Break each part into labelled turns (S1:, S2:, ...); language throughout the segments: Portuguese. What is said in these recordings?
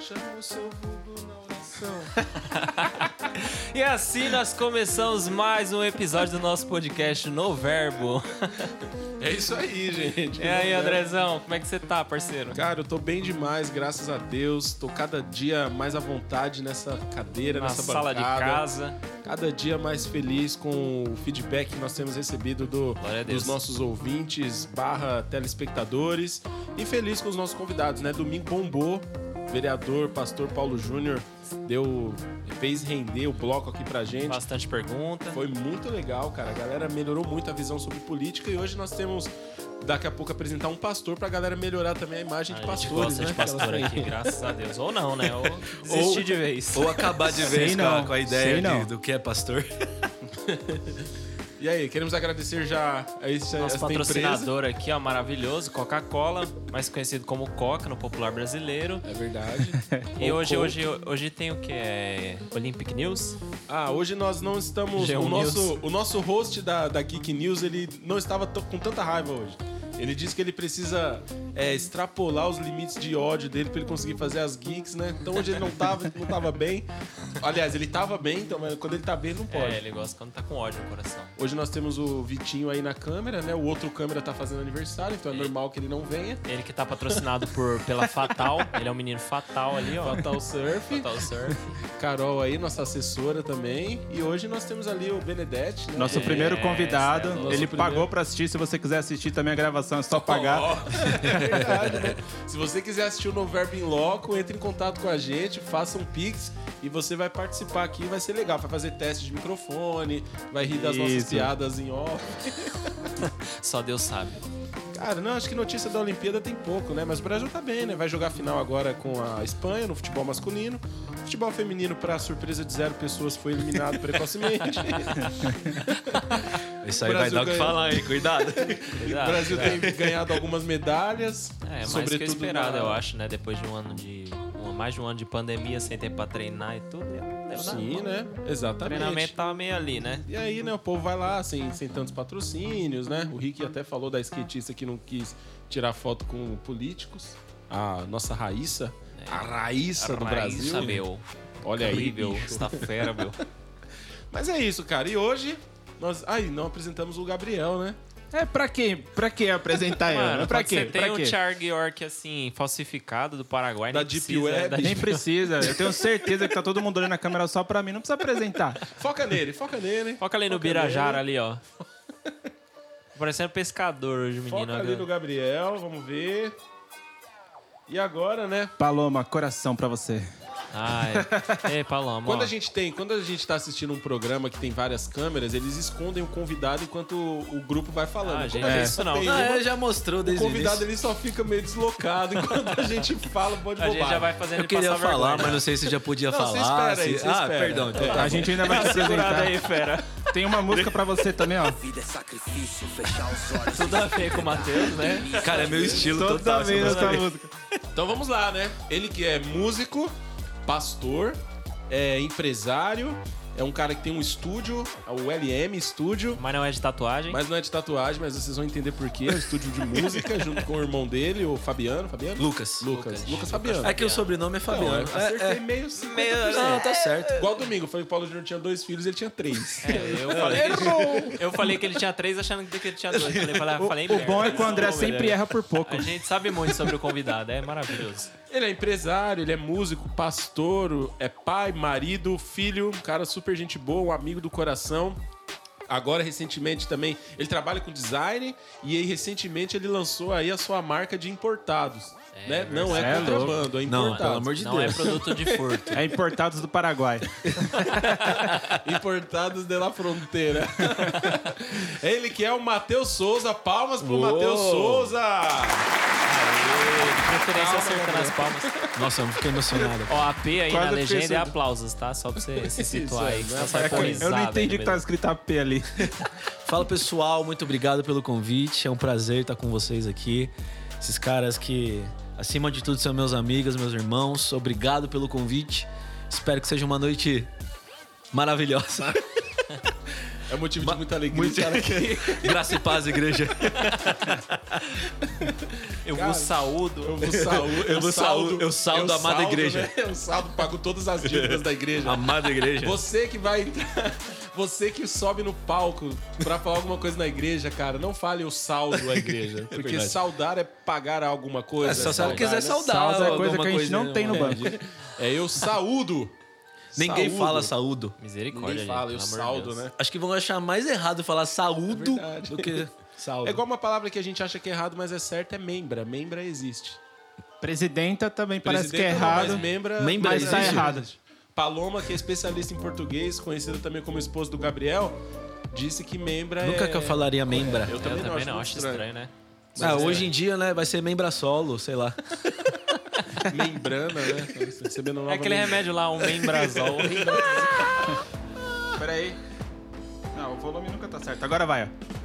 S1: Chama o seu vulgo na oração.
S2: E assim nós começamos mais um episódio do nosso podcast No Verbo.
S1: É isso aí, gente.
S2: E aí, Andrezão, como é que você tá, parceiro?
S1: Cara, eu tô bem demais, graças a Deus. Tô cada dia mais à vontade nessa cadeira,
S2: Na
S1: nessa
S2: sala de
S1: bancada.
S2: casa.
S1: Cada dia mais feliz com o feedback que nós temos recebido do-
S2: Glória a Deus.
S1: dos nossos ouvintes barra telespectadores. E feliz com os nossos convidados, né? Domingo bombou. Vereador, pastor Paulo Júnior deu... Fez render o bloco aqui pra gente.
S2: Bastante pergunta.
S1: Foi muito legal, cara. A galera melhorou muito a visão sobre política e hoje nós temos daqui a pouco apresentar um pastor pra galera melhorar também a imagem
S2: A
S1: de
S2: gente
S1: pastores,
S2: gosta
S1: né?
S2: de pastor
S1: Aquelas-
S2: aqui, graças a Deus. Ou não, né? Ou desistir de vez.
S3: Ou acabar de vez
S4: Sei
S3: com, a,
S4: não,
S3: com a ideia
S4: sei não.
S3: de- do que é pastor.
S1: E aí, queremos agradecer já a esse
S2: Nosso
S1: esta empresa.
S2: patrocinador aqui, ó, maravilhoso, Coca-Cola, mais conhecido como Coca no popular brasileiro.
S1: É verdade.
S2: E
S1: Ou
S2: hoje,
S1: Coke.
S2: hoje, hoje tem o que? É Olympic News?
S1: Ah, hoje nós não estamos.
S2: G1
S1: O nosso,
S2: News.
S1: o nosso host da, da Geek News, ele não estava to- com tanta raiva hoje. Ele disse que ele precisa é, extrapolar os limites de ódio dele pra ele conseguir fazer as geeks, né? Então hoje ele não tava, não tava bem. Aliás, ele tava bem, então, mas quando ele tá bem, ele não pode.
S2: É, ele gosta quando tá com ódio no coração.
S1: Hoje nós temos o Vitinho aí na câmera, né? O outro câmera tá fazendo aniversário, então é normal que ele não venha.
S2: Ele que tá patrocinado por, pela Fatal. Ele é um menino fatal ali, ó.
S1: Fatal Tá Surf,
S2: Fatal Surf.
S1: Carol aí, nossa assessora também. E hoje nós temos ali o Benedetti, né?
S4: Nosso
S2: É,
S4: primeiro
S2: cê é
S4: convidado,
S2: louco.
S4: ele
S1: Nosso
S4: pagou
S1: primeiro.
S4: pra assistir. Se você quiser assistir também a gravação, é só pagar.
S1: É verdade, né? Se você quiser assistir o No Verbo em Loco, entre em contato com a gente, faça um pix e você vai participar aqui. Vai ser legal, vai fazer teste de microfone, vai rir das nossas
S4: Isso.
S1: piadas em off.
S2: Só Deus sabe.
S1: Cara, não, acho que notícia da Olimpíada tem pouco, né? Mas o Brasil tá bem, né? Vai jogar final agora com a Espanha no futebol masculino. Futebol feminino, pra surpresa de zero pessoas, foi eliminado precocemente.
S3: Isso aí
S1: O
S3: vai
S1: Brasil
S3: dar o que
S1: ganhou.
S3: falar, hein? Cuidado.
S1: o Brasil tem ganhado algumas medalhas.
S2: né? É, mais do que
S1: sobretudo
S2: esperado,
S1: na-
S2: eu acho, né? Depois de um ano de. um- mais de um ano de pandemia, sem tempo pra treinar e tudo. Deu, deu
S1: Sim,
S2: nada.
S1: né?
S2: O treinamento
S1: Exatamente.
S2: tava meio ali, né?
S1: E aí, né, o povo vai lá sem, sem tantos patrocínios, né? O Rick até falou da skatista que não quis tirar foto com políticos. A nossa Raíssa. A Raíssa do Brasil.
S2: É. Raíssa, tá, meu.
S1: Olha aí,
S2: Incrível.
S1: bicho.
S2: Essa fera, meu.
S1: Mas é isso, cara. E hoje nós. Aí, não apresentamos o Gabriel, né?
S4: É pra quê? Pra quê
S1: É,
S4: apresentar
S2: Mano,
S4: ela? Pra
S2: quando
S4: quê?
S2: Você tem
S4: Pra
S2: um
S4: quê?
S2: Charg York, assim, falsificado do Paraguai.
S1: Da
S2: nem
S1: Deep
S2: precisa, né?
S1: Web.
S2: da
S4: Nem precisa. Eu tenho certeza que tá todo mundo olhando a câmera só pra mim. Não precisa apresentar.
S1: Foca nele, foca nele.
S2: Foca ali no
S1: Foca
S2: Birajara, ali, ó. Parecendo pescador hoje, menino.
S1: Foca ali
S2: olha.
S1: no Gabriel, vamos ver. E agora, né?
S4: Paloma, coração pra você.
S2: Ai. Ei, Paloma,
S1: Quando
S2: ó.
S1: a gente tem, quando a gente tá assistindo um programa que tem várias câmeras, eles escondem o convidado enquanto o o grupo vai falando.
S2: Ah,
S1: Como
S2: gente,
S1: a só
S2: é. isso não.
S1: tem
S3: Não,
S1: uma-
S3: é, já mostrou
S1: o
S3: desde o
S1: convidado
S3: início.
S1: ele só fica meio deslocado enquanto a gente fala um monte de
S2: A gente
S1: bobagem.
S2: já vai fazendo
S3: Eu
S2: ele
S3: queria
S2: passar
S3: falar,
S2: vergonha.
S3: mas não sei se já podia
S1: Não, você
S3: falar.
S1: espera aí,
S3: se-
S1: você
S3: ah,
S1: espera.
S3: perdão. então
S1: É.
S3: tá.
S4: A gente ainda vai te
S2: Segurada
S4: apresentar.
S2: aí, fera.
S4: Tem uma música pra você também, ó.
S5: Vida é sacrifício, fechar os olhos.
S2: Tudo a ver com o Matheus, né?
S3: Cara, é meu estilo total.
S4: Toda
S3: essa
S4: vez
S3: música.
S4: essa música.
S1: Então vamos lá, né? Ele que é músico, pastor, é empresário, é um cara que tem um estúdio, o LM Studio,
S2: Mas não é de tatuagem.
S1: mas não é de tatuagem, mas vocês vão entender por quê. É um estúdio de música, junto com o irmão dele, o Fabiano. Fabiano?
S3: Lucas.
S1: Lucas. Lucas Fabiano.
S3: É que o sobrenome é
S1: Então,
S3: Fabiano.
S1: eu acertei meio...
S3: É, é, não, tá certo.
S1: Igual domingo, eu falei que o Paulo Júnior tinha dois filhos, ele tinha três.
S2: É, eu, falei que, eu falei que ele tinha três, achando que ele tinha dois. Falei, falei, falei
S4: O bom é que o André
S2: Desculpa,
S4: sempre
S2: galera.
S4: erra por pouco.
S2: A gente sabe muito sobre o convidado, é maravilhoso.
S1: Ele é empresário, ele é músico, pastor, é pai, marido, filho, um cara super gente boa, um amigo do coração. Agora, recentemente também, ele trabalha com design e aí, recentemente, ele lançou aí a sua marca de importados. né? Não é,
S4: É louco.
S1: contrabando, é importado.
S3: Não, pelo amor de
S2: não
S3: Deus.
S2: é produto de furto.
S4: É importados do Paraguai.
S1: Importados de la fronteira. ele que é o Matheus Souza. Palmas pro Matheus Souza!
S2: Ele diferença é acertando as palmas.
S1: é.
S3: Nossa, eu fiquei emocionado.
S2: Ó, AP aí na
S4: Quase
S2: legenda
S4: preciso.
S2: é aplausos, tá? Só pra você se situar aí. Que senão
S1: né?
S2: sai
S1: É que
S2: com risada
S4: Eu não
S2: aí no
S4: entendi que tá tava
S2: meio.
S4: escrito AP ali.
S3: Fala pessoal, muito obrigado pelo convite. É um prazer estar com vocês aqui. Esses caras que, acima de tudo, são meus amigos, meus irmãos. Obrigado pelo convite. Espero que seja uma noite maravilhosa.
S1: É motivo de muita alegria.
S3: Muito- Graça e paz, igreja.
S2: Eu vou saúdo.
S1: Eu vou saúdo.
S3: Eu vou saúdo- eu saldo a amada igreja.
S1: é né? Eu saldo, pago todas as dívidas da igreja.
S3: Amada igreja.
S1: Você que vai entrar, você que sobe no palco pra falar alguma coisa na igreja, cara, não fale eu saldo a igreja. Porque
S3: verdade.
S1: saudar é pagar alguma coisa.
S3: É só se ela
S1: saudar,
S3: quiser
S1: né?
S3: saudar.
S4: Saldo é coisa
S3: alguma
S4: que a gente não
S3: né?
S4: tem no
S3: É.
S4: banco.
S1: É eu saúdo.
S3: Ninguém
S1: Saúdo.
S3: fala saúdo.
S2: Misericórdia.
S1: Ninguém
S2: gente,
S1: fala, eu
S2: pelo amor de
S1: saldo,
S2: Deus.
S1: né?
S3: Acho que vão achar mais errado falar saúdo
S1: É verdade.
S3: do que saúdo.
S1: É igual uma palavra que a gente acha que é errado, mas é certo, é membra. Membra existe.
S4: Presidenta também parece que é
S1: Presidenta não,
S4: errado.
S1: Mas membra,
S3: Membra
S4: Mas tá
S3: existe.
S4: errado.
S1: Paloma, que é especialista em português, conhecida também como esposa do Gabriel, disse que membra é...
S3: Nunca que eu falaria membra.
S1: Eu
S2: Eu
S1: também,
S2: também não,
S1: muito
S2: acho estranho, né?
S3: Ah, hoje em dia, né, vai ser membra solo, sei lá.
S1: Membrana, né? Recebendo
S2: É aquele remédio lá, um membrazol.
S4: Peraí. Não, o volume nunca tá certo. Agora vai, ó.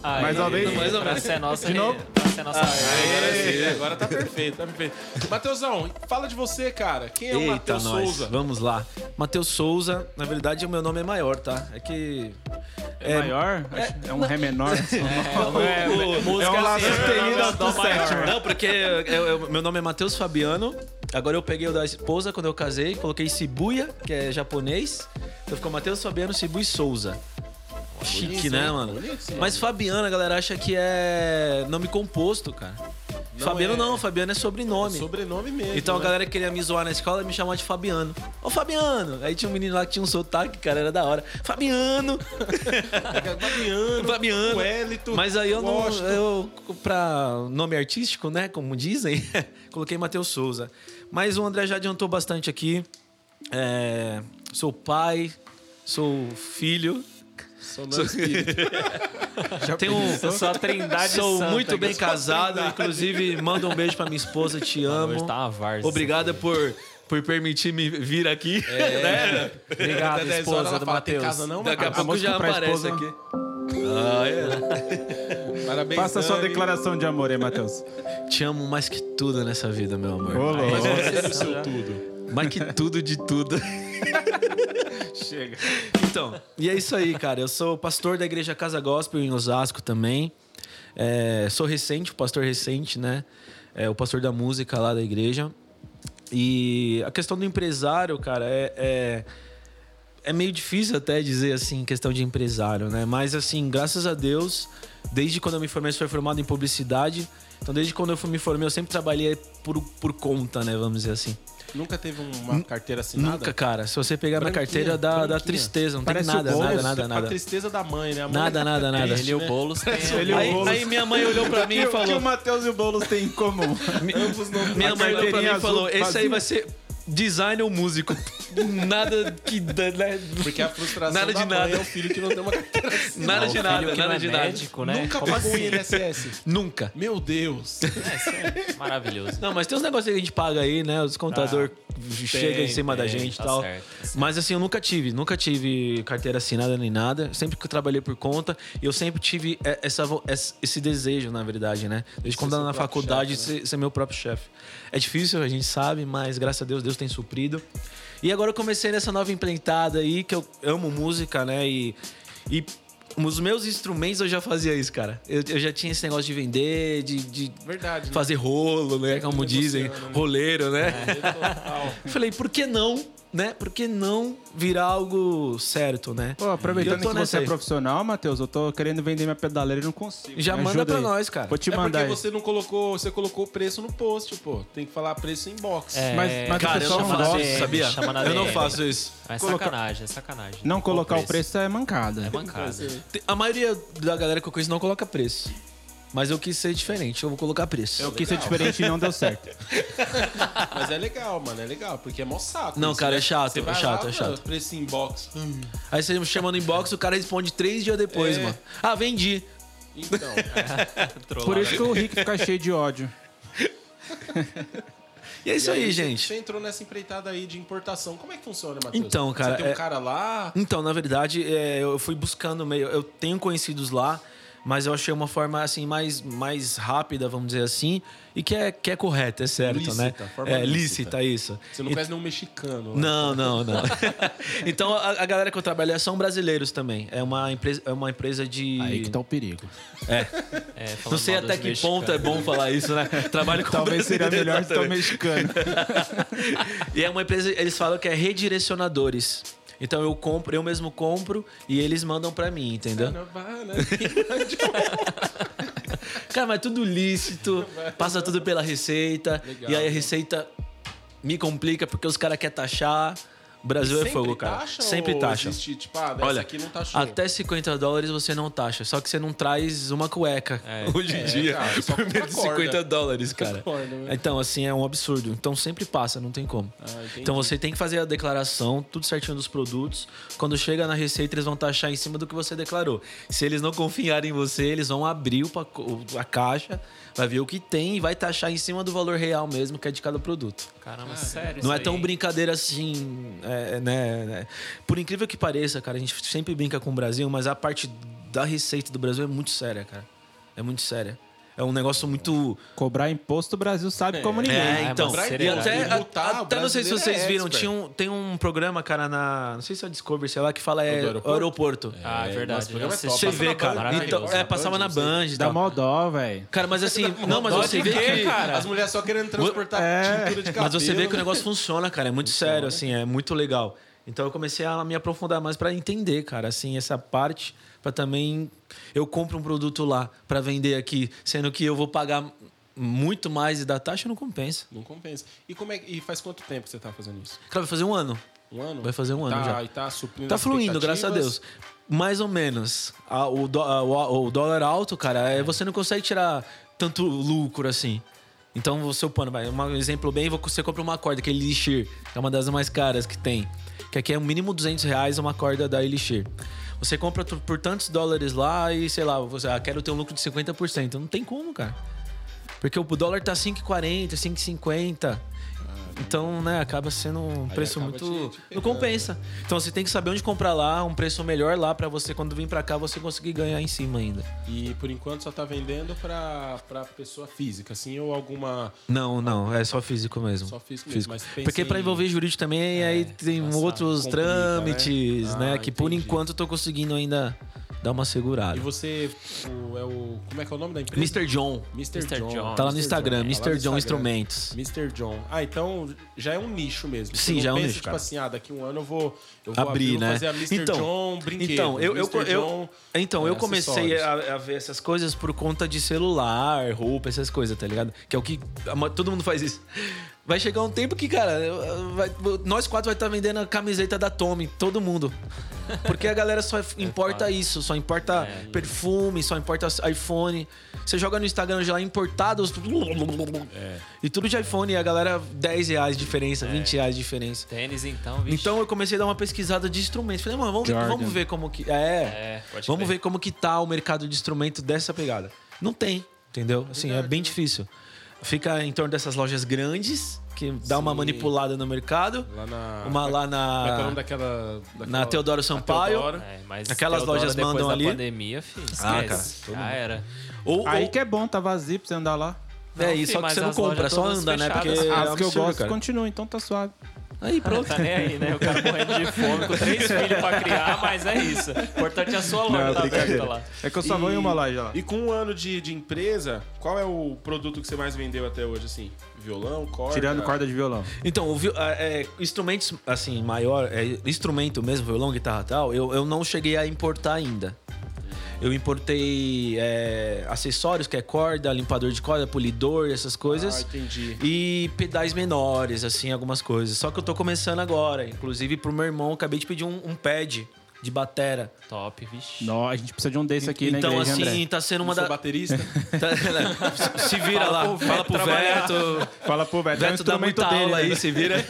S2: Aí,
S4: Mais uma vez?
S2: Mais uma vez. Pra ser nossa. De
S4: novo?
S2: Pra ser nossa.
S1: Aê,
S3: assim.
S1: agora tá perfeito, tá perfeito. Mateusão, fala de você, cara. Quem é o Matheus Souza?
S3: Vamos lá. Matheus Souza, na verdade, o meu nome é maior, tá? É que.
S4: É, maior? Acho- É, um ré menor.
S2: É, música
S4: um lá
S2: assim,
S4: sustenido
S2: não,
S4: ao
S2: não, não,
S4: dó
S2: maior.
S4: sétimo.
S3: Não, porque eu- eu- meu nome é Matheus Fabiano. Agora eu peguei o da esposa quando eu casei, coloquei Shibuya, que é japonês. Então ficou Matheus Fabiano Shibuya Souza. Chique, né, mano? Mas Fabiano, a galera acha que é nome composto, cara.
S1: Não
S3: Fabiano
S1: é.
S3: não, Fabiano é sobrenome.
S1: Sobrenome mesmo.
S3: Então a
S1: né?
S3: galera que queria me zoar na escola me chamava de Fabiano. Ô Fabiano! Aí tinha um menino lá que tinha um sotaque, cara, era da hora. Fabiano!
S1: Fabiano,
S3: Fabiano.
S1: Wellington,
S3: Mas aí eu não.
S1: Washington.
S3: Eu, pra nome artístico, né? Como dizem, coloquei Matheus Souza. Mas o André já adiantou bastante aqui. É, sou pai, sou filho.
S1: Sou nome espírito.
S3: tenho um-
S2: Eu sou a trindade
S3: sou
S2: santa.
S3: muito bem casado. Inclusive, manda um beijo pra minha esposa, te amo.
S2: Hoje tá uma várzea.
S3: Obrigada por, por permitir me vir aqui. né?
S2: Obrigado,
S1: Até 10 horas
S2: esposa
S1: ela
S2: do
S1: fala, "Tem
S2: Matheus.
S1: casa não,
S3: Daqui a
S1: Matheus?"
S3: pouco
S4: música
S3: já
S4: pra
S3: aparece
S4: esposa.
S3: aqui. Ah, é.
S1: Parabéns,
S4: Faça sua
S1: Dani.
S4: declaração de amor aí, Matheus.
S3: Te amo mais que tudo nessa vida, meu amor.
S4: Ô, louco.
S1: Mas você é o seu tudo.
S3: Mais que tudo de tudo.
S4: Chega.
S3: Então, e é isso aí, cara. Eu sou pastor da Igreja Casa Gospel em Osasco também. É, sou recente, o pastor recente, né? É, o pastor da música lá da igreja. E a questão do empresário, cara, é, é, é meio difícil até dizer assim, questão de empresário, né? Mas assim, graças a Deus, desde quando eu me formei, eu sou formado em publicidade. Então, desde quando eu fui- me formei, eu sempre trabalhei por, por conta, né? Vamos dizer assim.
S1: Nunca teve uma carteira assinada?
S3: Nunca, cara. Se você pegar minha
S1: Branquinha,
S3: carteira, dá, dá
S1: branquinha.
S3: tristeza. Não
S4: Parece
S3: tem nada,
S4: o Boulos,
S3: nada, nada,
S1: A
S3: nada.
S1: tristeza da mãe, né? A mãe-
S3: Nada, nada, nada.
S2: Ele é e o Boulos tem...
S4: Ele e o
S3: Aí,
S4: Boulos.
S3: aí minha mãe olhou pra mim e
S4: O que o
S3: falou...
S4: Matheus e o Boulos têm em comum?
S3: Minha
S4: A
S3: mãe olhou pra mim
S4: carteirinha
S3: e falou,
S4: azul
S3: esse aí
S4: vazia."
S3: vai ser design ou músico. nada que... dá, né?
S1: Porque a frustração
S3: Nada
S1: da
S3: de
S1: mãe
S3: nada.
S1: é o filho que não tem uma carteira assinada.
S3: Nada de nada,
S2: que não
S3: nada
S2: é
S3: de nada.
S2: médico, né?
S1: Nunca
S2: Como
S1: pagou o
S2: assim?
S1: INSS.
S3: Nunca.
S1: Meu Deus.
S2: É, isso é maravilhoso.
S3: Não, mas tem uns negócios que a gente paga aí, né? Os contador chega
S2: Ah, tem,
S3: em cima da
S2: tem,
S3: gente e
S2: tá
S3: tal.
S2: certo, tá certo.
S3: Mas assim, eu nunca tive, nunca tive carteira assinada nem nada. Sempre que eu trabalhei por conta, eu sempre tive é, essa, vo- esse- esse desejo, na verdade, né? Desde quando
S1: seu
S3: eu na
S1: próprio
S3: faculdade,
S1: chefe,
S2: né?
S3: ser, ser meu próprio chefe. É difícil, a gente sabe, mas graças a Deus, Deus tem suprido. E agora eu comecei nessa nova empreitada aí, que eu amo música, né? E, e os meus instrumentos eu já fazia isso, cara. Eu, eu já tinha esse negócio de vender, de- de
S1: Verdade, né?
S3: fazer rolo, né? Como dizem,
S1: né? É,
S3: roleiro, né?
S1: Total.
S3: Eu Falei, por que não, né? Por que não virar algo certo, né?
S4: Pô, aproveitando
S3: Eu tô
S4: que
S3: nessa
S4: você é
S3: aí.
S4: profissional, Matheus, eu tô querendo vender minha pedaleira e não consigo.
S3: Já
S4: Me
S3: manda
S4: ajuda
S3: pra
S4: aí.
S3: nós, cara.
S4: Vou te
S1: é
S4: mandar
S1: porque
S4: aí.
S1: você não colocou, você colocou o preço no post, pô. Tem que falar preço em box.
S2: É,
S4: Mas- mas
S3: Cara, eu
S4: pessoal
S3: não
S4: chama
S2: chama
S4: na
S3: faço
S2: na
S4: DM,
S3: isso,
S2: DM,
S3: sabia?
S2: chama na
S3: Eu não
S2: DM.
S3: faço isso.
S2: É
S4: Coloca-
S2: sacanagem, é sacanagem.
S4: Não
S2: Qual
S4: colocar o preço é mancada.
S2: É mancada.
S3: Tem- A maioria da galera que eu conheço não coloca preço. Mas eu quis ser diferente, eu vou colocar preço.
S4: Eu quis ser diferente e não deu certo.
S1: Mas é legal, mano, é legal, porque é mó saco.
S3: Não,
S1: isso,
S3: cara,
S1: né?
S3: é chato,
S1: Você
S3: é
S1: vai
S3: chato,
S1: lá,
S3: é chato.
S1: mano, Preço em box. Hum,
S3: Aí você me chama no inbox, o cara responde três dias depois,
S1: É.
S3: mano. Ah, vendi.
S1: Então,
S4: Por isso que o Rick fica cheio de ódio.
S3: E é isso
S1: E
S3: aí,
S1: você-
S3: gente.
S1: Você entrou nessa empreitada aí de importação. Como é que funciona, Matheus?
S3: Então, cara,
S1: Você tem um
S3: é-
S1: cara lá.
S3: Então, na verdade, é, eu fui buscando meio. Eu tenho conhecidos lá, mas eu achei uma forma assim mais, mais rápida, vamos dizer assim, e que é, que é correta, é certo,
S1: Lícita,
S3: né?
S1: forma
S3: é
S1: lícita.
S3: lícita, isso.
S1: Você não
S3: E-
S1: conhece nenhum mexicano. lá.
S3: não, não, não. então a, a galera que eu trabalho é são brasileiros também. É uma empresa, é uma empresa de.
S4: Aí que tá o perigo.
S2: É, falando
S3: Não sei
S2: mal
S3: até
S2: dos
S3: que
S2: mexicanos.
S3: ponto é bom falar isso, né? Trabalho com
S4: Talvez seria
S3: brasileiro
S4: melhor
S3: lá
S4: se tá o
S3: também.
S4: mexicano.
S3: E é uma empresa, eles falam que é redirecionadores. Então eu compro, eu mesmo compro e eles mandam pra mim, entendeu?
S1: Carnaval, né?
S3: Cara, mas é tudo lícito, passa tudo pela receita.
S1: Legal,
S3: e aí a
S1: né?
S3: receita me complica porque os caras querem taxar. O Brasil é
S1: Sempre
S3: fogo, cara.
S1: taxa
S3: Sempre
S1: ou
S3: taxa.
S1: Existe, tipo, ah, essa
S3: Olha,
S1: aqui não taxou.
S3: Até 50 dólares você não taxa, só que você não traz uma cueca hoje em
S1: É,
S3: dia.
S1: cara, só
S3: por menos de
S1: compra corda.
S3: 50 dólares, cara.
S1: corda, né?
S3: Então, assim, é um absurdo. Então sempre passa, não tem como.
S1: entendi.
S3: então você tem que fazer a declaração, tudo certinho dos produtos. Quando chega na receita, eles vão taxar em cima do que você declarou. Se eles não confiarem em você, eles vão abrir o paco- a caixa, vai ver o que tem e vai taxar em cima do valor real mesmo, que é de cada produto.
S2: Caramba, sério.
S3: Não
S2: isso
S3: é tão
S2: aí?
S3: brincadeira assim, é, né, né? Por incrível que pareça, cara, a gente sempre brinca com o Brasil, mas a parte da receita do Brasil é muito séria, cara. É muito séria. É um negócio muito.
S4: Cobrar imposto, o Brasil sabe como
S3: É,
S4: ninguém. né?
S2: é
S3: então.
S2: uma
S3: E
S2: seriedade.
S3: até,
S1: Tributar,
S3: a-
S1: o
S3: até não sei se
S1: brasileiro
S3: vocês
S1: é
S3: viram,
S1: expert.
S3: tinha um, tem um programa, cara, na. Não sei se é Discovery, sei lá, que fala é,
S1: do aeroporto?
S3: aeroporto.
S2: Ah, é verdade.
S1: nosso programa
S2: eu
S1: é top.
S2: assisti.
S3: Você
S1: Passa na
S3: vê, cara.
S1: Band,
S3: Então,
S1: maravilhoso.
S3: é,
S1: Na
S3: passava
S1: Band,
S3: na
S1: não sei.
S3: Band. e
S4: Dá
S3: tal.
S4: mó dó, velho.
S3: Cara, mas assim, não, mas você vê que. É,
S1: As mulheres só querendo transportar tintura de cabelo.
S3: Mas você vê que o negócio funciona, cara. É muito sério, assim, é muito legal. Então eu comecei a me aprofundar mais pra entender, cara, assim, essa parte pra também eu compro um produto lá pra vender aqui, sendo que eu vou pagar muito mais e da taxa não compensa.
S1: Não compensa. E, como é, que- e faz quanto tempo que você tá fazendo isso?
S3: Cara, vai fazer um ano.
S1: Um ano?
S3: Vai fazer um ano
S1: tá,
S3: já.
S1: E tá suprindo
S3: Tá
S1: as
S3: fluindo, graças a Deus.
S1: expectativas?
S3: Mais ou menos. A- o, dó- a- o- o dólar alto, cara, é, você não consegue tirar tanto lucro assim. Então, o seu pano, vai. Um exemplo bem, vo- você compra uma corda, que é Elixir, que é uma das mais caras que tem. Que aqui é o mínimo 200 reais uma corda da Elixir. Você compra tu- por tantos dólares lá e, sei lá, você, ah, quero ter um lucro de 50%. Não tem como, cara. Porque o dólar tá 5,40, 5,50. Então, né, acaba sendo um preço
S1: acaba
S3: muito.
S1: te- te
S3: não
S1: pegando,
S3: compensa. Então você tem que saber onde comprar lá, um preço melhor lá pra você, quando vir pra cá, você conseguir ganhar em cima ainda.
S1: E por enquanto só tá vendendo pra, pra pessoa física, assim, ou alguma.
S3: Não, não, é só físico mesmo.
S1: Só físico mesmo, mas pensa
S3: Porque pra
S1: em-
S3: envolver jurídico também, aí tem
S2: nossa,
S3: outros
S1: complica,
S3: trâmites,
S1: né?
S3: né?
S1: Ah,
S3: que por
S1: entendi.
S3: enquanto eu tô conseguindo ainda dar uma segurada.
S1: E você o- é o. Como é que é o nome da empresa?
S3: Mr. John.
S1: Mr.
S2: Mr.
S1: John.
S2: John.
S3: Tá lá no
S1: Mr.
S3: Instagram,
S1: John. Tá lá no
S3: Mr. John
S1: Instagram.
S3: Instrumentos.
S1: Mr. John. Ah, então já é um nicho mesmo. Você
S3: Sim,
S1: não
S3: já é um
S1: pensa,
S3: nicho,
S1: Tipo
S3: cara.
S1: assim, ah, daqui um ano eu vou, eu vou abrir,
S3: abrir,
S1: vou
S3: né?
S1: fazer a Mr. John brinquedo.
S3: Então, eu, eu,
S1: Mr.
S3: eu-
S1: John,
S3: então,
S1: é,
S3: eu comecei
S1: acessórios.
S3: a, a ver essas coisas por conta de celular, roupa, essas coisas, tá ligado? Que é o que. a ma- Todo mundo faz isso. Vai chegar um tempo que, cara, eu- vai- nós quatro vai estar vendendo a camiseta da Tommy, todo mundo. Porque a galera só importa
S1: É
S3: isso, só importa perfume, só importa iPhone. Você joga no Instagram já lá importados.
S1: É.
S3: E tudo de iPhone, e a galera, 10 reais de diferença, 20 reais de diferença.
S2: Tênis, então, vixe.
S3: Então eu comecei a dar uma pesquisada de instrumentos. Falei, mano, vamos, ver-
S4: Jordan.
S3: vamos ver como que. É.
S2: É, pode
S3: vamos
S2: crer.
S3: ver como que tá o mercado de instrumento dessa pegada. Não tem, entendeu? Assim, é bem difícil. Fica em torno dessas lojas grandes, que dá uma
S1: Sim.
S3: manipulada no mercado.
S1: Lá na.
S3: uma lá
S1: Como é que é o
S3: na.
S1: nome daquela. daquela
S3: Ah. na Teodoro Sampaio.
S1: Teodoro.
S2: É, mas
S3: Aquelas
S2: Teodoro,
S3: lojas
S2: depois
S3: mandam
S2: da
S3: ali.
S2: pandemia, filho,
S3: Ah,
S2: esquece.
S3: cara, todo
S2: Já era.
S3: Ou, ou-
S4: Aí que é bom, tá vazio pra você andar lá.
S3: é
S2: Não,
S3: isso,
S2: fi,
S3: só que
S2: mas
S3: você não
S2: as lojas
S3: compra, só
S2: todas
S3: anda, né? Porque.
S2: fechadas.
S3: é
S4: As que eu
S3: absurdo,
S4: gosto
S3: cara.
S4: continuam, então tá suave.
S3: Aí, pronto.
S2: Tá nem aí, né? O cara morrendo de fome com três filhos pra criar, mas é isso. O importante é a sua loja tá aberta lá.
S4: É que eu só vou em uma loja lá.
S1: E com um ano de, de empresa, qual é o produto que você mais vendeu até hoje, assim? Violão, corda?
S4: Tirando corda de violão.
S3: Então, o vi- a- é, instrumentos, assim, maior, é, instrumento mesmo, violão, guitarra e tal, eu, eu não cheguei a importar ainda. Eu importei é, acessórios, que é corda, limpador de corda, polidor, essas
S1: Ah,
S3: coisas.
S1: entendi.
S3: E pedais menores, assim, algumas coisas. Só que eu tô começando agora. Inclusive, pro meu irmão, eu acabei de pedir um, um pad de batera.
S2: Top, vixe.
S4: Não, a gente precisa de um desse aqui na
S3: então,
S4: igreja,
S3: assim,
S4: André.
S3: tá sendo
S1: Não
S3: uma
S1: sou
S3: da.
S1: baterista?
S3: tá- se vira
S2: Fala
S3: lá,
S2: pro
S3: fala pro
S2: Veto trabalhar.
S3: Veto.
S4: Fala pro Beto, é um
S3: Veto dá
S4: instrumento
S3: muita
S4: dele,
S3: aula
S4: né?
S3: aí, se vira.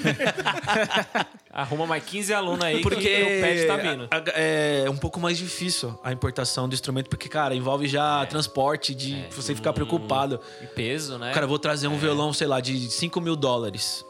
S2: Arruma mais 15 alunos aí
S3: Porque
S2: que o pet tá vindo.
S3: a- a- é um pouco mais difícil a importação do instrumento, porque, cara, envolve
S2: É.
S3: já transporte, de você ficar preocupado.
S2: E peso, né?
S3: Cara, eu vou trazer um violão, sei lá, de 5 mil dólares,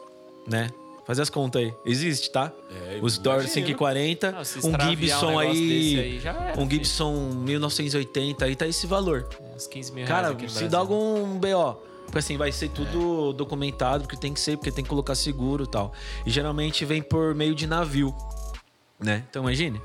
S3: né? Faz as contas aí. Existe, tá?
S1: É,
S3: Os dólares
S1: imagino.
S3: 5,40.
S2: Ah, se
S3: um
S2: extraviar um
S3: Gibson
S2: negócio desse
S3: aí.
S2: aí, já era,
S3: um
S2: filho.
S3: Gibson 1980 aí tá esse valor.
S2: Uns 15 mil reais
S3: Cara,
S2: aqui no
S3: se
S2: Brasil.
S3: dá algum BO. Porque assim, vai ser tudo documentado, porque tem que ser, porque tem que colocar seguro e tal. E geralmente vem por meio de navio, né? Então imagine,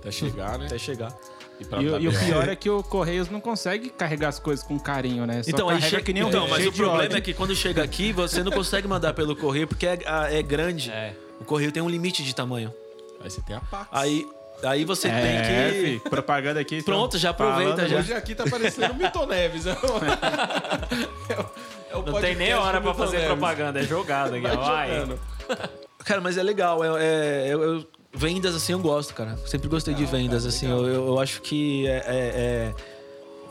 S1: Até chegar, né?
S3: até chegar.
S1: E, pra
S4: E, o- e o
S1: tabela.
S4: pior é que o Correios não consegue carregar as coisas com carinho, né? Só
S3: então, aí
S4: carrega
S3: chega
S4: que nem um
S3: Então,
S4: rei,
S3: mas
S4: cheio
S3: o
S4: de
S3: problema
S4: ódio.
S3: é que quando chega aqui, você não consegue mandar pelo correio, porque é, a- é grande.
S2: É.
S3: O correio tem um limite de tamanho.
S1: Aí você tem a pá.
S3: Aí, aí você
S4: É,
S3: tem que.
S4: fi, propaganda aqui. estão
S3: Pronto, já aproveita,
S4: falando
S3: já.
S1: Hoje aqui tá parecendo o Milton Neves. É o, é o- é o
S2: Não tem
S1: podcast
S2: nem hora
S3: um
S1: do
S2: pra
S1: Milton
S2: fazer
S1: Neves.
S2: propaganda, é jogado aqui,
S1: Vai
S2: ó. vai.
S1: jogando.
S3: Cara, mas é legal. É, é- eu- eu- vendas assim eu gosto, cara. Sempre gostei de vendas assim. Eu, eu- eu acho que é, é- é-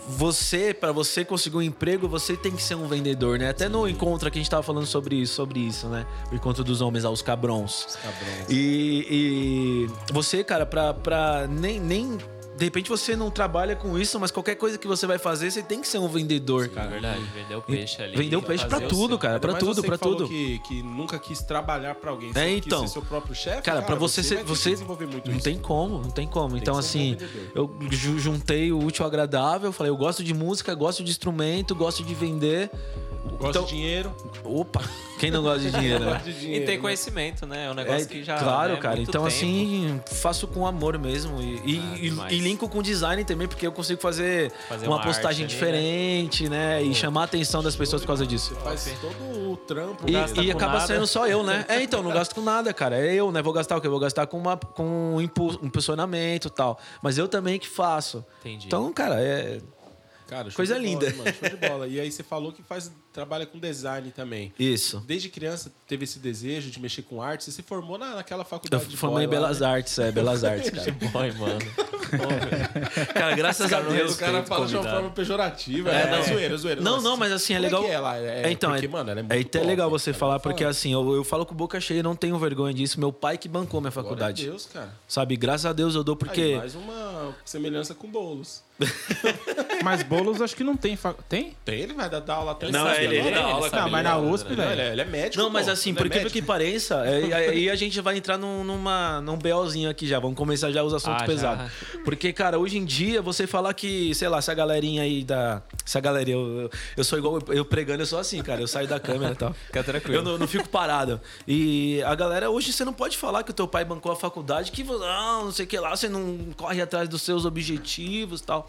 S3: você para você conseguir um emprego você tem que ser um vendedor, né? Até no encontro que a gente tava falando sobre isso, sobre isso, né? O encontro dos homens aos cabrons. Os cabrons. E, e você, cara, pra, pra nem nem de repente você não trabalha com isso, mas qualquer coisa que você vai fazer, você tem que ser um vendedor,
S2: É
S3: cara.
S2: verdade, vendeu peixe ali.
S3: Vendeu peixe pra
S2: fazer o
S3: tudo,
S2: seu.
S3: cara, pra
S1: Mas
S3: tudo,
S1: você que
S3: pra
S1: falou
S3: tudo.
S1: Que, que nunca quis trabalhar pra alguém.
S3: É,
S1: sempre quis
S3: então.
S1: ser seu próprio chefe.
S3: Cara, pra você ser.
S1: vai ter que
S3: Você
S1: desenvolver muito
S3: não
S1: isso.
S3: tem como, não tem como. então,
S1: que ser um
S3: assim,
S1: bom
S3: eu ju- juntei o útil ao agradável. Falei, eu gosto de música, gosto de instrumento, gosto de vender.
S1: Gosto
S3: Então-
S1: de dinheiro.
S3: Opa! Quem não gosta de dinheiro? né?
S1: Gosto de dinheiro.
S2: E tem
S1: né?
S2: conhecimento, né? É um
S3: É,
S2: negócio que já.
S3: claro,
S2: né,
S3: cara.
S2: muito
S3: Então,
S2: tempo.
S3: assim, faço com amor mesmo. E, e,
S2: Ah,
S3: e-
S2: demais.
S3: e linko com design também, porque eu consigo fazer,
S2: Fazer
S3: uma,
S2: uma
S3: postagem
S2: arte ali,
S3: diferente, né? E chamar a atenção das pessoas por causa disso.
S2: Tá
S1: Faz todo o trampo.
S3: E,
S2: gasta
S3: e
S2: com
S3: acaba
S2: nada.
S3: sendo só eu, né? É, então, não gasto com nada, cara. É eu, né? Vou gastar o quê? Vou gastar com, uma, com um impu- um impulsionamento e tal. Mas eu também que faço.
S2: Entendi.
S3: Então, cara, é.
S1: Cara, show
S3: Coisa
S1: de bola,
S3: linda.
S1: mano, show de bola. E aí você falou que faz, trabalha com design também.
S3: Isso.
S1: Desde criança teve esse desejo de mexer com arte. Você se formou na, naquela
S3: Eu
S1: faculdade Tá de
S3: formei em
S1: boy lá,
S3: Belas
S1: né?
S3: Artes, é, Belas Artes, cara.
S2: Boy, mano.
S3: cara, graças a
S1: né? Aí
S3: Deus.
S1: o cara
S2: respeito,
S1: fala de uma
S2: convidado.
S1: forma pejorativa. É, não. zoeira, zoeira.
S3: Não, não, mas assim, é
S1: como
S3: legal.
S1: É, que é lá? É,
S3: então,
S1: porque,
S3: é,
S1: mano, ela é, muito
S3: é até
S1: top,
S3: legal
S1: né,
S3: você
S1: cara? Fala.
S3: falar, porque assim, eu, eu falo com boca cheia, não tenho vergonha disso. Meu pai que bancou minha
S1: Glória
S3: faculdade.
S1: a é Deus, cara.
S3: Sabe, graças a Deus eu dou porque.
S1: Aí, mais uma semelhança com bolos.
S4: Mas bolos acho que não tem. fa- Tem?
S1: Tem, ele vai dar, dar aula até
S3: Não,
S1: sábado,
S3: ele- ele
S1: né?
S3: dá aula,
S1: sabe,
S4: Não, mas
S1: ele
S4: na
S1: dá aula,
S4: USP,
S1: né?
S4: velho.
S1: Ele é- Ele é médico.
S3: Não, mas
S1: pô.
S3: assim,
S1: Ele
S3: por
S1: é
S3: incrível que
S1: médico.
S3: pareça, aí, aí a gente vai entrar num, numa, num BOzinho aqui já. Vamos começar já os assuntos
S2: Ah, já.
S3: pesados. Porque, cara, hoje em dia, você falar que, sei lá, se a galerinha aí da. Se a galera, eu, eu- eu sou igual eu pregando, eu sou assim, cara. Eu saio da câmera e tal.
S2: Fica tranquilo.
S3: Eu não, não fico parado. E a galera, hoje você não pode falar que o teu pai bancou a faculdade, que vo- ah, não sei o que lá, você não corre atrás dos seus objetivos e tal.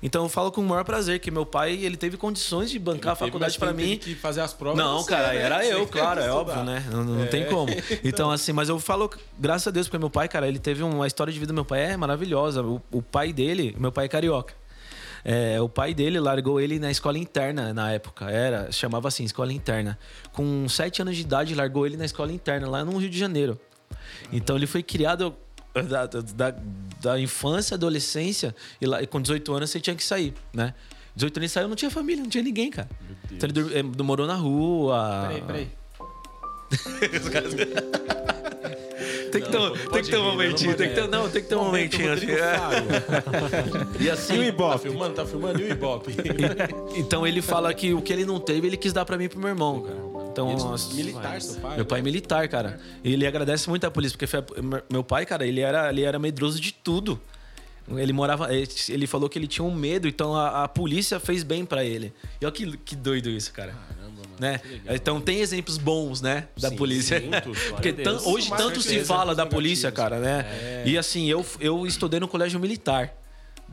S3: Então eu falo com o maior prazer que meu pai, ele teve condições de bancar a
S1: Teve, mas
S3: faculdade pra
S1: teve
S3: mim.
S1: que fazer as provas.
S3: Não,
S1: você,
S3: cara,
S1: né?
S3: era
S1: Você
S3: eu,
S1: que
S3: claro, é
S1: estudar.
S3: óbvio, né? Não, não tem
S1: É.
S3: como. Então, assim, mas eu falo, graças a Deus, porque meu pai, cara, ele teve uma história de vida do meu pai é maravilhosa. O, o pai dele, meu pai é carioca. É, o pai dele largou ele na escola interna na época, era, chamava assim, escola interna. Com sete anos de idade, largou ele na escola interna, lá no Rio de Janeiro. Então ele foi criado eh, da, da, da infância, adolescência, e lá- e com 18 anos você tinha que sair, né? 18 anos ele saiu, não tinha família, não tinha ninguém, cara. Então ele dur- eh, morou na rua.
S4: Peraí, peraí.
S3: Tem que ter, um- tem que ter um momentinho, tem que ter, não, tem que ter um momentinho. assim. E assim,
S1: E o Ibope? Tá filmando? Tá filmando? E o Ibope?
S3: então ele fala que o que ele não teve, ele quis dar pra mim e pro meu irmão, cara. Então, nossa,
S1: Militar, seu pai.
S3: Meu pai é militar, cara. E ele agradece muito à polícia, porque foi a- meu pai, cara, ele era, ele era medroso de tudo. Ele morava. ele- Ele falou que ele tinha um medo, então a, a polícia fez bem pra ele. E olha que, que doido isso, cara. Caramba, mano. Né? Então tem exemplos bons, né? Da
S1: Sim,
S3: polícia.
S1: muitos, claro.
S3: porque
S2: Glória a Deus.
S3: tan- hoje
S1: Com
S3: tanto se
S1: certeza, É.
S3: fala
S1: muitos
S3: da polícia,
S1: negativos.
S3: cara, né? E assim, eu, eu estudei no colégio militar.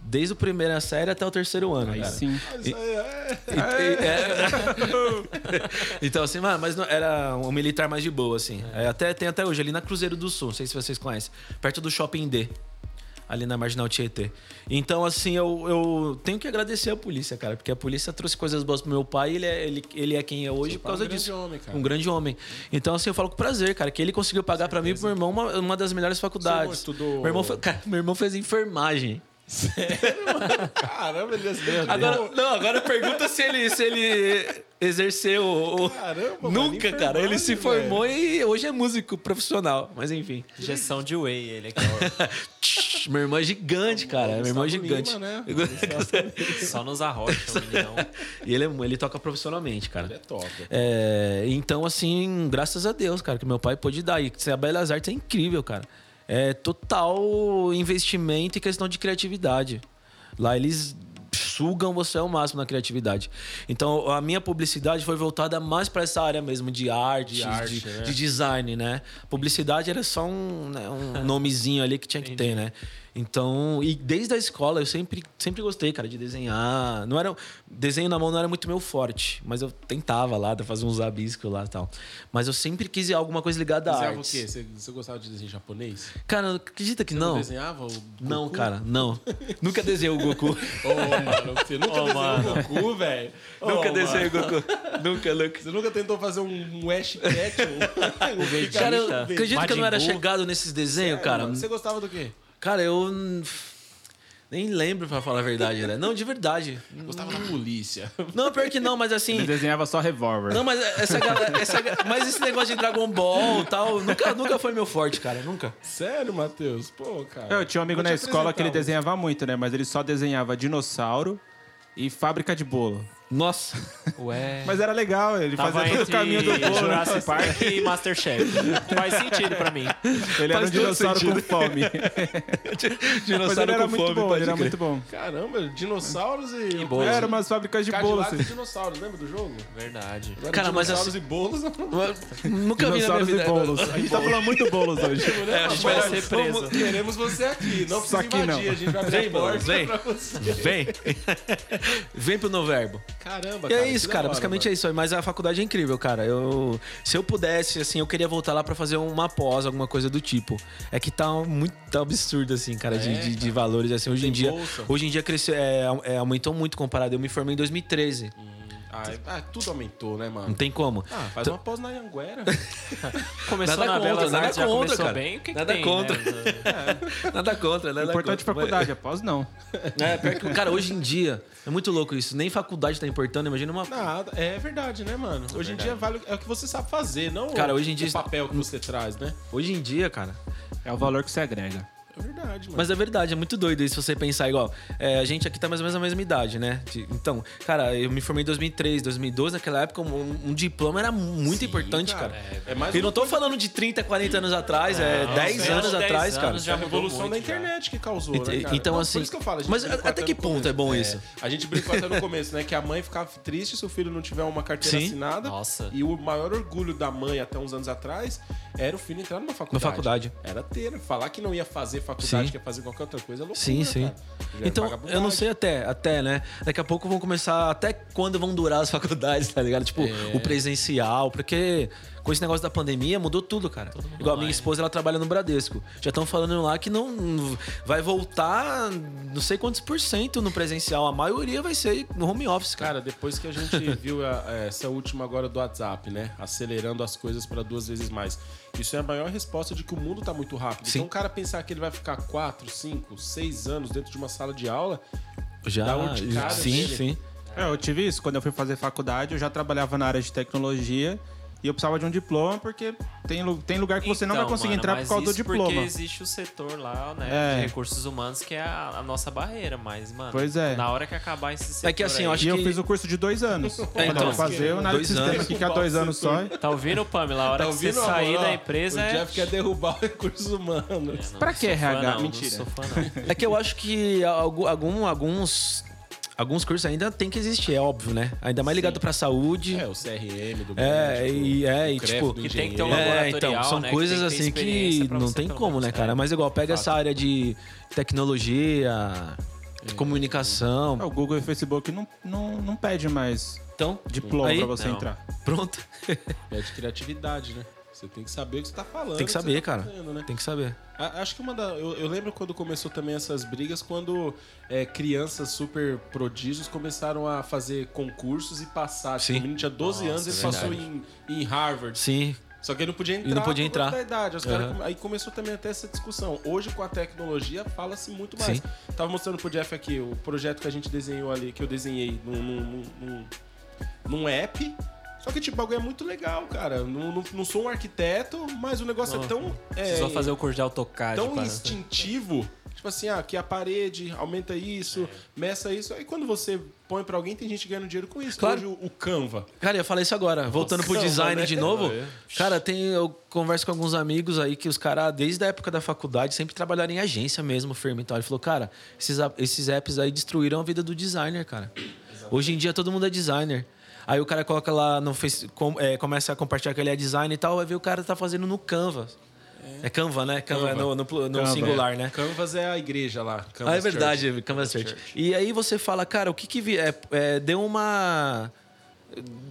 S3: Desde o primeira série até o terceiro ano.
S4: Aí
S3: cara.
S4: sim.
S3: E- e- é- então, assim, mano, mas não- era um militar mais de boa, assim. É, até, tem até hoje, ali na Cruzeiro do Sul, não sei se vocês conhecem, perto do Shopping D. Ali na Marginal Tietê. Então, assim, eu, eu tenho que agradecer a polícia, cara. Porque a polícia trouxe coisas boas pro meu pai e ele é, ele, ele é quem é hoje
S1: Seu
S3: por
S1: pai é um
S3: causa
S1: grande
S3: disso.
S1: homem, cara.
S3: Um grande homem. Então, assim, eu falo com prazer, cara. Que ele conseguiu pagar pra mim e pro meu irmão uma, uma das melhores faculdades.
S1: estudou-
S3: Meu irmão, fe- cara, meu irmão fez enfermagem.
S1: Caramba, ele é
S3: Agora, não, agora pergunta se ele, se ele exerceu. o-
S1: Caramba, mano,
S3: Nunca, cara. Ele se
S1: informante,
S3: formou e hoje é músico profissional. Mas enfim.
S2: Injeção de whey, ele é aqui, ó.
S3: Tch, Minha irmã é gigante, cara. Minha irmã é
S1: Gustavo
S3: gigante.
S1: Lima, né?
S2: Só nos arrocha, o meninão.
S3: E ele, é mu- ele toca profissionalmente, cara.
S1: Ele é top.
S3: É, então, assim, graças a Deus, cara, que meu pai pôde dar. E a Belas Artes é incrível, cara. É total investimento e questão de criatividade. Lá eles sugam você ao máximo na criatividade. Então, a minha publicidade foi voltada mais para essa área mesmo de arte, de,
S1: arte,
S3: de,
S1: né?
S3: design, né? Publicidade era só um, né, um nomezinho ali que tinha que ter, né? Então, e desde a escola eu sempre, sempre gostei, cara, de desenhar. Não era desenho na mão não era muito meu forte, mas eu tentava lá, fazer uns rabiscos lá e tal. Mas eu sempre quis alguma coisa ligada à
S1: Desenhava o
S3: arte.
S1: quê? Você, você gostava de desenho japonês?
S3: Cara, acredita que
S1: Você
S3: não?
S1: desenhava o Goku?
S3: Não, cara, não. Nunca desenhei o Goku.
S1: Ô, mano, você nunca desenhou o Goku, velho? Ô,
S3: nunca
S1: mano,
S3: desenhei o Goku. nunca, nunca.
S1: Você nunca tentou fazer um um Ash Ketchum? o Vegeta?
S3: Cara, eu
S1: O Vegeta.
S3: acredito que eu não era
S2: Majin Buu.
S3: chegado nesses desenhos, cara. hum.
S1: Mano, Você gostava do quê?
S3: Cara, eu hum, nem lembro pra falar a verdade, né? Não, de verdade.
S1: Gostava da polícia.
S3: Não, pior que não, mas
S4: Ele
S3: assim.
S4: desenhava só revólver.
S3: Não, mas essa galera. essa ga- mas esse negócio de Dragon Ball e tal, nunca, nunca foi meu forte, cara. Nunca.
S1: Sério, Matheus? Pô, cara.
S4: Eu tinha um amigo
S1: Vou te
S4: na escola que ele
S1: apresentar
S4: desenhava muito, né? Mas ele só desenhava dinossauro e fábrica de bolo.
S3: Nossa.
S2: Ué.
S4: Mas era legal, ele
S2: É. Tava
S4: fazia todo o
S2: entre
S4: caminho do bolo. né?
S2: Jurassic
S3: né?
S2: Park e Masterchef. Faz sentido pra mim.
S4: Ele era um
S3: Faz todo
S4: dinossauro com fome. Mas ele
S3: Dinossauro
S4: era
S3: com
S4: muito
S3: fome,
S4: bom,
S3: pode
S4: ele era
S3: crer.
S4: muito bom.
S1: um- Caramba, dinossauros e...
S2: bolo. Bolos,
S4: Era umas fábricas de bolo,
S1: Cadillac e
S4: assim.
S1: dinossauros, lembra do jogo?
S2: Verdade.
S1: Agora,
S3: Cara, mas
S1: dinossauros e bolos...
S3: Nunca vi na minha
S4: Dinossauros e
S3: vida.
S4: bolos. A gente tá falando muito bolos hoje.
S1: É,
S2: a gente vai ser preso.
S1: Queremos você aqui. Não
S4: Só
S1: precisa
S4: que
S1: invadir,
S4: não.
S1: a gente vai abrir
S3: Vem,
S1: a porta
S3: Bolos, vem.
S1: É pra você.
S3: Vem. Vem pro novo verbo.
S1: Caramba,
S3: E
S1: cara.
S3: é isso, cara. basicamente é isso aí. Mas a faculdade é incrível, cara. Eu, se eu pudesse, assim, eu queria voltar lá pra fazer uma pós, alguma coisa do tipo. É que tá um- muito absurdo, assim, cara, de, de- de valores. Assim, hoje em dia,
S1: bolsa.
S3: hoje em dia cresceu, é, é, aumentou muito comparado. Eu me formei em 2013.
S1: isso. Ah, tudo aumentou, né,
S3: Não
S1: mano?
S3: tem como.
S1: Ah, faz uma pausa na Anguera.
S2: Começou
S3: Nada
S2: na
S3: contra,
S2: Belas
S3: nada
S2: Artes, já
S3: contra,
S2: começou
S3: cara.
S2: bem. O que, que
S3: Nada
S2: tem,
S3: contra.
S2: né?
S3: Nada contra, nada
S4: Importante
S3: contra.
S4: faculdade, após não.
S3: É, pior que- cara, hoje em dia é muito louco isso. Nem faculdade tá importando, imagina uma.
S1: Nada, é verdade, né, mano? Hoje em dia vale é o que você sabe fazer, não
S3: Cara,
S1: o-
S3: hoje em
S1: o
S3: dia está-
S1: papel que você traz, né?
S3: Hoje em dia, cara.
S4: É o valor que você agrega.
S1: É verdade, mano.
S3: Mas é verdade, é muito doido isso você pensar igual. é, a gente aqui tá mais ou menos na mesma idade, né? De- Então, cara, eu me formei em 2003, 2012, naquela época um, um diploma era muito importante, cara. um
S1: É mais
S3: E não tô falando de 30, 40 anos atrás, é 10
S2: Uns
S3: anos
S2: 10 anos
S3: atrás, cara.
S2: já
S1: a
S2: mudou
S1: É revolução
S2: muito
S1: da
S2: já.
S1: internet que causou,
S3: Ent-
S1: né, cara?
S3: então,
S1: Não,
S3: assim,
S1: Por isso que eu falo, a gente
S3: mas
S1: brincou
S3: até que
S1: no
S3: ponto é bom isso?
S1: A gente brincou até no começo, né? Que a mãe ficava triste se o filho não tiver uma carteira
S3: Sim.
S1: assinada.
S2: Nossa.
S1: E o maior orgulho da mãe até uns anos atrás era o filho entrar numa faculdade.
S3: Na faculdade.
S1: Era ter. né, Falar que não ia fazer faculdade,
S3: Sim.
S1: que ia fazer qualquer outra coisa é loucura,
S3: Sim, sim.
S1: cara. Já é
S3: Então, eu não
S1: vagabundagem.
S3: sei até, até, né? Daqui a pouco vão começar até quando vão durar as faculdades, tá ligado? Tipo,
S1: É.
S3: o presencial, porque com esse negócio da pandemia mudou tudo, cara. Igual a minha esposa, ela trabalha no Bradesco. Já estão falando lá que não vai voltar não sei quantos por cento no presencial. A maioria vai ser no home office, cara.
S1: Cara, depois que a gente viu a- é, essa última agora do WhatsApp, né? Acelerando as coisas para duas vezes mais. Isso é a maior resposta de que o mundo tá muito rápido.
S3: Sim.
S1: Então, o cara pensar que ele vai ficar quatro, cinco, seis anos dentro de uma sala de aula,
S3: Já,
S1: dá urticária
S3: sim,
S1: nele.
S3: sim.
S4: É, eu tive isso. Quando eu fui fazer faculdade, eu já trabalhava na área de tecnologia e eu precisava de um diploma porque tem, lu- tem lugar que você não
S2: Então,
S4: vai conseguir
S2: mano,
S4: entrar por
S2: mas
S4: causa do
S2: isso
S4: diploma.
S2: Porque existe o setor lá,
S4: É.
S2: né, de recursos humanos, que é a, a nossa barreira, mas, mano,
S4: Pois é.
S2: na hora que acabar esse setor.
S3: É que assim,
S2: aí,
S3: eu acho
S4: E eu
S3: que-
S4: fiz o curso de dois anos. Falei,
S3: então.
S4: vou fazer o análise de
S3: Dois
S4: sistema
S3: anos.
S4: aqui que há dois anos só.
S2: Tá ouvindo, Pamela? A hora que você
S1: ouvindo,
S2: sair
S1: amor? Ó,
S2: da empresa
S1: O
S2: é.
S1: Jeff quer derrubar recursos humanos.
S2: Não,
S4: Pra
S2: não
S4: que
S2: sou fã,
S4: RH?
S2: não,
S4: Mentira.
S2: Não sou fã, não.
S3: É que eu acho que algu- algum- alguns. Alguns cursos ainda tem que existir, é óbvio, né? Ainda mais ligado pra saúde.
S1: É, o CRM do
S3: É, e, é, e
S1: né? o CREF
S3: tipo.
S1: do
S2: Que tem que ter um
S1: engenheiro.
S3: É,
S2: laboratorial,
S3: então, são
S2: né, que
S3: coisas
S2: tem que ter
S3: assim que
S2: experiência pra
S3: não
S2: você,
S3: tem
S2: pelo
S3: como,
S2: menos,
S3: né, cara?
S2: é.
S3: Mas igual, pega essa área de tecnologia,
S2: É.
S3: de comunicação.
S4: Ah, O Google e o Facebook não, não, não pede mais
S3: Então,
S4: diploma
S3: Aí?
S4: pra você
S2: Não.
S4: entrar.
S3: pronto.
S1: É de criatividade, né? Você tem que saber o que você tá falando.
S3: Tem que
S1: o você
S3: saber,
S1: tá
S3: cara.
S1: fazendo, né?
S3: Tem que saber.
S1: A- Acho que uma da. Eu, eu lembro quando começou também essas brigas, quando é, crianças super prodígios começaram a fazer concursos e passar. Tipo,
S3: Sim.
S1: O menino tinha 12 anos, ele
S2: Nossa,
S1: passou
S2: verdade.
S1: em, em Harvard.
S3: Sim.
S1: Só que ele não podia entrar.
S3: não podia
S1: por causa
S3: entrar.
S1: Da idade. Os caras
S3: Aham.
S1: come- aí começou também até essa discussão. Hoje, com a tecnologia, fala-se muito mais.
S3: Sim.
S1: Tava mostrando pro Jeff aqui o projeto que a gente desenhou ali, que eu desenhei num, num, num, num- num app. Só que, tipo, o bagulho é muito legal, cara. Não, não, não sou um arquiteto, mas o negócio é tão. É,
S2: Só fazer o curso de AutoCAD.
S1: tão
S2: para-
S1: instintivo. Tipo assim, ah, que a parede aumenta isso,
S3: É.
S1: meça isso. Aí quando você põe pra alguém, tem gente ganhando dinheiro com isso.
S3: Claro.
S1: Hoje o, o Canva.
S3: Cara, eu ia falar isso agora. Voltando pro
S1: Nossa,
S3: design
S1: né?
S3: de novo.
S2: É.
S3: Cara, tem, eu converso com alguns amigos aí que os caras, desde a época da faculdade, sempre trabalharam em agência mesmo, firma e tal. Ele falou, cara, esses, a- esses apps aí destruíram a vida do designer, cara. Hoje em dia todo mundo é designer. Aí o cara coloca lá no Facebook, começa a compartilhar que ele é design e tal, vai ver o cara tá fazendo no Canva. É, Canva, né? Canva, no, no plu- no singular, né?
S1: Canvas é a igreja lá. Canvas
S3: Ah, é verdade,
S1: Church.
S3: Canvas Church.
S1: Church.
S3: E aí você fala, cara, o que que... vi- É, é, deu uma...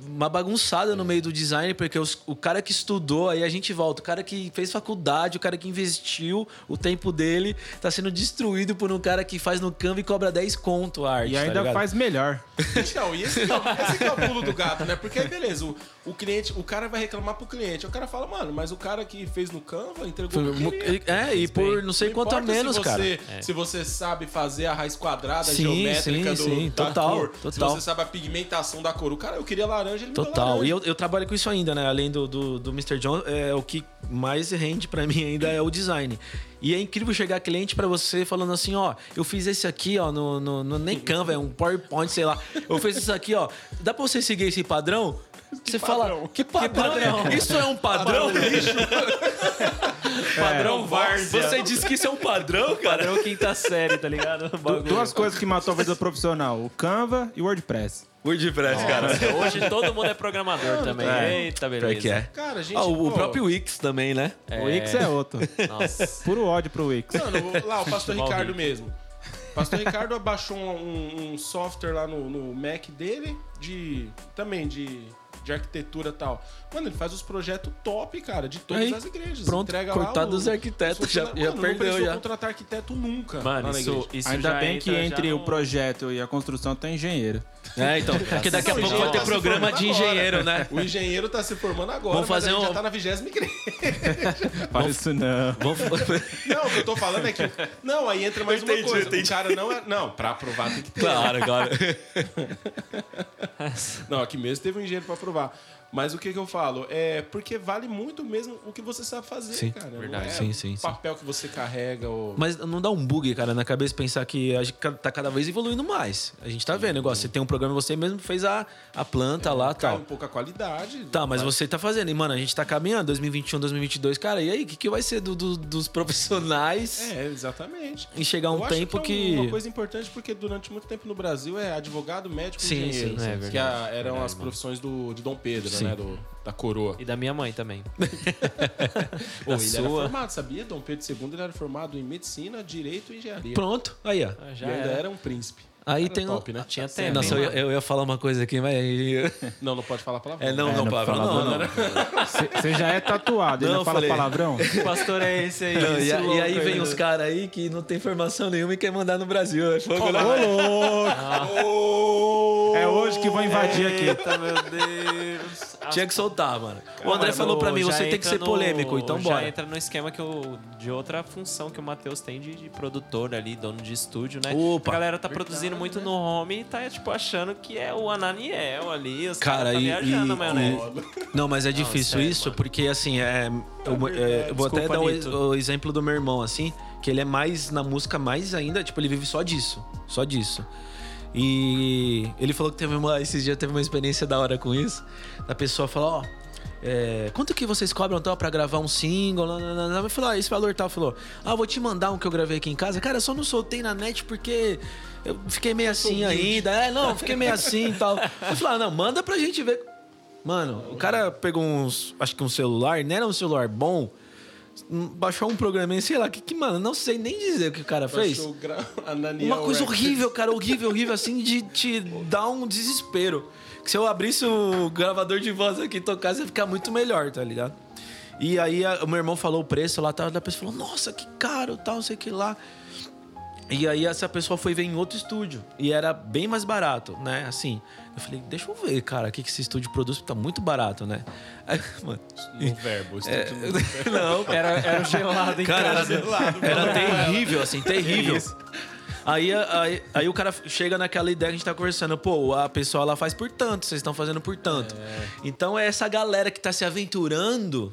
S3: Uma bagunçada no meio do design, porque os- o cara que estudou, aí a gente volta, o cara que fez faculdade, o cara que investiu o tempo dele, tá sendo destruído por um cara que faz no Canva e cobra 10 conto a arte.
S4: E
S3: tá
S4: ainda
S3: ligado?
S4: faz melhor.
S1: Então, e esse, que é o- esse que é o pulo do gato, né? Porque aí, beleza, o, o cliente, o cara vai reclamar pro cliente. O cara fala, mano, mas o cara que fez no Canva entregou
S3: Foi
S1: pro
S3: mu-
S1: cliente.
S3: É, e por não sei quanto a
S1: importa
S3: menos,
S1: se
S3: cara. É.
S1: você, Se você sabe fazer a raiz quadrada
S3: Sim,
S1: geométrica
S3: sim,
S1: do,
S3: sim,
S1: da
S3: total,
S1: cor,
S3: total.
S1: se você sabe a pigmentação da cor. O cara, eu queria laranja, ele me deu
S3: Total.
S1: laranja.
S3: E eu, eu trabalho com isso ainda, né? Além do, do, do Mr. John, é, o que mais rende pra mim ainda é o design. E é incrível chegar cliente pra você falando assim, ó, eu fiz esse aqui, ó, no, no, no- nem Canva, é um PowerPoint, sei lá. Eu fiz isso aqui, ó. Dá pra você seguir esse padrão? você fala,
S1: padrão?
S3: que padrão? Isso é um padrão?
S2: Padrão Várzea.
S3: Você disse que isso é um padrão, cara?
S2: Padrão quinta série, tá ligado? O
S4: Du-
S2: bagulho.
S4: Duas coisas que matou a vida do profissional: o Canva e o WordPress.
S3: WordPress, cara.
S2: Hoje todo mundo é programador também. Eita, beleza.
S3: Pior que é.
S1: Cara, gente,
S3: Ah, o, o
S1: pô,
S3: próprio Wix também, né?
S2: É.
S4: O Wix é outro.
S2: Nossa.
S4: Puro ódio pro Wix.
S1: Mano, lá, o pastor
S2: Mal
S1: Ricardo
S2: rico.
S1: mesmo. O pastor Ricardo abaixou um, um software lá no, no Mac dele, de. também de. De arquitetura e tal. Mano, ele faz os projetos top, cara, de todas
S3: Aí,
S1: as igrejas.
S3: pronto, coitado dos arquitetos,
S1: os funcionários.
S3: já- já
S1: Mano,
S3: perdeu,
S1: Não precisou
S3: já.
S1: contratar arquiteto nunca.
S2: Mano,
S1: lá na
S2: isso,
S1: igreja.
S2: isso
S4: Ainda
S2: já
S4: bem que
S2: entra já
S4: entre
S2: no-
S4: o projeto e a construção tem engenheiro.
S3: É, então. Porque daqui a
S1: Não, o
S3: pouco vai
S1: engenheiro
S3: ter
S1: tá se
S3: programa
S1: formando
S3: de
S1: agora.
S3: engenheiro, né?
S1: O engenheiro tá se formando agora,
S3: Vamos fazer
S1: mas ele
S3: um-
S1: já tá na vigésima igreja.
S4: Fala isso não.
S1: Não, o que eu tô falando é que. Não, aí entra mais uma coisa. O cara não é. Não, pra aprovar tem que ter.
S3: Claro, claro.
S1: Não, aqui mesmo teve um engenheiro pra provar. Mas o que, que eu falo? É porque vale muito mesmo o que você sabe fazer,
S3: Sim,
S1: cara. Não
S3: verdade.
S1: é
S3: Sim, sim,
S1: O
S3: sim.
S1: papel que você carrega ou.
S3: Mas não dá um bug, cara, na cabeça pensar que a gente tá cada vez evoluindo mais. A gente tá vendo, igual
S1: Uhum.
S3: você tem um programa, você mesmo fez a, a planta lá e
S1: Cai
S3: tal.
S1: um pouco a qualidade.
S3: Tá, mas você tá fazendo. E, mano, a gente tá caminhando, 2021, 2022. Cara, e aí, o que, que vai ser do- do- dos profissionais
S1: É, exatamente.
S3: em chegar um
S1: Eu acho
S3: tempo
S1: é um-
S3: que...
S1: Uma coisa importante, porque durante muito tempo no Brasil é advogado, médico e
S3: Sim,
S1: engenheiro.
S3: sim, sim, é
S1: que a- eram as profissões do, de Dom Pedro,
S3: Sim.
S1: né? Do, da coroa.
S2: E da minha mãe também.
S1: Pô, ele
S2: da
S1: era
S2: sua.
S1: formado, sabia? Dom Pedro II ele era formado em medicina, direito e engenharia.
S3: Pronto, aí, ó.
S2: Ah,
S1: e
S2: Já
S1: ainda
S2: era.
S1: era um príncipe.
S3: Aí
S1: Era
S3: tem... um-
S1: top, né?
S2: Tinha tempo.
S3: Nossa, eu
S2: hein,
S3: ia, eu ia falar uma coisa aqui, mas...
S1: Não, não pode falar palavrão.
S3: É, não, não,
S4: não
S3: Pablo,
S4: fala
S3: não, não.
S4: nada, Você já é tatuado,
S3: Não,
S4: ainda fala
S3: falei.
S4: palavrão?
S2: Que pastor é esse aí?
S3: Não, e,
S2: Esse
S3: a- e
S2: louco
S3: aí vem uns
S2: né?
S3: caras aí que não tem formação nenhuma e quer mandar no Brasil. É fogo, né?
S4: É hoje que vão invadir aqui.
S2: Eita, meu Deus.
S3: Tinha que soltar, mano. Tipo, O André
S2: Mano,
S3: falou pra mim,
S2: já
S3: você tem que
S2: entra
S3: ser
S2: no-
S3: polêmico, então
S2: Já
S3: bora.
S2: entra no esquema que eu, de outra função que o Matheus tem de, de produtor ali, dono de estúdio, né?
S3: Opa.
S2: A galera tá produzindo muito no home e tá, tipo, achando que é o Ananiel ali. Os
S3: Cara,
S2: caras tá
S3: e-
S2: viajando,
S3: e-
S2: mas, né?
S3: Não, mas é difícil
S2: sério,
S3: isso,
S2: mano.
S3: porque assim, é. Eu, é, eu vou até
S2: Desculpa,
S3: dar o,
S2: Nito.
S3: o exemplo do meu irmão, assim, que ele é mais na música, mais ainda, tipo, ele vive só disso. Só disso. E ele falou que teve uma. Esses dias teve uma experiência da hora com isso. Da pessoa falar, ó. é, quanto que vocês cobram tal pra gravar um single? Lá, lá, lá, lá. Eu falei, ah, esse valor tal. Falou, ah, vou te mandar um que eu gravei aqui em casa. Cara, eu só não soltei na net porque eu fiquei meio assim ainda. É, não, fiquei meio assim e tal. Eu falei, ah, não, manda pra gente ver. Mano, o cara pegou uns. Acho que um celular, não era um celular bom. Baixou um programinha, sei lá, que, que mano, não sei nem dizer o que o cara fez.
S1: Baixou o grau- Ananiel
S3: Uma coisa
S1: Records.
S3: horrível, cara, horrível, horrível, assim, de te dar um desespero. Que se eu abrisse o gravador de voz aqui e tocasse, ia ficar muito melhor, tá ligado? E aí a- o meu irmão falou o preço lá, tal, a pessoa falou, nossa, que caro, tal, não sei o que lá. E aí essa pessoa foi ver em outro estúdio. E era bem mais barato, né? Assim, Eu falei, deixa eu ver, cara, o que que esse estúdio produz, porque tá muito barato, né? Aí, mano,
S1: No verbo.
S3: é,
S1: isso tudo no verbo.
S3: não,
S2: Era, era o gelado em
S3: Cara,
S2: casa.
S3: era, era terrível, assim,
S2: É
S3: terrível. Aí, aí, aí o cara chega naquela ideia que a gente tá conversando. Pô, a pessoa ela faz por tanto, vocês estão fazendo por tanto. Então é essa galera que tá se aventurando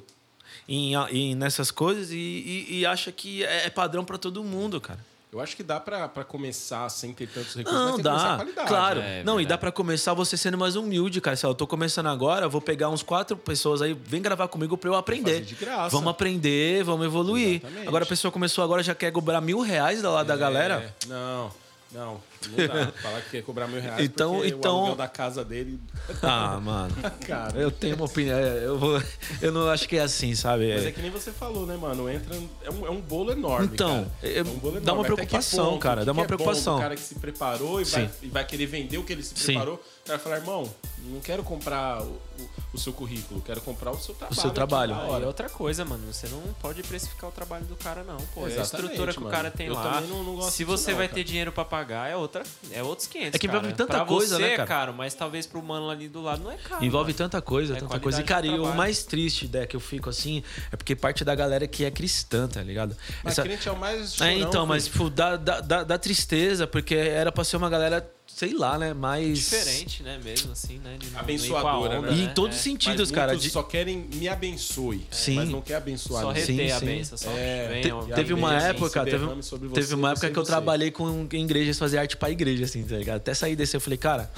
S3: em, em- nessas coisas e, e- e acha que é padrão pra todo mundo, cara.
S1: Eu acho que dá pra, pra começar sem ter tantos recursos, mas
S3: Não,
S1: tem que começar com
S3: dá.
S1: é qualidade.
S3: Claro.
S1: né?
S2: É,
S3: não, e
S2: verdade.
S3: dá pra começar você sendo mais humilde, cara. Se eu tô começando agora, vou pegar uns quatro pessoas aí, vem gravar comigo pra eu aprender.
S1: fazer de graça.
S3: Vamos aprender, vamos evoluir.
S1: Exatamente.
S3: Agora a pessoa começou agora já quer cobrar mil reais da, lá da galera.
S1: É, não, não. Não dá. Falar que quer cobrar mil reais
S3: Então-
S1: porque
S3: então-
S1: o aluguel da casa dele...
S3: Ah, mano.
S1: Cara...
S3: Eu tenho uma opinião. é, Eu, vou, eu não acho que é assim, sabe?
S1: Mas é que nem você falou, né, mano? Entra. É um, é um bolo enorme.
S3: Então,
S1: cara. um
S3: é- dá uma
S1: Até que
S3: preocupação,
S1: ponto?
S3: cara,
S1: O que
S3: dá uma
S1: que é bom do
S3: preocupação.
S1: cara que se preparou e vai,
S3: Sim.
S1: e vai querer vender o que ele se
S3: Sim.
S1: preparou. O cara vai falar, irmão, não quero comprar o, o- o seu currículo, quero comprar o seu trabalho.
S3: seu
S1: aqui
S3: trabalho.
S1: na
S2: Ah,
S1: hora.
S2: e outra coisa, mano, você não pode precificar o trabalho do cara, não, pô. É a
S1: Exatamente,
S2: estrutura que o
S1: mano.
S2: cara tem
S1: Eu
S2: lá.
S1: também não- não gosto
S2: Se
S1: disso
S2: você
S1: não,
S2: vai
S1: cara.
S2: ter dinheiro pra pagar, é outra, é outros 500.
S3: É que envolve
S2: cara.
S3: tanta
S2: pra
S3: coisa,
S2: você,
S3: né, cara?
S2: é caro, mas talvez pro mano ali do lado não é
S1: tá,
S2: caro.
S3: Envolve
S2: mano.
S3: tanta coisa,
S2: É
S3: tanta coisa. E, cara,
S2: qualidade
S3: e
S2: do
S3: o
S2: trabalho.
S3: mais triste, né, que eu fico assim, é porque parte da galera que é cristã, tá ligado?
S1: Mas
S3: Essa-
S1: crente é o mais.
S3: É,
S1: chorão,
S3: então, mas
S1: filho.
S3: tipo, dá, dá, dá, dá tristeza, porque era pra ser uma galera, sei lá, né? Mais.
S2: diferente, né, mesmo assim, né? de não- não ir com a
S1: Abençoadora,
S2: onda,
S1: né?
S3: E em todos os
S2: É.
S1: Mas
S3: sentidos, cara.
S1: muitos
S3: de-
S1: só querem me abençoe.
S3: Sim.
S1: Mas não quer abençoar.
S2: É.
S1: né?
S2: Só
S1: ninguém.
S2: reter
S3: Sim,
S2: a
S3: sim.
S2: benção, só
S1: É,
S2: vem,
S1: te-
S2: ó,
S1: e
S3: Teve
S1: a
S3: uma
S1: igreja
S3: época,
S1: se
S3: teve, um
S1: derrame sobre você,
S3: teve uma
S1: você
S3: época que eu
S1: você.
S3: trabalhei com igrejas, fazia arte pra igreja, assim, tá ligado? Até sair desse eu falei, cara.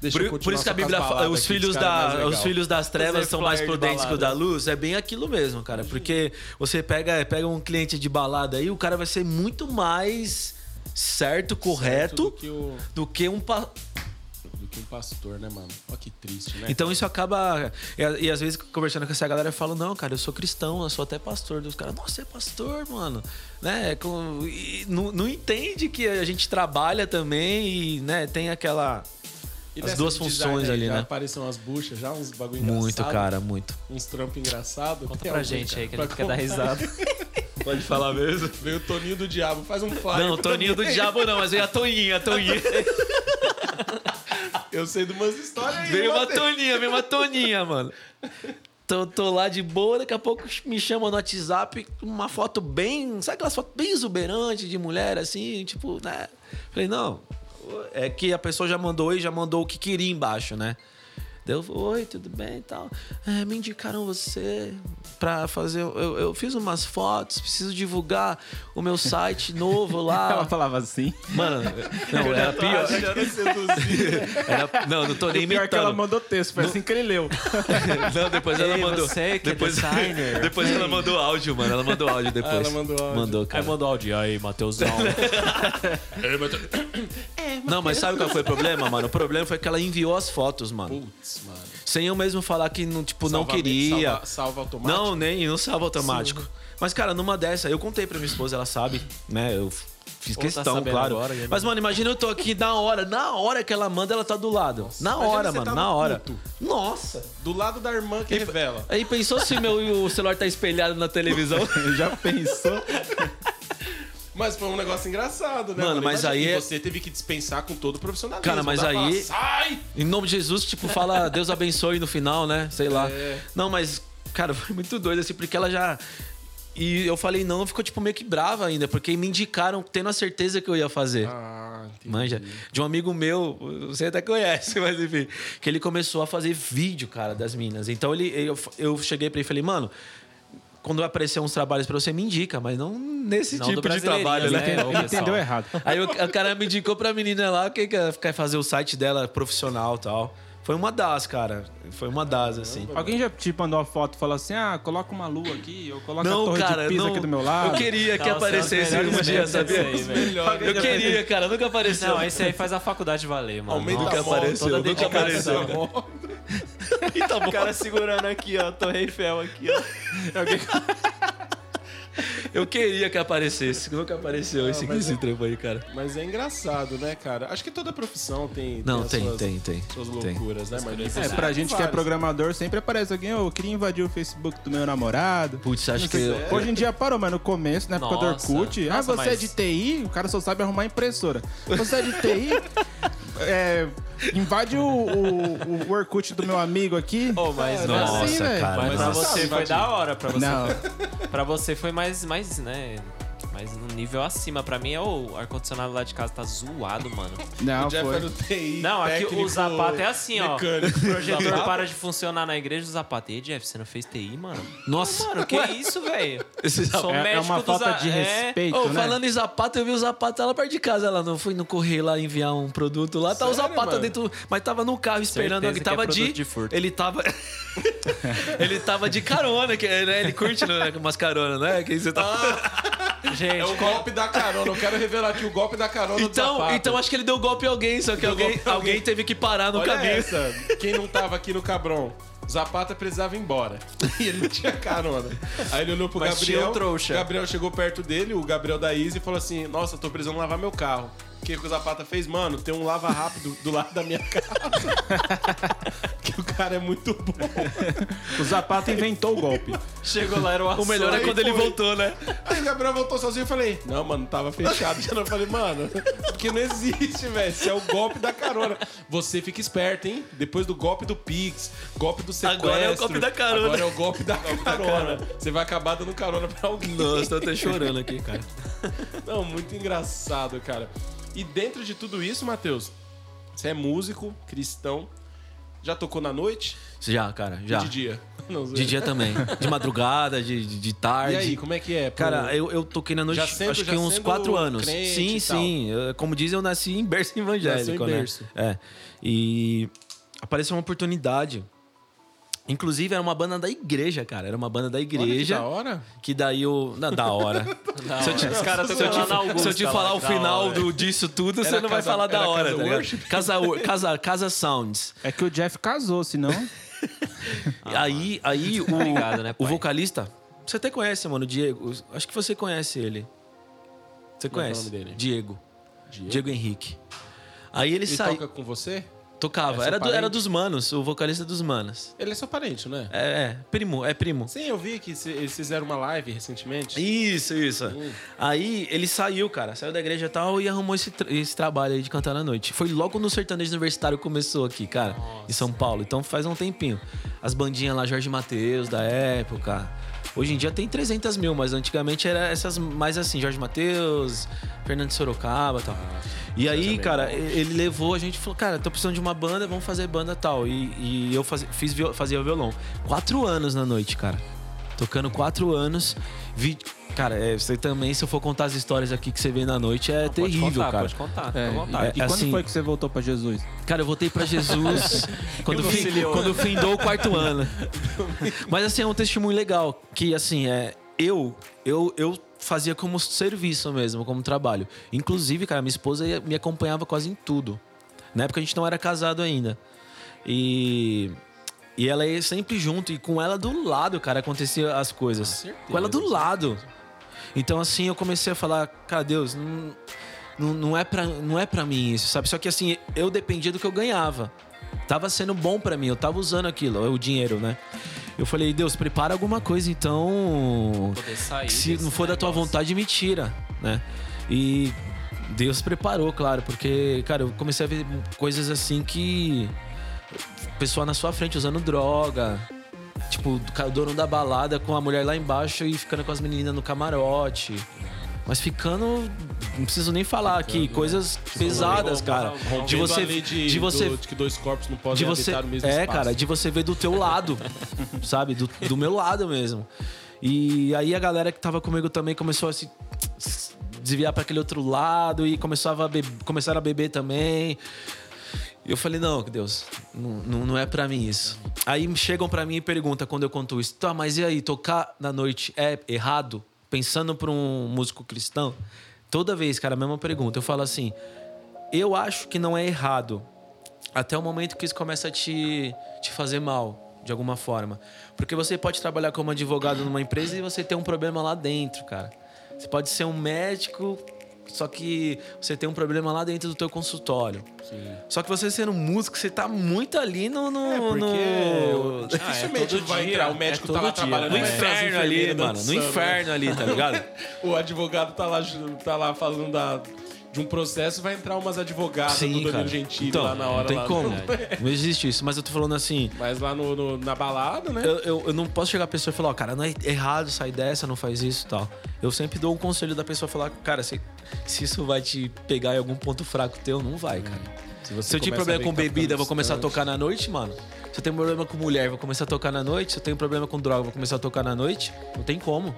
S1: Deixa eu
S3: Por, por
S1: continuar
S3: isso
S1: só com
S3: que a
S1: as
S3: Bíblia fala,
S1: baladas
S3: os
S1: aqui,
S3: filhos,
S1: esse cara é mais
S3: da, os
S1: legal.
S3: filhos das trevas
S2: Fazer
S3: são mais
S2: flyer de
S3: prudentes que o
S2: balada.
S3: da luz. É bem aquilo mesmo, cara. Porque você pega, pega um cliente de balada aí, o cara vai ser muito mais certo, correto,
S1: Do que, o,
S3: do que um, pa-
S1: do que um pastor, né, mano? Ó, que triste, né?
S3: Então isso acaba. E, e às vezes conversando com essa galera, eu falo, não, cara, eu sou cristão, eu sou até pastor. Dos caras, nossa, você é pastor, mano. Né? Com- e não, não entende que a gente trabalha também e né, tem aquela.
S1: E
S3: as
S1: nessa
S3: duas
S1: de
S3: funções
S1: design aí,
S3: ali,
S1: já
S3: né?
S1: Apareceu umas buchas, já uns bagulho
S3: Muito,
S1: engraçado,
S3: cara, muito.
S1: Uns trampos engraçados.
S2: Conta pra gente aí que a gente quer dar risada.
S3: Pode falar mesmo?
S1: Veio o Toninho do Diabo, faz um flyer.
S3: Não, Toninho do Diabo não, mas veio a Toninha, a Toninha.
S1: Eu sei de umas histórias aí.
S3: Veio uma
S1: Matheus.
S3: Toninha, veio uma Toninha, mano. Tô, tô lá de boa, daqui a pouco me chama no WhatsApp uma foto bem. Sabe aquelas fotos bem exuberantes de mulher, assim, tipo, né? Falei, não. É que a pessoa já mandou e já mandou o que queria embaixo, né? Deu, oi, tudo bem e tal. É, me indicaram você pra fazer. Eu, eu fiz umas fotos, preciso divulgar o meu site novo
S4: Ela
S3: lá.
S4: falava assim.
S3: Mano, não, era pior.
S1: Quero seduzir.
S3: Era, não, não tô nem
S4: E pior é que ela
S3: imitando.
S4: mandou texto, foi assim que ele leu.
S3: Não, depois ela
S2: Ei,
S3: mandou.
S2: você que é
S3: depois
S2: designer.
S3: depois ela mandou áudio, mano. Ela mandou áudio depois.
S1: Ah, ela mandou áudio.
S3: Mandou, cara.
S2: mandou áudio aí, Matheusão.
S1: É,
S3: Não, mas sabe qual foi o problema, mano? O problema foi que ela enviou as fotos, mano.
S1: Putz, mano.
S3: Sem eu mesmo falar que não, tipo, não
S1: Salva-
S3: queria.
S1: Salva, salva automático.
S3: Não, nem, não salva automático. Mas, cara, numa dessa, eu contei pra minha esposa, ela sabe, né? Eu f- fiz
S2: Ou tá
S3: questão,
S2: sabendo
S3: claro.
S2: agora, né?
S3: Mas, mano, imagina eu tô aqui na hora, na hora que ela manda, ela tá do lado. na
S1: imagina
S3: hora,
S1: você
S3: mano,
S1: tá
S3: na
S1: no
S3: hora.
S1: culto.
S3: Nossa!
S1: Do lado da irmã que revela.
S3: Aí pensou se meu o celular tá espelhado na televisão?
S4: Já pensou?
S1: Mas foi um negócio engraçado, né?
S3: Mano, mas
S1: Imagina,
S3: aí
S1: e
S3: é-
S1: você teve que dispensar com todo o profissionalismo.
S3: Cara, mas
S1: Dá pra
S3: aí-
S1: falar, Sai!
S3: Em nome de Jesus, tipo, fala Deus abençoe no final, né? Sei lá.
S1: É.
S3: Não, mas, cara, foi muito doido, assim, porque ela já. E eu falei não, ficou, tipo, meio que brava ainda, porque me indicaram, tendo a certeza que eu ia fazer.
S1: Ah, entendi.
S3: Manja. De um amigo meu, você até conhece, mas enfim. Que ele começou a fazer vídeo, cara, das minas. Então ele, eu, eu cheguei pra ele e falei, mano. Quando aparecer uns trabalhos pra você, me indica, mas não nesse
S2: Não do
S3: tipo de trabalho,
S2: Brasileirinhas,
S3: né?
S2: né?
S4: Ele entendeu
S2: pessoal.
S4: errado.
S3: Aí o, o cara me indicou pra menina lá que quer quer fazer o site dela profissional e tal. Foi uma das, cara. Foi uma das, assim.
S4: Alguém já te mandou uma foto e falou assim: ah, coloca uma lua aqui, ou coloca a
S3: Não,
S4: torre
S3: cara,
S4: de pisa
S3: não.
S4: aqui do meu lado.
S3: Eu queria que
S2: Nossa,
S3: aparecesse
S2: é os
S3: um
S2: melhores
S3: dia, né?
S2: memes
S3: sabia?
S2: esse aí, velho.
S3: Eu queria, cara. Nunca apareceu.
S2: Não, esse aí faz a faculdade valer, mano.
S1: Aumenta
S2: Nossa,
S1: a mão,
S3: apareceu,
S2: toda a
S3: nunca
S2: dedicação.
S3: apareceu.
S2: Tá bom. O cara segurando aqui, ó, Torre Eiffel aqui, ó.
S3: Eu queria que aparecesse. Nunca apareceu esse, esse trampo aí, cara.
S1: Mas é engraçado, né, cara? Acho que toda profissão tem.
S3: Não,
S1: as
S3: tem,
S1: suas,
S3: tem, tem.
S1: Suas
S3: Tem.
S1: loucuras, né, mas
S4: É, pra gente que é programador, sempre aparece alguém, "Ô, eu queria invadir o Facebook do meu namorado.
S3: Putz, acho que. eu-
S4: é. Hoje em dia parou, mas no começo, na época
S2: Nossa.
S4: do Orkut, ah,
S2: Nossa,
S4: você é
S2: mas-
S4: de TI? O cara só sabe arrumar impressora. Você é de TI? é, invade o, o, o Orkut do meu amigo aqui.
S2: Oh, mas
S4: Não é
S2: nossa,
S4: assim, velho.
S3: cara.
S2: Mas pra
S3: nossa.
S2: você foi da hora, pra você.
S4: Não.
S2: Pra você foi mais, mais, né? Mais num nível acima. Pra mim é o ar-condicionado lá de casa tá zoado, mano.
S4: Não,
S1: O Jeff é
S4: foi.
S1: era o TI.
S2: Não, aqui o
S1: técnico,
S2: Zapata é assim, ó.
S1: mecânico,
S2: O projetor
S1: Zapata.
S2: para de funcionar na igreja, o Zapata. E, Jeff, você não fez TI, mano?
S3: Nossa,
S2: Mano, que isso, velho?
S3: Esse
S2: Sou
S3: Zapata-
S4: É- é
S2: médico
S4: uma
S2: do
S4: falta
S2: Za-
S4: de
S2: é.
S4: respeito.
S3: Ô,
S4: né?
S3: Falando em Zapata, eu vi o Zapata lá perto de casa. Ela não foi no correio lá enviar um produto lá. Tá o
S1: Sério,
S3: Zapata
S1: mano?
S3: dentro. Mas tava no carro esperando.
S2: Certeza
S3: Ele
S2: que é
S3: tava
S2: produto
S3: de,
S2: de furto.
S3: Ele tava. ele tava de carona, que, né? Ele curte né, umas caronas, né? Que você tá...
S2: Gente,
S1: É o
S2: qual-
S1: golpe da carona. Eu quero revelar aqui o golpe da carona do
S3: então,
S1: Zapata.
S3: então acho que ele deu golpe em alguém, só que alguém,
S1: golpe em
S3: alguém.
S1: alguém.
S3: teve que parar no
S1: Olha
S3: caminho.
S1: essa. Quem não tava aqui no Cabron? Zapata precisava ir embora. E ele não tinha carona. Aí ele olhou pro
S2: Mas tinha
S1: Gabriel.
S2: o trouxa.
S1: Gabriel chegou perto dele, o Gabriel da Easy, e falou assim: Nossa, tô precisando lavar meu carro. O que, que o Zapata fez? Mano, tem um lava rápido do lado da minha casa. que o cara é muito bom.
S4: O Zapata inventou o golpe.
S2: chegou lá, era o
S3: O melhor é
S1: Aí
S3: quando ele
S1: foi.
S3: voltou, né?
S1: Aí o Gabriel voltou sozinho e falei: Não, mano, tava fechado. Já não falei, mano, porque não existe, velho. Isso é o golpe da carona. Você fica esperto, hein? Depois do golpe do Pix, golpe do sequestro.
S3: Agora é o golpe da carona.
S1: Agora é o golpe da carona. Você vai acabar dando carona pra alguém.
S3: Nossa, tô até chorando aqui, cara.
S1: Não, muito engraçado, cara. E dentro de tudo isso, Matheus, você é músico, cristão. Já tocou na noite?
S3: Já, cara,
S1: E
S3: já.
S1: De dia. Não, zoeira.
S3: De dia também. De madrugada, de, de, de
S1: E
S3: tarde.
S1: aí, como é que é? pô?
S3: Cara, eu, eu toquei na noite,
S1: Já sendo-
S3: acho
S1: já
S3: que uns
S1: sendo
S3: quatro anos.
S1: crente
S3: Sim,
S1: e
S3: sim. Eu, Como dizem, eu nasci em berço evangélico,
S1: Nasceu em
S3: né?
S1: berço.
S3: É. E apareceu uma oportunidade. Inclusive, era uma banda da igreja, cara. Era uma banda da
S1: Olha que
S3: igreja.
S1: da hora.
S3: que daí eu. Na, da hora.
S2: Se eu te, os caras
S3: se eu
S2: tocando
S3: te,
S2: lá na
S1: um
S3: se eu
S2: Augusta.
S3: te
S2: lá,
S3: falar
S2: que
S3: o
S2: da hora,
S3: final
S2: velho.
S3: do, disso tudo, você
S1: Era
S3: não vai
S1: casa-
S3: falar da
S1: era
S3: hora,
S1: casa
S3: tá ligado?
S1: worship?
S3: Casa, casa, casa Sounds.
S4: É que o Jeff casou, senão.
S3: É.
S1: Ah,
S3: aí aí o,
S2: Obrigado, né,
S3: o
S2: pai?
S3: vocalista, você até conhece, mano, o Diego. Acho que você conhece ele. Você
S1: Como é que é o
S3: conhece?
S1: nome dele?
S3: Diego.
S1: Diego?
S3: Diego. Henrique. Aí ele,
S1: Ele
S3: saiu.
S1: toca com você?
S3: Tocava.
S1: É
S3: Era,
S1: seu
S3: do- era
S1: parente?
S3: dos manos, o vocalista dos manos.
S1: Ele é seu parente, não é?
S3: É, é primo, é primo.
S1: Sim, eu vi que cê- eles fizeram uma live recentemente.
S3: Isso, isso. Aí ele saiu, cara, saiu da igreja e tal e arrumou esse, tra- esse trabalho aí de cantar na noite. Foi logo no sertanejo universitário que começou aqui, cara, em São Paulo. Então faz um tempinho. As bandinhas lá, Jorge Mateus da época. Hoje em dia tem 300 mil, mas antigamente era essas mais assim, Jorge Mateus, Fernando de Sorocaba e tal. e aí, cara, e- ele levou a gente e falou, cara, tô precisando de uma banda, vamos fazer banda e tal. E, e eu faz- fiz, viol- fazia violão. Quatro anos na noite, cara. Tocando quatro anos. Vi... Cara, é, você também, se eu for contar as histórias aqui que você vê na noite, é
S2: Pode
S3: terrível,
S2: contar,
S3: cara.
S2: Pode contar, fica
S4: É,
S2: à vontade.
S4: e, e quando
S3: assim-
S4: foi que você voltou pra Jesus?
S3: Cara, eu voltei pra Jesus quando, fin- quando findou o quarto ano. Mas assim, é um testemunho legal. Que assim, é. Eu, eu, eu fazia como serviço mesmo, como trabalho. Inclusive, cara, minha esposa ia- me acompanhava quase em tudo. Na época a gente não era casado ainda. E. E ela ia sempre junto, e com ela do lado, cara, acontecia as coisas. Com, ela do lado. Então, assim, eu comecei a falar, cara, Deus, não, não, não é pra, não é pra mim isso, sabe? Só que, assim, eu dependia do que eu ganhava. Tava sendo bom pra mim, eu tava usando aquilo, o dinheiro, né? Eu falei, Deus, prepara alguma coisa, então.
S2: Poder sair
S3: que se
S2: desse
S3: não for da tua
S2: negócio.
S3: vontade, me tira, né? E Deus preparou, claro, porque, cara, eu comecei a ver coisas assim que. Pessoa na sua frente usando droga. Tipo, o ca- o dono da balada com a mulher lá embaixo e ficando com as meninas no camarote. Mas ficando. Não preciso nem falar aqui. Coisas pesadas, cara.
S1: Rompendo
S3: De
S1: a
S3: você.
S1: lei de,
S3: De você
S1: do- de que dois corpos não podem
S3: de você
S1: habitar o mesmo
S3: é
S1: espaço.
S3: cara de você ver do teu lado sabe do, do meu lado mesmo e aí a galera que tava comigo também começou a se desviar para aquele outro lado e começava a be- começaram a beber também e eu falei, não, Deus, não, não, não é pra mim isso. Aí chegam pra mim e perguntam quando eu conto isso. Tá, mas e aí, tocar na noite é errado? Pensando pra um músico cristão? Toda vez, cara, a mesma pergunta. Eu falo assim, eu acho que não é errado. Até o momento que isso começa a te, te fazer mal, de alguma forma. Porque você pode trabalhar como advogado numa empresa e você ter um problema lá dentro, cara. Você pode ser um médico, só que você tem um problema lá dentro do teu consultório. Só que você sendo músico, você tá muito ali no. no,
S1: É, porque
S3: no...
S1: dificilmente
S2: Ah, é todo
S1: vai
S2: dia,
S1: entrar. O médico
S2: é
S1: tá
S2: todo
S1: lá
S2: dia.
S1: trabalhando.
S3: né? No
S2: é.
S1: mas as
S3: inferno
S1: enfermeiras
S3: ali, mano. No
S1: dançando. né?
S3: inferno ali, tá ligado?
S1: O advogado tá lá, tá lá falando da, de um processo vai entrar umas advogadas do Danilo Gentili
S3: então,
S1: lá na hora.
S3: Não tem
S1: lá.
S3: como. Não existe isso. Mas eu tô falando assim.
S1: Mas lá no, no- na balada, né?
S3: Eu, eu, eu não posso chegar à pessoa e falar, ó, cara, não é errado, sai dessa, não faz isso e tal. Eu sempre dou um conselho da pessoa falar, cara, se, se isso vai te pegar em algum ponto fraco teu, não vai, cara.
S1: Se, você
S3: Se eu tiver
S1: começa a
S3: problema com
S1: brincar
S3: bebida, eu vou
S1: ficando
S3: começar a
S1: distante.
S3: tocar na noite, mano. Se eu tenho problema com mulher, eu vou começar a tocar na noite. Se eu tenho problema com droga, eu vou começar a tocar na noite. Não tem como.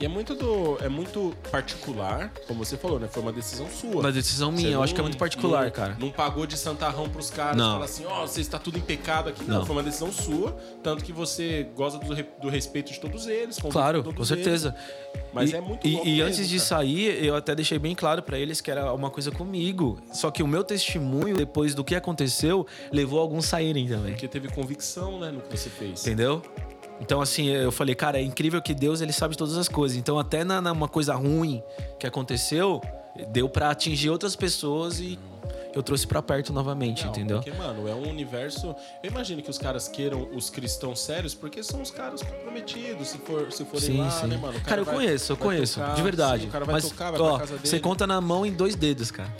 S1: E é muito, do, é muito particular, como você falou, né? Foi uma decisão sua.
S3: Uma decisão
S1: Você
S3: minha, eu
S1: não-
S3: acho que é muito particular,
S1: não-
S3: cara.
S1: Não pagou de santarrão pros caras,
S3: Não.
S1: falar assim, ó, você está tudo em pecado aqui. Não,
S3: Não.
S1: foi uma decisão sua, tanto que você goza do, re- do respeito de todos eles. convive
S3: Claro,
S1: todos
S3: com certeza.
S1: né? Mas
S3: E-
S1: é muito
S3: E,
S1: louco
S3: e
S1: mesmo,
S3: antes de
S1: cara.
S3: sair, eu até deixei bem claro pra eles que era uma coisa comigo. Só que o meu testemunho, depois do que aconteceu, levou alguns saírem também.
S1: Porque teve convicção, né, no que você fez.
S3: Entendeu? Então, assim, eu falei, cara, é incrível que Deus ele sabe de todas as coisas. Então, até na, numa coisa ruim que aconteceu, deu pra atingir outras pessoas e eu trouxe pra perto novamente,
S1: Não,
S3: entendeu?
S1: Porque, mano, é um universo. Eu imagino que os caras queiram os cristãos sérios, porque são os caras comprometidos, se, for, se forem
S3: Sim,
S1: lá,
S3: sim.
S1: né, mano? O
S3: cara, eu
S1: vai-
S3: conheço, eu
S1: vai
S3: conheço,
S1: tocar,
S3: de verdade.
S1: sim, o cara vai
S3: Mas,
S1: tocar, vai
S3: ó,
S1: pra casa dele. Ah,
S3: você conta na mão em dois dedos, cara.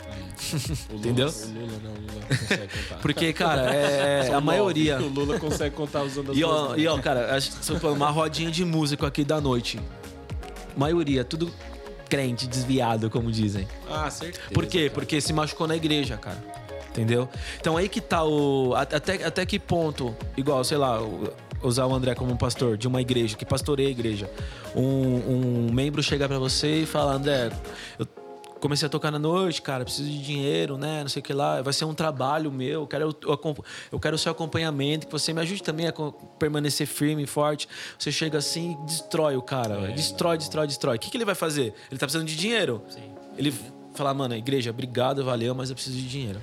S1: O Lula,
S3: entendeu?
S1: O Lula não, o Lula consegue contar.
S3: Porque, cara, é,
S1: São
S3: a
S1: nove.
S3: maioria.
S1: O Lula consegue contar usando as
S3: E
S1: duas
S3: ó,
S1: mãos.
S3: e ó, cara, acho que se eu for uma rodinha de músico aqui da noite. Maioria, tudo crente, desviado, como dizem.
S1: Ah, certeza.
S3: Por quê? Porque se machucou na igreja, cara. Entendeu? Então aí que tá o. at- Até, até que ponto, igual, sei lá, o- usar o André como um pastor de uma igreja, que pastoreia a igreja. Um, um membro chega pra você e fala, André, eu comecei a tocar na noite, cara, preciso de dinheiro, né? Não sei o que lá. Vai ser um trabalho meu, eu quero, o- o acom- eu quero o seu acompanhamento, que você me ajude também a co- permanecer firme e forte. Você chega assim e destrói o cara, velho. destrói, destrói, destrói. O que, que ele vai fazer? Ele tá precisando de dinheiro. Ele falar, mano, igreja, obrigado, valeu, mas eu preciso de dinheiro.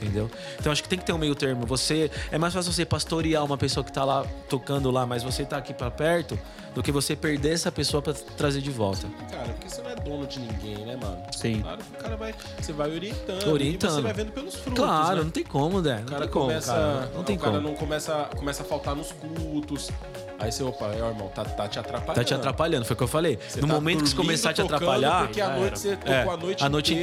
S3: Entendeu? Então acho que tem que ter um meio termo. Você. É mais fácil você pastorear uma pessoa que tá lá tocando lá, mas você tá aqui pra perto, do que você perder essa pessoa pra trazer de volta.
S1: Cara, porque você não é dono de ninguém, né, mano?
S4: Sim.
S1: Claro que o cara vai. Você vai orientando.
S3: Orientando.
S1: E você vai vendo pelos frutos.
S3: claro,
S1: né?
S3: não tem como, né? Não
S1: O cara
S3: tem como,
S1: começa.
S3: cara. Não, tem
S1: o cara
S3: como.
S1: não começa, começa a faltar nos cultos. Aí você, opa, ó, irmão, tá, tá te atrapalhando.
S3: Tá te atrapalhando, foi o que eu falei.
S1: Você
S3: no
S1: tá
S3: momento que isso
S1: dormindo,
S3: começar a te
S1: tocando,
S3: atrapalhar,
S1: Porque à noite você tocou
S3: É,
S1: a noite
S3: a noite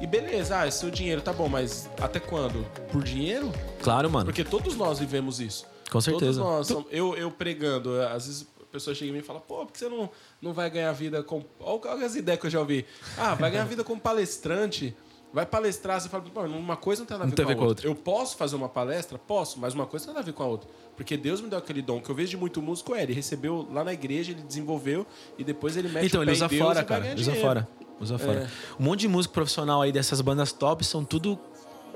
S1: E beleza, ah, esse é o dinheiro, tá bom, mas até quando? Por dinheiro?
S3: claro, mano.
S1: Porque todos nós vivemos isso.
S3: Com certeza.
S1: Todos nós. São- Eu, eu pregando, às vezes a pessoa chega em mim e fala, pô, por que você não, não vai ganhar vida com... Olha olha as ideias que eu já ouvi. Ah, vai ganhar vida como palestrante. Vai palestrar, você fala, pô, uma coisa não tem nada a ver,
S3: Não tem
S1: com, a
S3: a ver com a
S1: outra. Eu posso fazer uma palestra? Posso, mas uma coisa não tem nada a ver com a outra. Porque Deus me deu aquele dom que eu vejo de muito músico, é, ele recebeu lá na igreja, ele desenvolveu e depois ele mexe
S3: Então,
S1: o pé
S3: ele
S1: em
S3: usa
S1: Deus e
S3: fora,
S1: vai
S3: cara.
S1: ganhar
S3: Ele usa
S1: dinheiro. É.
S3: fora. Usa fora. Um monte de músico profissional aí dessas bandas top são tudo.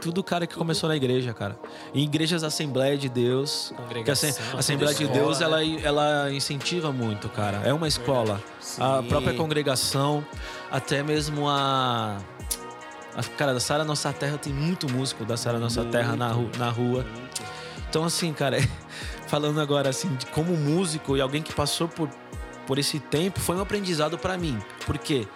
S3: Tudo cara que começou na igreja, cara. Em igrejas Assembleia de Deus. Que a
S2: Congregação,
S3: Assem- Assembleia de
S2: escola,
S3: Deus,
S2: né?
S3: ela, ela incentiva muito, cara. É uma escola. A própria congregação, até mesmo a. a- cara, da Sara Nossa Terra tem muito músico da Sara Nossa Terra na, ru- na rua. Então, assim, cara, falando agora, assim, de como músico e alguém que passou por, por esse tempo, foi um aprendizado pra mim. Por quê?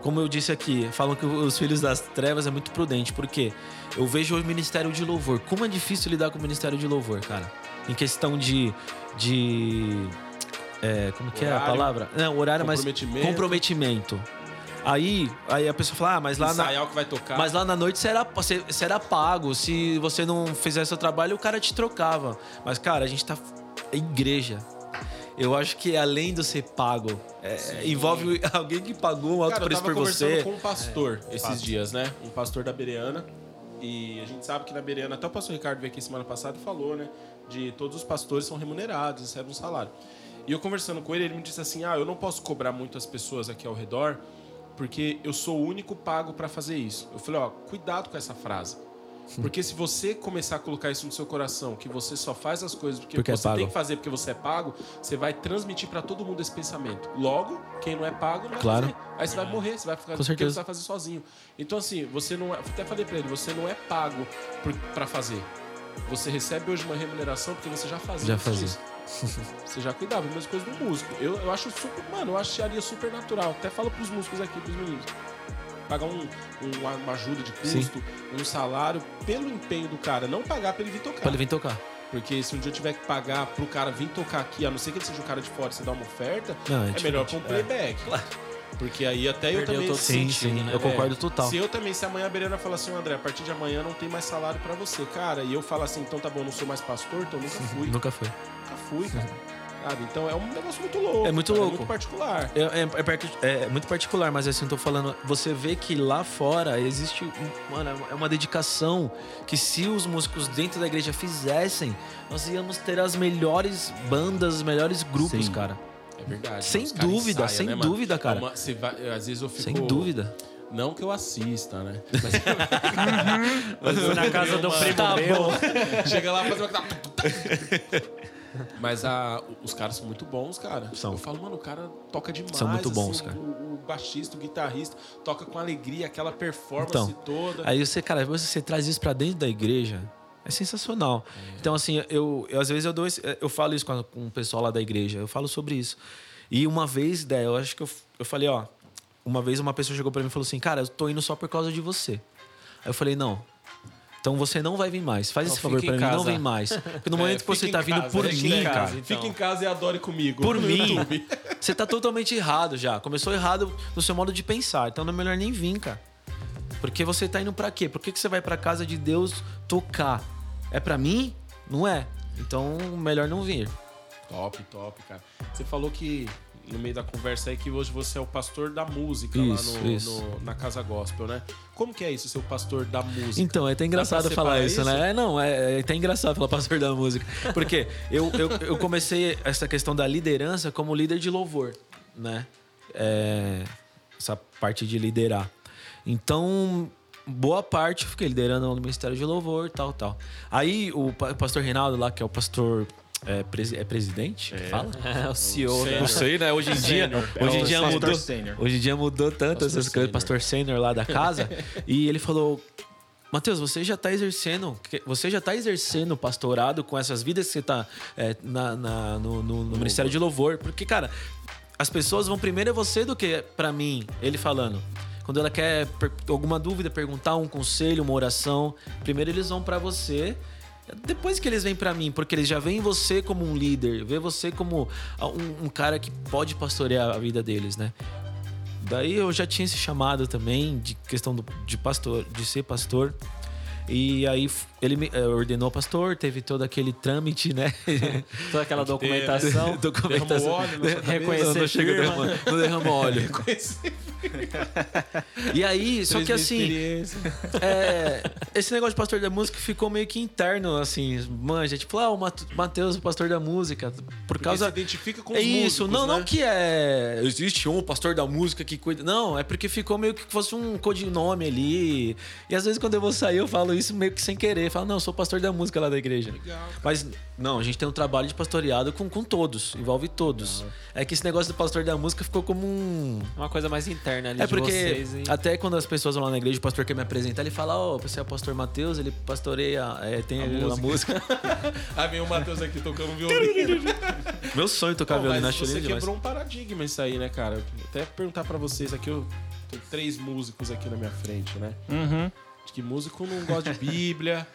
S3: Como eu disse aqui, falam que os filhos das trevas é muito prudente, porque eu vejo o ministério de louvor. Como é difícil lidar com o ministério de louvor, cara? Em questão de. de é, como que é a
S1: Horário.
S3: palavra? Não, horário, mas.
S1: Comprometimento.
S3: Comprometimento. Aí, aí a pessoa fala, ah, mas lá na.
S1: Ensaiar o que vai tocar.
S3: Mas lá na noite você era, você, você era pago. Se você não fizesse o trabalho, o cara te trocava. Mas, cara, a gente tá. É igreja. Eu acho que além do ser pago, é, envolve alguém que pagou um alto
S1: Cara, eu
S3: preço
S1: tava
S3: por
S1: conversando
S3: você.
S1: com um pastor esses dias, né? Um pastor da Bereana. E a gente sabe que na Bereana, até o pastor Ricardo veio aqui semana passada e falou, né? De todos os pastores são remunerados, recebem um salário. E eu conversando com ele, ele me disse assim: Ah, eu não posso cobrar muito as pessoas aqui ao redor, porque eu sou o único pago pra fazer isso. Eu falei: Ó, cuidado com essa frase. Porque se você começar a colocar isso no seu coração, que você só faz as coisas porque,
S3: Porque é
S1: você tem
S3: pago.
S1: que fazer porque você é pago, você vai transmitir pra todo mundo esse pensamento. Logo, quem não é pago não vai
S3: Claro.
S1: fazer. Aí você vai morrer, você vai ficar
S3: Com
S1: porque
S3: certeza.
S1: você vai fazer sozinho. Então assim, você não é, até falei pra ele, você não é pago por- pra fazer. Você recebe hoje uma remuneração porque você já fazia.
S3: Já
S1: isso.
S3: fazia.
S1: Você já cuidava, mesma coisa do músico. Eu, eu acho super, mano, eu acharia super natural. Até falo pros músicos aqui, pros meninos. Pagar um, um- uma ajuda de custo, um salário pelo empenho do cara, não pagar pra ele vir tocar.
S3: Pra ele vir tocar.
S1: Porque se um dia eu tiver que pagar pro cara vir tocar aqui, a não ser que ele seja um cara de fora e você dá uma oferta,
S3: Não, é
S1: é,
S3: diferente.
S1: melhor pra um
S3: É.
S1: playback. Porque aí até eu
S2: Perdeu
S1: também. É.
S2: todo
S3: Sim,
S2: sentido,
S3: sim,
S2: né,
S3: eu
S2: velho?
S3: concordo total.
S1: Se eu também, se amanhã a Berena falar assim, André, a partir de amanhã não tem mais salário pra você, cara, e eu falar assim, então tá bom, não sou mais pastor, então nunca fui,
S3: Nunca foi.
S1: nunca fui, cara. Sabe? Então é um negócio muito louco.
S3: É muito
S1: cara,
S3: louco.
S1: muito particular.
S3: É, é- é parti- é muito particular, mas assim, eu tô falando. Você vê que lá fora existe. um- Mano, é uma- é uma dedicação que se os músicos dentro da igreja fizessem, nós íamos ter as melhores bandas, os melhores grupos,
S4: Sim.
S3: cara.
S1: É verdade.
S3: Sem
S1: os caras
S3: dúvida, sem
S1: mano?
S3: dúvida,
S1: É
S3: cara.
S1: uma- você vai- às vezes eu fico.
S3: Sem dúvida.
S1: Não que eu assista, né?
S2: Fui na casa do primo meu.
S1: Mas chega lá faz uma. Mas a, os caras são muito bons, cara.
S3: São.
S1: Eu falo, mano, o cara toca demais.
S3: São muito bons,
S1: assim,
S3: cara.
S1: O, o baixista, o guitarrista, toca com alegria, aquela performance
S3: Então,
S1: toda.
S3: Aí você, cara, você, você traz isso pra dentro da igreja. É sensacional.
S1: É.
S3: Então, assim, eu, eu- às vezes eu dou esse- eu falo isso com, a- com o pessoal lá da igreja, eu falo sobre isso. E uma vez, né, eu acho que eu, eu falei, ó, uma vez uma pessoa chegou pra mim e falou assim, cara, eu tô indo só por causa de você. Aí eu falei, não. Então você não vai vir mais. Faz
S2: Então
S3: esse favor
S2: fica
S3: pra
S2: em
S3: mim, não
S2: casa.
S3: vem mais. Porque no
S1: É,
S3: momento que
S1: fica
S3: você
S1: em
S3: tá vindo
S1: casa,
S3: por
S1: né?
S3: mim,
S1: Fica em
S3: cara.
S1: casa, Fica em casa e adore comigo.
S3: Por
S1: No
S3: mim.
S1: YouTube.
S3: Você tá totalmente errado já. Começou errado no seu modo de pensar. Então não é melhor nem vir, cara. Porque você tá indo pra quê? Por que, que você vai pra casa de Deus tocar? É pra mim? Não é. Então, melhor não vir.
S1: Top, top, cara. Você falou que no meio da conversa aí que hoje você é o pastor da música
S3: Isso,
S1: lá no,
S3: isso.
S1: no- na casa gospel, né? Como que é isso, seu pastor da música?
S3: Então, é até engraçado
S1: pra
S3: falar
S1: separar
S3: isso, né? É, não, é, é até engraçado falar pastor da música. Porque eu, eu, eu comecei essa questão da liderança como líder de louvor, né? É, essa parte de liderar. Então, boa parte eu fiquei liderando no Ministério de Louvor, tal, tal. Aí o pa- pastor Reinaldo lá, que é o pastor... É, presi- é presidente? que Fala?
S2: É o CEO, né?
S3: Não sei, né? Hoje em dia, hoje
S4: É
S3: em
S4: o
S3: dia
S4: pastor
S3: mudou.
S4: sênior.
S3: Hoje em dia mudou tanto essas coisas, pastor sênior lá da casa, e ele falou: "Mateus, você já tá exercendo, você já tá exercendo o pastorado com essas vidas que você tá é, na- na- no, no- no ministério de louvor, porque cara, as pessoas vão primeiro a você do que pra mim", ele falando. Quando ela quer per- alguma dúvida, perguntar um conselho, uma oração, primeiro eles vão pra você depois que eles vêm pra mim, porque eles já veem você como um líder, vê você como ah, um, um cara que pode pastorear a vida deles, né? Daí eu já tinha esse chamado também de questão do- de pastor, de ser pastor. E aí f- ele me eh, ordenou pastor, teve todo aquele trâmite, né?
S2: Toda aquela
S1: Tem que ter, né?
S2: documentação.
S3: então,
S1: Derramou óleo
S3: é,
S1: na sua cabeça.
S2: Reconhecer
S3: não, não chega,
S2: firma.
S3: derrama, não derrama óleo. E aí, só que assim, é, esse negócio de pastor da música ficou meio que interno, assim, manja. Tipo, ah, o Mat- Matheus, o pastor da música. Por
S1: Causa...
S3: causa.
S1: se identifica com
S3: é
S1: os
S3: isso,
S1: músicos,
S3: não,
S1: né?
S3: não que é. Existe um pastor da música que cuida. Não, é porque ficou meio que fosse um codinome ali. E às vezes quando eu vou sair, eu falo isso meio que sem querer. Eu Falo, não, eu sou pastor da música lá da igreja. Mas, não, a gente tem um trabalho de pastoreado com, com todos, envolve todos. É que esse negócio do pastor da música ficou como um.
S2: Uma coisa mais interna ali
S3: É
S2: de
S3: porque
S2: vocês, hein?
S3: até quando as pessoas vão lá na igreja, o pastor quer me apresentar, ele fala, ó, você é o pastor Matheus, ele pastoreia, é, tem a música.
S1: Aí vem o Matheus aqui tocando violino.
S3: Meu sonho é tocar
S1: Não,
S3: violino,
S1: mas
S3: achei
S1: você
S3: lindo demais.
S1: quebrou um paradigma isso aí, né, cara? Eu Até perguntar pra vocês aqui, eu tenho três músicos aqui na minha frente, né?
S4: Uhum.
S1: De que músico não gosta de Bíblia.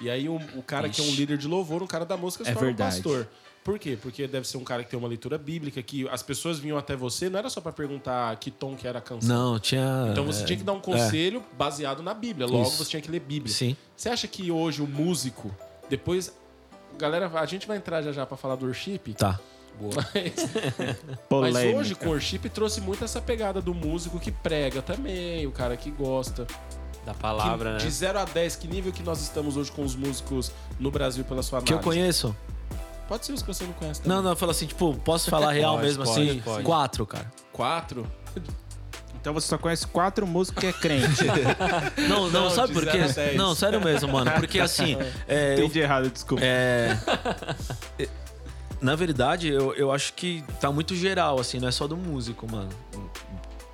S1: E aí um- o cara que é um líder de louvor, um cara da música, se
S4: É
S1: torna um
S4: verdade.
S1: pastor. Por quê? Porque deve ser um cara que tem uma leitura bíblica, que as pessoas vinham até você, não era só pra perguntar que tom que era a canção.
S3: Não, tinha...
S1: um- Então você
S3: é,
S1: tinha que dar um conselho baseado na Bíblia. Logo,
S3: Isso.
S1: você tinha que ler Bíblia.
S3: Sim.
S1: Você acha que hoje o músico, depois. Galera, a gente vai entrar já já pra falar do worship.
S3: Tá.
S1: Mas, mas
S4: Polêmica.
S1: hoje com o worship trouxe muito essa pegada do músico que prega também, o cara que gosta.
S2: Da
S1: Que-
S2: palavra, né?
S1: De 0 a 10, que nível que nós estamos hoje com os músicos no Brasil pela sua análise?
S3: Que eu conheço?
S1: Pode ser os que você não conhece também.
S3: Não, não, eu falo assim, tipo, posso falar real
S2: Pode,
S3: mesmo
S2: pode,
S3: assim?
S2: pode.
S3: Quatro, cara.
S1: Quatro?
S4: Então você só conhece quatro músicos que é crente.
S3: Não, não,
S1: Não,
S3: sabe
S1: de
S3: por quê?
S1: zero a dez.
S3: Não, sério mesmo, mano. Porque assim, é, eu
S4: Entendi errado, desculpa.
S3: É. é, Na verdade, eu, eu acho que tá muito geral, assim, não é só do músico, mano.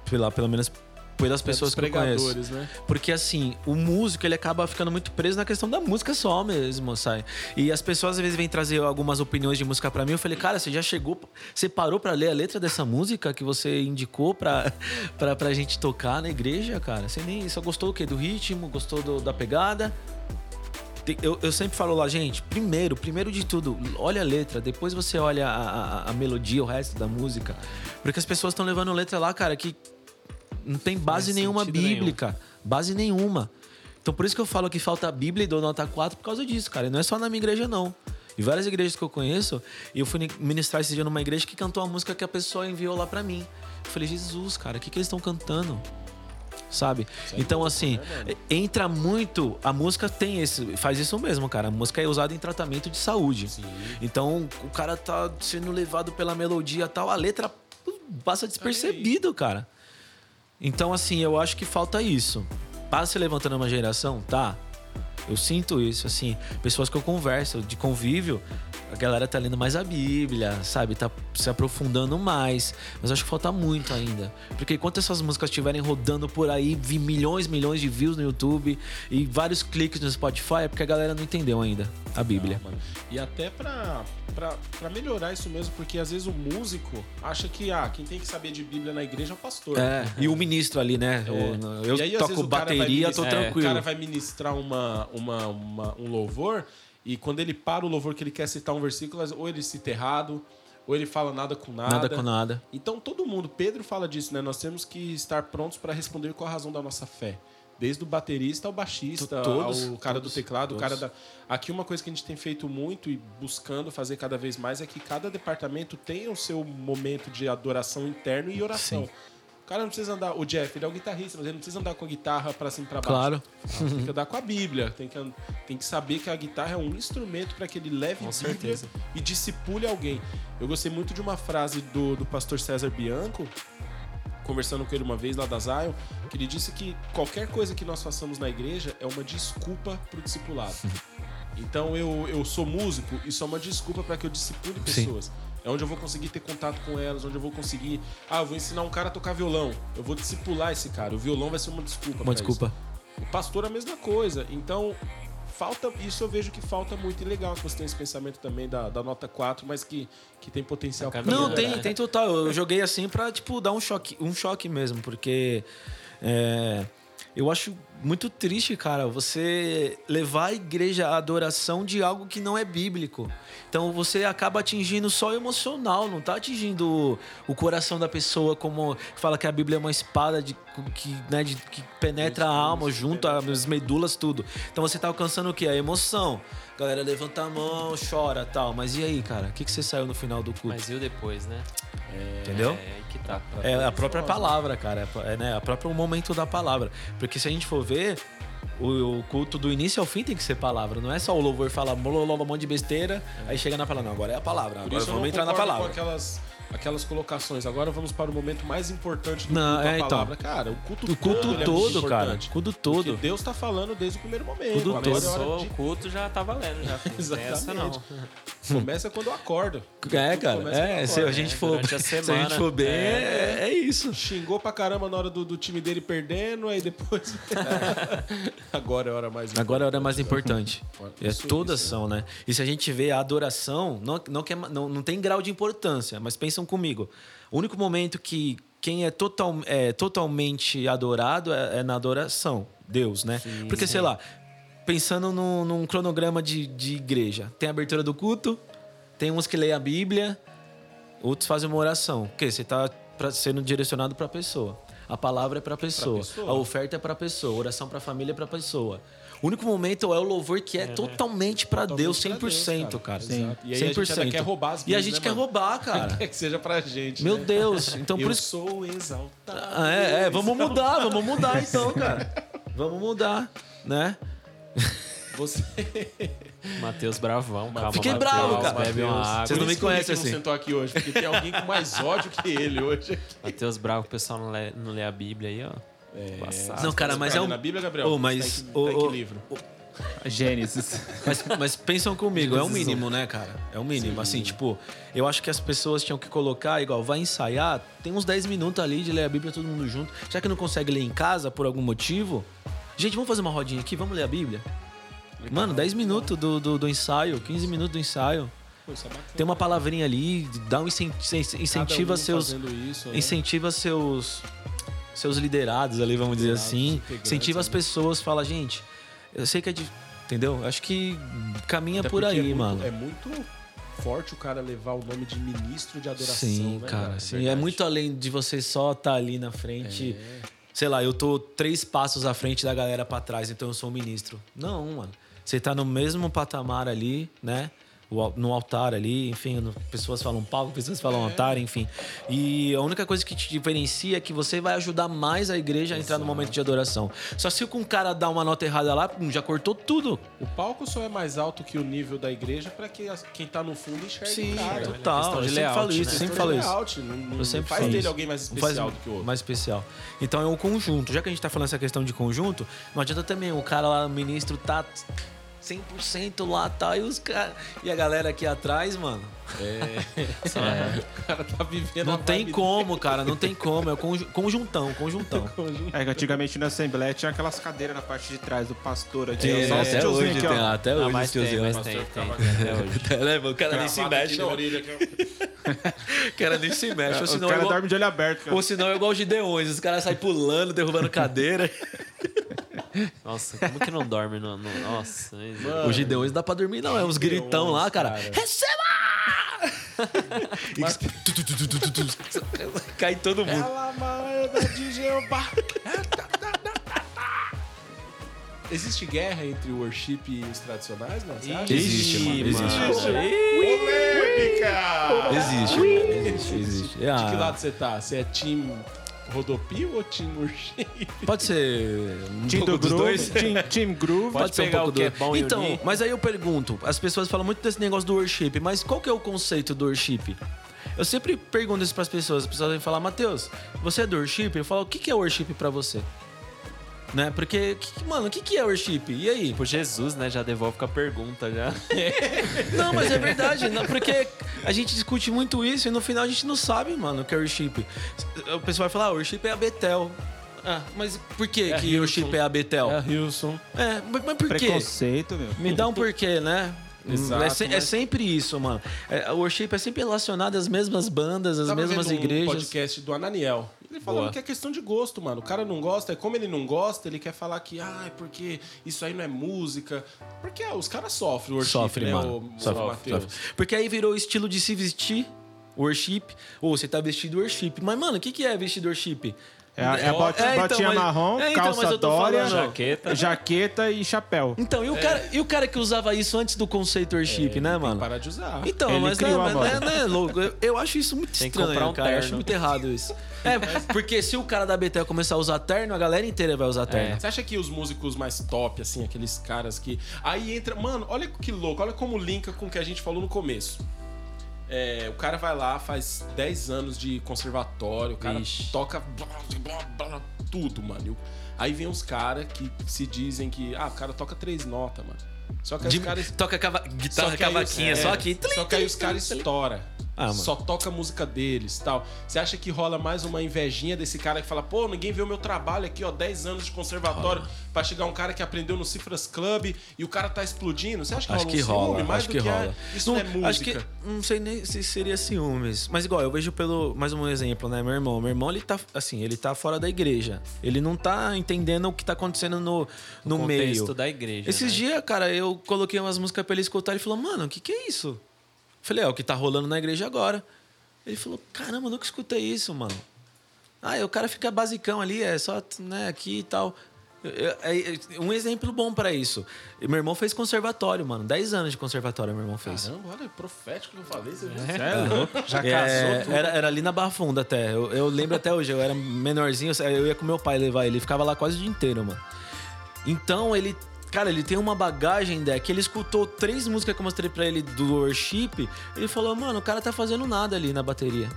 S3: Pela, pelo menos pelas
S1: dos
S3: pessoas que eu conheço.
S1: pregadores, né?
S3: Porque, assim, o músico, ele acaba ficando muito preso na questão da música só mesmo, sabe? E as pessoas, às vezes, vêm trazer algumas opiniões de música pra mim. Eu falei, cara, você já chegou... Você parou pra ler a letra dessa música que você indicou pra, pra, pra gente tocar na igreja, cara? Você nem... Só gostou o quê? Do ritmo? Gostou do- da pegada? Tem- Eu, eu sempre falo lá, gente, primeiro, primeiro de tudo, olha a letra, depois você olha a, a- a melodia, o resto da música. Porque as pessoas estão levando letra lá, cara, que não tem base nenhuma
S2: sentido nenhum.
S3: bíblica. Base nenhuma. Então por isso que eu falo que falta a Bíblia e dou nota 4 por causa disso, cara. E não é só na minha igreja, não. E várias igrejas que eu conheço, e eu fui ministrar esse dia numa igreja que cantou a música que a pessoa enviou lá pra mim. Eu falei, Jesus, cara, o que, que eles estão cantando? sabe? Então, assim, entra muito. A música tem esse. Faz isso mesmo, cara. A música é usada em tratamento de saúde. Então, o cara tá sendo levado pela melodia e tal, a letra passa despercebido, cara. Então, assim, eu acho que falta isso. Tá se levantando uma geração, tá? Eu sinto isso, assim, pessoas que eu converso, de convívio, a galera tá lendo mais a Bíblia, sabe? Tá se aprofundando mais. Mas acho que falta muito ainda. Porque enquanto essas músicas estiverem rodando por aí, vi milhões, milhões de views no YouTube e vários cliques no Spotify, é porque a galera não entendeu ainda a Bíblia.
S1: Não, Ah, mano. E até pra, pra, pra melhorar isso mesmo, porque às vezes o músico acha que ah, quem tem que saber de Bíblia na igreja é o pastor.
S3: É, e o ministro ali, né? O- Eu
S1: É. E aí, às vezes,
S3: toco
S1: o cara vai
S3: bateria, tô
S1: ministrar- é,
S3: tranquilo.
S1: O cara vai ministrar uma, uma, uma- um louvor e quando ele para o louvor que ele quer citar um versículo, ou ele cita errado, ou ele fala nada com nada.
S3: Nada com nada.
S1: Então todo mundo, Pedro fala disso, né? Nós temos que estar prontos para responder qual a razão da nossa fé. Desde o baterista ao baixista,
S3: To- todos,
S1: ao cara
S3: todos,
S1: do teclado, o
S3: todos.
S1: cara da. Aqui uma coisa que a gente tem feito muito e buscando fazer cada vez mais é que cada departamento tenha o seu momento de adoração interno e oração.
S3: Sim.
S1: O cara não precisa andar, o Jeff, ele é o guitarrista, mas ele não precisa andar com a guitarra para cima e pra baixo.
S3: Claro.
S1: Ah, Tem que andar com a Bíblia, tem que, an- tem que saber que a guitarra é um instrumento para que ele leve Bíblia
S2: certeza.
S1: e discipule alguém. Eu gostei muito de uma frase do, do pastor César Bianco, conversando com ele uma vez lá da Zion, que ele disse que qualquer coisa que nós façamos na igreja é uma desculpa pro discipulado. Então eu, eu sou músico, isso é uma desculpa para que eu discipule
S3: Sim.
S1: pessoas. É onde eu vou conseguir ter contato com elas, onde eu vou conseguir. Ah, eu vou ensinar um cara a tocar violão. Eu vou discipular esse cara. O violão vai ser uma desculpa. pra
S3: Uma
S1: isso.
S3: desculpa.
S1: O pastor é a mesma coisa. Então, falta. Isso eu vejo que falta muito. E legal que você tem esse pensamento também da, da nota 4, mas que, que tem potencial pra
S2: caminhando,
S3: Não,
S1: melhorar.
S3: tem, tem total. Eu joguei assim pra, tipo, dar um choque, um choque mesmo, porque é, eu acho muito triste, cara, você levar a igreja à adoração de algo que não é bíblico. Então você acaba atingindo só o emocional, não tá atingindo o coração da pessoa, como fala que a Bíblia é uma espada de, que, né, de- que penetra a alma, junto às medulas, tudo. Então você tá alcançando o quê? A emoção. Galera levanta a mão, chora tal. Mas e aí, cara? O que, que você saiu no final do culto?
S2: Mas e o depois, né?
S3: Entendeu?
S2: É, aí que tá.
S3: É a própria palavra, cara. É né, a próprio momento da palavra. Porque se a gente for ver, o, o culto do início ao fim tem que ser palavra. Não é só o louvor falar um monte de besteira, aí chega na palavra. Não, agora é a palavra.
S1: Por
S3: Agora
S1: isso eu não
S3: vamos entrar na
S1: concordo
S3: palavra.
S1: Com aquelas, aquelas colocações. Agora vamos para o momento mais importante do
S3: Não,
S1: culto,
S3: é,
S1: a
S3: então.
S1: palavra. Cara, o culto,
S3: O culto
S1: todo, ele é muito
S3: todo, cara.
S1: importante.
S3: O culto
S1: Porque
S3: todo.
S1: Deus tá falando desde o primeiro momento.
S3: Culto
S1: Agora é hora
S2: Começou
S1: de-
S2: o culto, já tá valendo, já. filho. Não tem essa não.
S1: Começa quando eu acordo.
S3: É,
S1: Tudo
S3: cara.
S1: começa com
S3: É,
S1: a
S3: se a
S1: palavra,
S3: gente
S2: né?
S3: for,
S2: Durante a
S3: se a
S2: semana.
S3: gente for bem, é, é isso.
S1: Xingou pra caramba na hora do, do time dele perdendo, aí depois. Agora é a hora mais
S3: Agora é a hora mais importante. É,
S1: Isso,
S3: todas
S1: isso.
S3: são, né? E se a gente vê a adoração, não, não, que é ma- não, não tem grau de importância, mas pensam comigo. O único momento que quem é, total, é totalmente adorado é, é na adoração. Deus, né? Porque, sei lá, pensando num, num cronograma de, de igreja, tem a abertura do culto, tem uns que leem a Bíblia, outros fazem uma oração. Porque você tá pra- sendo direcionado pra pessoa. A palavra é pra pessoa.
S1: pessoa.
S3: A oferta é pra pessoa. A oração pra família é pra pessoa. O único momento é o louvor que é,
S1: né?
S3: totalmente pra Deus, 100%, cara.
S1: Exato. E aí a gente ainda quer roubar as
S3: E a
S1: vezes, né,
S3: gente quer
S1: mano?
S3: roubar, cara.
S1: É que seja pra gente.
S3: Meu
S1: né?
S3: Deus. Então por
S1: eu
S3: isso.
S1: sou exaltado.
S3: Ah, é, é, vamos mudar, vamos mudar então, cara. Vamos mudar, né?
S1: Você.
S2: Matheus Bravão, calma.
S3: Fiquei
S2: Matheus,
S3: bravo, cara.
S2: Bebe uma água.
S3: Vocês
S1: Por isso que o
S3: não me
S1: Nick
S3: conhecem assim.
S1: não sentou aqui hoje, porque tem alguém com mais ódio que ele hoje.
S2: Matheus Bravo, o pessoal não lê, não lê a Bíblia aí, ó. Embaçado.
S3: Não, cara, mas é um.
S1: Tá, Na Bíblia, Gabriel?
S3: Ô, mas-
S1: Tá em que-
S3: ô,
S1: tá em que
S3: ô,
S1: livro?
S4: Gênesis.
S3: Mas, mas pensam comigo, é o mínimo, né, cara? É o mínimo. Assim, tipo, eu acho que as pessoas tinham que colocar, igual, vai ensaiar, tem uns 10 minutos ali de ler a Bíblia todo mundo junto. Já que não consegue ler em casa por algum motivo, gente, vamos fazer uma rodinha aqui, vamos ler a Bíblia? Mano, 10 minutos do, do, do ensaio, 15 minutos do ensaio.
S1: Pô, isso é bacana.
S3: Tem uma palavrinha ali, dá um incen- incentiva
S1: Cada um
S3: seus
S1: fazendo Isso, né?
S3: incentiva seus seus liderados ali, vamos dizer assim.
S1: integrantes, né?
S3: Incentiva as pessoas, fala, gente, eu sei que é di- Entendeu? Acho que caminha
S1: Até
S3: por
S1: porque
S3: aí,
S1: é muito,
S3: mano.
S1: É muito forte o cara levar o nome de ministro de adoração,
S3: Sim,
S1: né,
S3: cara. sim. É
S1: Verdade.
S3: muito além de você só estar ali na frente. Sei lá, eu tô três passos à frente da galera pra trás, então eu sou um ministro. Não, mano. Você tá no mesmo patamar ali, né? O al- No altar ali, enfim, no- pessoas falam palco, pessoas falam altar, enfim. E a única coisa que te diferencia é que você vai ajudar mais a igreja a entrar no momento de adoração. Só se um cara dá uma nota errada lá, pum, já cortou tudo.
S1: O palco só é mais alto que o nível da igreja pra que as- quem tá no fundo enxergue o cara.
S3: total. Eu
S2: de
S3: sempre falo
S2: layout,
S3: isso,
S2: né?
S3: eu sempre
S1: Questão
S3: falo
S1: de
S3: isso.
S1: layout, não- não
S3: Eu sempre
S1: Hum, faz
S3: falo
S1: dele
S3: isso.
S1: alguém mais
S3: Não faz
S1: especial do que o outro.
S3: Mais especial. Então é um conjunto. Já que a gente tá falando essa questão de conjunto, não adianta também o cara lá, o ministro, tá 100% lá, tá? E os cara... E a galera aqui atrás, mano.
S1: O cara tá vivendo a
S3: Não tem
S1: vibe
S3: como, cara. Não tem como. É o conju- conjuntão, conjuntão.
S4: É que antigamente na Assembleia tinha aquelas cadeiras na parte de trás do pastor aqui.
S3: É,
S6: Tem,
S4: ó, só os
S6: até
S4: tiozinhos
S6: hoje,
S4: aqui,
S6: tem,
S4: ó.
S6: até
S2: Ah,
S6: hoje
S2: mas
S6: os
S2: tem,
S6: tiozinhos.
S2: mas
S6: lá.
S2: tem, tem, tem até hoje.
S6: Leva, O cara nem se
S1: Gravado aqui
S6: mexe.
S1: na
S6: né?
S1: orelha, que
S3: O cara nem se mexe. Ou
S4: O
S3: senão, é
S4: cara
S3: igual...
S4: dorme de olho aberto, cara.
S3: Ou senão é igual os Gideões. Os caras saem pulando, derrubando cadeira.
S2: Nossa, como que não dorme? No, no- nossa,
S3: Os Gideões dá pra dormir, não. É uns gritão lá, cara. Receba! Cai todo mundo.
S1: Ela manda de Jeová. Existe guerra entre o worship e os tradicionais, não? Você acha?
S3: Existe, mano. Existe. Existe, mano. Existe, existe.
S1: De que
S3: Ah,
S1: lado você tá? Você é time rodopio ou time worship?
S3: Pode ser um
S4: Team do
S3: pouco dos
S4: Groove,
S3: dois.
S4: team, team Groove.
S3: Pode, ser um
S2: pegar
S3: pouco
S2: o que é
S3: do-
S2: bom e
S3: Então,
S2: unir.
S3: mas aí eu pergunto, as pessoas falam muito desse negócio do worship, mas qual que é o conceito do worship? Eu sempre pergunto isso pras pessoas, as pessoas vêm falar, Matheus, você é do worship? Eu falo, o que que é worship pra você? Né? Porque, que- mano, o que que é worship? E aí?
S2: Por Jesus, né? Já devolve com a pergunta já.
S3: Não, mas é verdade, não, porque a gente discute muito isso e no final a gente não sabe, mano, o que é worship. O pessoal vai falar, ah, worship é a Betel. Ah, mas por que, que worship é a Betel? É,
S1: Wilson.
S3: mas, mas por quê?
S4: Preconceito, meu.
S3: Me dá um porquê, né?
S1: Exato,
S3: é, se- é
S1: mas-
S3: sempre isso, mano. É, o worship é sempre relacionado às mesmas bandas, às
S1: Tava
S3: mesmas
S1: vendo um
S3: igrejas.
S1: podcast do Ananiel. Ele falando que é questão de gosto, mano. O cara não gosta, e como ele não gosta, ele quer falar que, ah, é porque isso aí não é música. Porque ah, os caras sofrem o worship,
S3: Sofre,
S1: né,
S3: mano.
S1: o-
S3: Sofre,
S1: o Mateus?
S3: sofre. Porque aí virou estilo de se vestir, worship. Ou você tá vestido worship. Mas, mano, o que, que é vestido worship?
S4: É, a- é a bot-
S3: É, então,
S4: botinha
S3: mas-
S4: marrom,
S3: é, então,
S4: calça
S3: mas eu tô
S4: Dória,
S3: falando-
S2: Jaqueta.
S4: jaqueta e chapéu.
S3: Então, e o, cara, e o cara que usava isso antes do conceito worship, né, mano?
S1: Parar de usar.
S3: Então,
S4: Ele
S3: mas, né,
S4: criou a
S3: mas
S4: moda.
S3: né, né, louco? Eu, eu acho isso muito
S2: Tem que
S3: estranho,
S2: comprar um
S3: cara. Eu acho
S2: terno.
S3: muito errado isso. É, porque se o cara da Betel começar a usar terno, a galera inteira vai
S1: É.
S3: usar terno.
S1: Você acha que os músicos mais top, assim, aqueles caras que. Aí entra. Mano, olha que louco, olha como linka com o que a gente falou no começo. É, o cara vai lá, faz 10 anos de conservatório, o cara
S2: Ixi.
S1: toca blá, blá, blá, tudo, mano. E o- Aí vem uns caras que se dizem que. Ah, o cara toca três notas, mano. Só que aí
S3: De-
S1: os caras.
S3: Toca cava- guitarra,
S1: aí os-
S3: cavaquinha,
S1: é,
S3: só aqui.
S1: Só que aí os caras estoura.
S3: Ah, mano.
S1: Só toca a música deles tal. Você acha que rola mais uma invejinha desse cara que fala, pô, ninguém vê o meu trabalho aqui, ó, 10 anos de conservatório, pra chegar um cara que aprendeu no Cifras Club e o cara tá explodindo? Você acha que
S3: Acho
S1: rola
S3: que
S1: um ciúme?
S3: rola,
S1: mais
S3: acho
S1: do
S3: que
S1: a-
S3: rola.
S1: Isso não, é música.
S3: Acho que, não sei nem se seria ciúmes. Mas igual, eu vejo pelo, mais um exemplo, né? Meu irmão, meu irmão, ele tá, assim, ele tá fora da igreja. Ele não tá entendendo o que tá acontecendo no, no
S2: Contexto
S3: meio.
S2: da igreja.
S3: Esses
S2: né?
S3: dias, cara, eu coloquei umas músicas pra ele escutar. Ele falou, mano, o que que é isso? Eu Falei, é o que tá rolando na igreja agora. Ele falou, caramba, eu nunca escutei isso, mano. Ah, o cara fica basicão ali, é só né, aqui e tal. Eu- eu- é- é um exemplo bom pra isso. E Meu irmão fez conservatório, mano. 10 anos de conservatório meu irmão fez.
S1: Caramba, olha, é profético que eu falei, você viu?
S4: Já
S3: É,
S4: casou tudo.
S3: era, era ali na Barra Funda até. Eu, eu lembro até hoje, eu era menorzinho, eu- eu ia com meu pai levar ele, ficava lá quase o dia inteiro, mano. Então ele. Cara, ele tem uma bagagem né, que ele escutou três músicas que eu mostrei pra ele do worship. Ele falou, mano, o cara tá fazendo nada ali na bateria.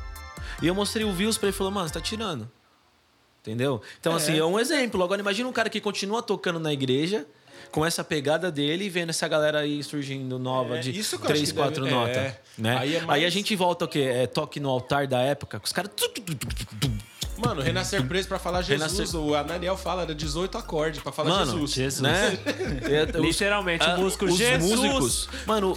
S3: E eu mostrei o views pra ele e falou, mano, você tá tirando. Entendeu? Então, assim, é um exemplo. Agora, imagina um cara que continua tocando na igreja, com essa pegada dele e vendo essa galera aí surgindo nova
S1: É,
S3: de
S1: isso que eu
S3: três,
S1: acho que deve-
S3: quatro
S1: é.
S3: notas. Né?
S1: Aí
S3: Aí,
S1: é mais-
S3: a gente volta o quê? É toque no altar da época, que os caras.
S1: Mano, renascer preso pra falar Jesus.
S3: Renascer-
S1: O Ananiel fala, era 18 acordes pra falar
S3: Mano,
S1: Jesus.
S3: Né? É, os-
S2: Literalmente,
S3: ah,
S2: o músico
S3: os
S2: Jesus.
S3: músicos. Mano,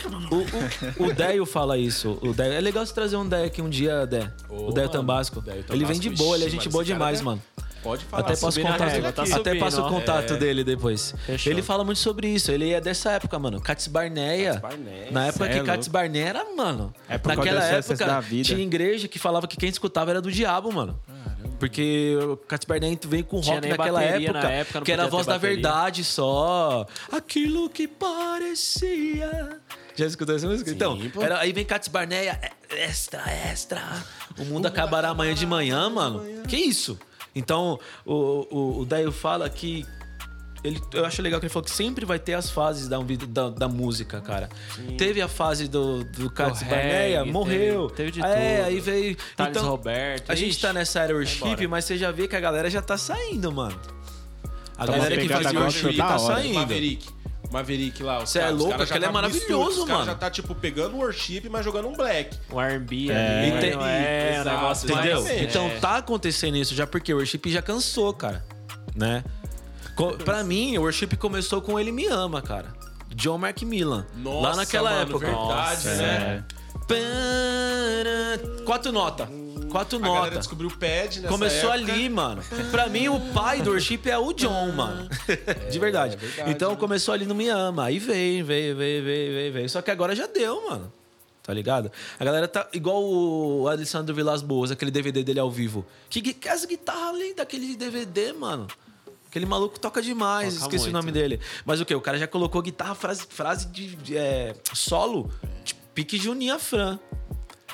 S3: o, o, o Deio fala isso. O Deio. É legal você trazer um Deio aqui um dia, Dé.
S1: Ô,
S3: o Deio
S1: mano,
S3: Tambasco.
S1: Deio Tambasco,
S3: Ele vem de boa, ele é
S1: ixi,
S3: gente
S1: mano,
S3: boa
S1: esse cara
S3: demais,
S1: é-
S3: mano.
S1: Pode falar.
S3: até posso
S2: subindo a
S3: contar,
S2: régua, tá
S3: até
S2: subindo,
S3: passo
S2: ó.
S3: o contato dele depois.
S2: É. Fechou.
S3: Ele fala muito sobre isso. Ele é dessa época, mano. Cats Barneia.
S1: Cats Barneia,
S3: Na
S4: cê
S3: época
S4: é
S3: que
S4: louco.
S3: Cats Barneia era, mano.
S4: É por causa
S3: naquela
S4: do excesso
S3: época,
S4: da vida.
S3: tinha igreja que falava que quem escutava era do diabo, mano. Porque o Cats Barneia veio com
S2: Tinha
S3: rock
S2: nem
S3: naquela
S2: bateria
S3: época,
S2: na época, não
S3: que era a
S2: podia
S3: voz
S2: ter
S3: da
S2: bateria.
S3: verdade só. Aquilo que parecia. Já escutou essa música? então,
S1: pô.
S3: era- aí vem Cats Barneia, é- extra, extra. O mundo, acabará amanhã de manhã, mano. Que isso? Então, o, o, o Dayo fala que. Ele, eu acho legal que ele falou que sempre vai ter as fases da, vida- da, da música, cara. Teve a fase do, do Cats
S2: reggae,
S3: Barneia,
S2: teve-
S3: morreu.
S2: teve de
S3: é,
S2: tudo.
S3: aí veio.
S2: Thales Roberto,
S3: então, A gente
S2: ixi,
S3: tá nessa era worship,
S2: embora.
S3: mas você já vê que a galera já tá saindo, mano. A galera é que
S4: pegada
S3: faz
S4: gospel
S3: worship
S4: da
S3: tá
S4: hora.
S3: saindo.
S1: Maverick. Maverick lá. os
S3: Cê é
S1: caras- os
S3: louco,
S1: caras já
S3: aquele é
S1: misturado,
S3: maravilhoso,
S1: os caras
S3: mano.
S1: já tá, tipo, pegando um worship, mas jogando um black.
S2: Um R&B
S1: É.
S2: ali,
S1: Entendi.
S2: não é, um
S1: Exato,
S2: negócio mais-
S3: Entendeu?
S1: Exatamente.
S3: Então
S2: É.
S3: tá acontecendo isso já porque o worship já cansou, cara. Né? Co- Pra mim, o worship começou com Ele Me Ama, cara. John Mark Millan.
S1: Nossa,
S3: lá naquela
S1: mano,
S3: época.
S1: verdade, né?
S3: Pã, Quatro notas. Quatro
S1: A galera
S3: notas.
S1: descobriu o pad nessa
S3: é. Começou
S1: época. Hum.
S3: ali, mano. Pra mim, o pai do worship é o John, mano. De verdade.
S1: verdade,
S3: então
S1: né?
S3: começou ali no Me Ama. Aí veio, veio, veio, veio, veio, veio. Só que agora já deu, mano. Tá ligado? A galera tá igual o Alessandro Vilas Boas, aquele DVD dele ao vivo. Que, gui- que as guitarras ali daquele DVD, mano. Aquele maluco toca demais,
S2: Toca
S3: esqueci
S2: muito.
S3: o nome
S1: né?
S3: dele. Mas o que? O cara já colocou guitarra, frase, frase de, de, é, solo, tipo, pique Juninha Fran.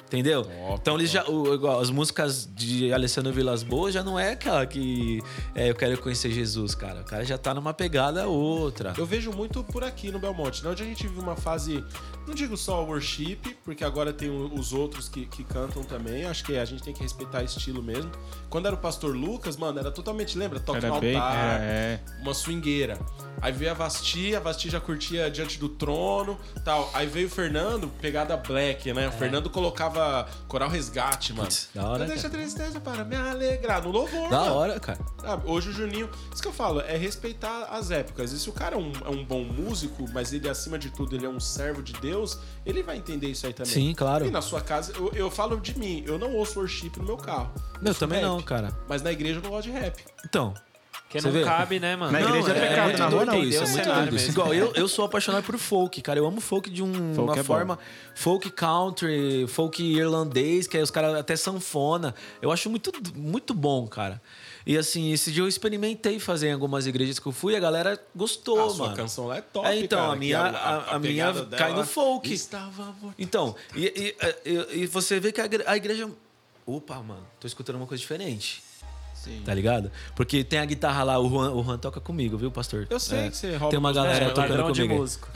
S3: Entendeu? então eles já. o- igual, as músicas de Alessandro Vilas Boas já não é aquela que é, eu quero conhecer Jesus, cara. O cara já tá numa pegada outra.
S1: Eu vejo muito por aqui no Belmonte. Né? Onde a gente vive uma fase, não digo só worship, porque agora tem o- os outros que, que cantam também. Acho que a gente tem que respeitar estilo mesmo. Quando era o pastor Lucas, mano, era totalmente, lembra? Toque
S4: Era
S1: no
S4: bem-
S1: altar,
S4: era, é.
S1: uma swingueira. Aí veio a Vasti, a Vasti já curtia Diante do Trono tal. Aí veio o Fernando, pegada black, né? O Fernando colocava coral resgate, mano.
S3: É. Putz, da hora,
S1: Não deixa a tristeza para me alegrar. No louvor,
S3: Da
S1: mano.
S3: hora, cara.
S1: Sabe, Hoje o Juninho. Isso que eu falo, é respeitar as épocas. E se o cara é um, é um bom músico, mas ele, acima de tudo, ele é um servo de Deus, ele vai entender isso aí também.
S3: Sim, claro.
S1: E na sua casa, eu, eu falo de mim, eu não ouço worship no meu carro.
S3: Eu
S1: Ouço
S3: também
S1: rap.
S3: não, cara.
S1: Mas na igreja eu não gosto de rap.
S3: Então.
S2: Que
S3: Você
S2: não
S3: vê?
S2: cabe, né, mano?
S4: Na
S2: Não,
S4: igreja é pecado,
S2: muito
S4: na rua não,
S2: doido,
S4: isso
S2: é
S4: é
S2: um
S4: muito
S2: cenário
S4: doido.
S2: mesmo.
S3: Igual, eu, eu sou apaixonado por folk, cara. Eu amo folk de um-
S4: Folk
S3: uma
S4: é bom.
S3: forma. Folk country, folk irlandês, que aí os caras até sanfona. Eu acho muito, muito bom, cara. E assim, esse dia eu experimentei fazer em algumas igrejas que eu fui e a galera gostou,
S1: a
S4: Ah,
S3: mano.
S1: sua canção lá é top.
S3: É, então,
S1: cara,
S3: a
S1: que
S3: minha, a, a minha
S1: pegada
S3: cai
S1: dela
S3: no folk.
S1: Estava
S3: Então, e, e- e- e você vê que a igre- a igreja. Opa, mano, tô escutando uma coisa diferente.
S4: Sim.
S3: Tá ligado? Porque tem a guitarra lá, o Juan, o Juan toca comigo, viu, pastor? É.
S1: Eu sei que você rouba
S3: Tem uma
S1: meus-
S3: galera
S2: É,
S3: né? tocando
S2: ladrão de
S3: comigo.
S2: músico.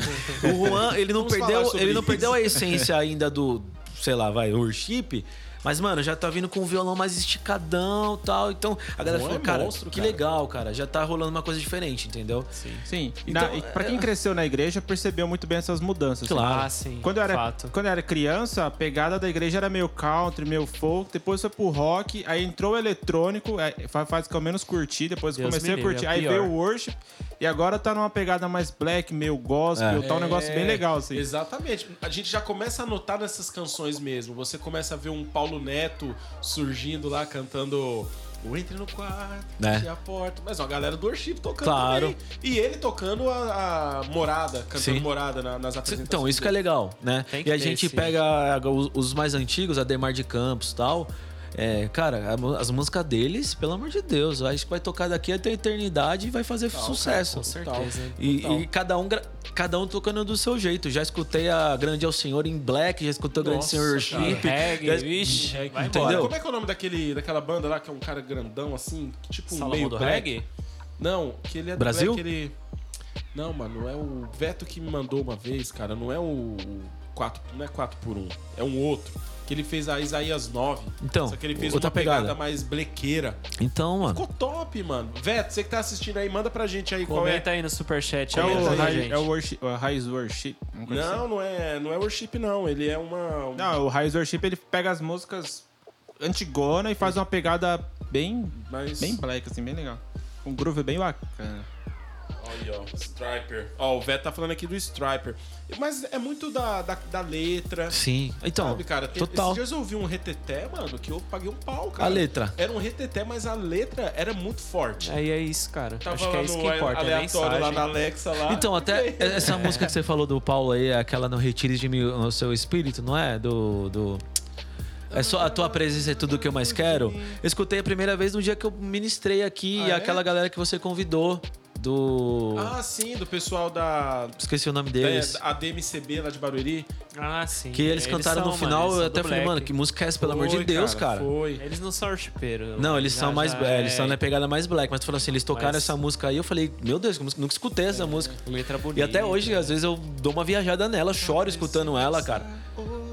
S3: O Juan, ele não
S1: Vamos falar
S3: perdeu,
S1: sobre
S3: ele não
S1: isso.
S3: perdeu a essência ainda do, sei lá, vai, worship. Mas, mano, já tá vindo com um violão mais esticadão e tal. Então, a galera
S1: Juan
S3: falou,
S1: é
S3: cara,
S1: monstro,
S3: que
S1: cara."
S3: legal, cara. Já tá rolando uma coisa diferente, entendeu? Sim.
S4: Sim.
S3: Então,
S4: Na- e pra
S2: é,
S4: quem cresceu na igreja, percebeu muito bem essas mudanças. assim.
S3: Claro.
S2: Ah, sim.
S4: Quando eu, era,
S2: Fato.
S4: quando eu era criança, a pegada da igreja era meio country, meio folk, depois foi pro rock, aí entrou o eletrônico, é, foi a fase que eu menos curti, depois eu
S2: Deus
S4: comecei a
S2: me livre,
S4: curtir,
S2: é
S4: aí
S2: pior.
S4: veio o worship, e agora tá numa pegada mais black, meio gospel, tá um negócio
S2: É,
S4: bem legal, assim.
S1: É. Exatamente. A gente já começa a notar nessas canções mesmo. Você começa a ver um Paulo Neto surgindo lá cantando o Entre no Quarto,
S3: Né?
S1: feche a porta. Mas ó, a galera do Worship tocando
S3: Claro.
S1: também. E ele tocando a, a morada, cantando
S3: Sim.
S1: morada na- nas apresentações.
S3: Então, isso que é legal, né?
S2: Tem que
S3: E a
S2: ter
S3: gente
S2: esse-
S3: pega ah, os, os mais antigos, Ademar de Campos e tal. É, cara, a mu- as músicas deles, pelo amor de Deus, acho que vai tocar daqui até a eternidade e vai fazer sucesso.
S2: Com certeza.
S3: E, e cada, um, gra- cada um tocando do seu jeito. Já escutei a Grande ao Senhor em Black, já escutei o Grande
S1: Nossa,
S3: Senhor Worship.
S2: Ah, Reggae,
S3: já-
S2: vixe, vai
S3: Entendeu?
S2: embora.
S1: Como é que é o nome daquele, daquela banda lá que é um cara grandão assim? Tipo um
S2: Salomão
S1: meio
S2: do
S1: black?
S2: reggae?
S1: Não, que ele é do
S3: Brasil?
S1: Black, ele... Não, mano, é o Veto que me mandou uma vez, cara. Não é o 4, não é 4 por 1, é um outro. Que ele fez a Isaías 9.
S3: Então,
S1: só que ele fez
S3: outra
S1: uma pegada,
S3: pegada.
S1: mais blequeira.
S3: Então, mano.
S1: Ficou top, mano. Veto, você que tá assistindo aí, manda pra gente aí é.
S2: Comenta aí no superchat.
S4: É
S2: aí,
S4: o,
S2: ajuda a
S4: high,
S2: gente.
S4: é o, worship, o Raiz Worship.
S1: qual
S4: uma
S1: é.
S4: coisa assim.
S1: Não, não é, não é worship não, ele é uma
S4: Não, o Raiz Worship ele pega as músicas antigona e faz uma pegada bem,
S1: mas
S4: bem black, assim, bem legal. Um groove bem bacana.
S1: Aí, ó, Striper. Ó, o Vé tá falando aqui do Striper. Mas é muito da, da, da letra.
S3: Sim. Então,
S1: Sabe, cara? Tem-
S3: total.
S1: Esses dias eu ouvi um reteté, mano, que eu paguei um pau, cara.
S3: A letra.
S1: Era um reteté, mas a letra era muito forte.
S2: Aí é isso, cara.
S1: Tava
S2: Acho que é isso
S1: lá
S2: que
S1: no
S2: importa. É a
S1: aleatório
S2: mensagem.
S1: lá na Alexa lá.
S3: Então, até essa música que você falou do Paulo aí, aquela não retires de mim o seu espírito, não é? Do. do... É só a tua presença é tudo que eu mais quero. Eu escutei a primeira vez no dia que eu ministrei aqui
S1: Ah,
S3: e
S1: é?
S3: aquela galera que você convidou do.
S1: Ah, sim, do pessoal da,
S3: Esqueci o nome
S1: da
S3: deles.
S1: a DMCB lá de Barueri.
S2: Ah, sim.
S3: Que eles cantaram
S2: são, mano,
S3: no
S2: É,
S3: final,
S2: eles são
S3: eu até
S2: do
S3: falei,
S2: Black.
S3: mano, que música é essa, pelo amor
S1: Foi,
S3: de Deus, cara. É.
S1: Foi.
S2: Eles não são archipeiro.
S3: Não, eles
S2: Já-
S3: são mais.
S2: já
S3: é, eles
S2: é
S3: são na pegada mais black, mas tu falou assim, eles tocaram
S2: Mas- É.
S3: essa música aí, eu falei, meu Deus, que música- nunca escutei essa música.
S2: Letra
S3: E
S2: bonita.
S3: até hoje, às vezes, eu dou uma viajada nela, choro escutando ela, cara.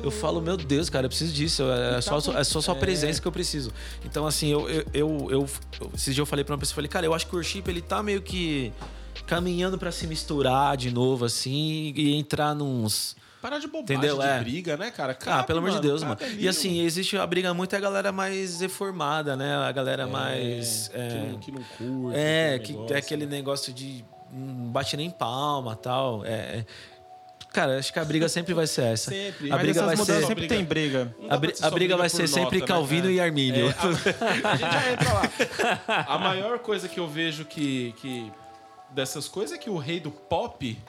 S3: Eu falo, meu Deus, cara, eu preciso disso. É, só, é só sua presença que eu preciso. Então, assim, eu, eu, eu, eu- eu- Esses dias eu falei pra uma pessoa, falei, cara, eu acho que o worship, ele tá meio que caminhando pra se misturar de novo, assim, e entrar nos...
S1: Parar de bobagem,
S3: Entendeu?
S1: de
S3: É.
S1: briga, né, cara?
S3: Ah,
S1: Cabe,
S3: pelo amor de
S1: mano,
S3: Deus, mano.
S1: cabe ali,
S3: E assim, existe a briga muito é a galera mais reformada, né? A galera mais.
S1: mano,
S3: é,
S1: É, que, não, que não curte.
S3: é,
S1: não
S3: que
S1: gosta.
S3: é aquele negócio de hum, bate nem palma tal. É, é. Cara, acho que a briga sempre vai ser essa.
S1: Sempre.
S3: A
S1: Mas
S3: briga
S4: essas
S3: vai
S4: mudanças
S3: ser.
S1: sempre
S4: sempre tem briga.
S1: Não dá
S3: A,
S1: pra
S3: bri-
S1: ser
S3: a
S1: só
S3: briga vai
S1: por
S3: ser sempre
S1: nota, né?
S3: Calvino e Armínio.
S1: A gente já entra lá. A maior coisa que eu vejo que, que dessas coisas é que o rei do pop,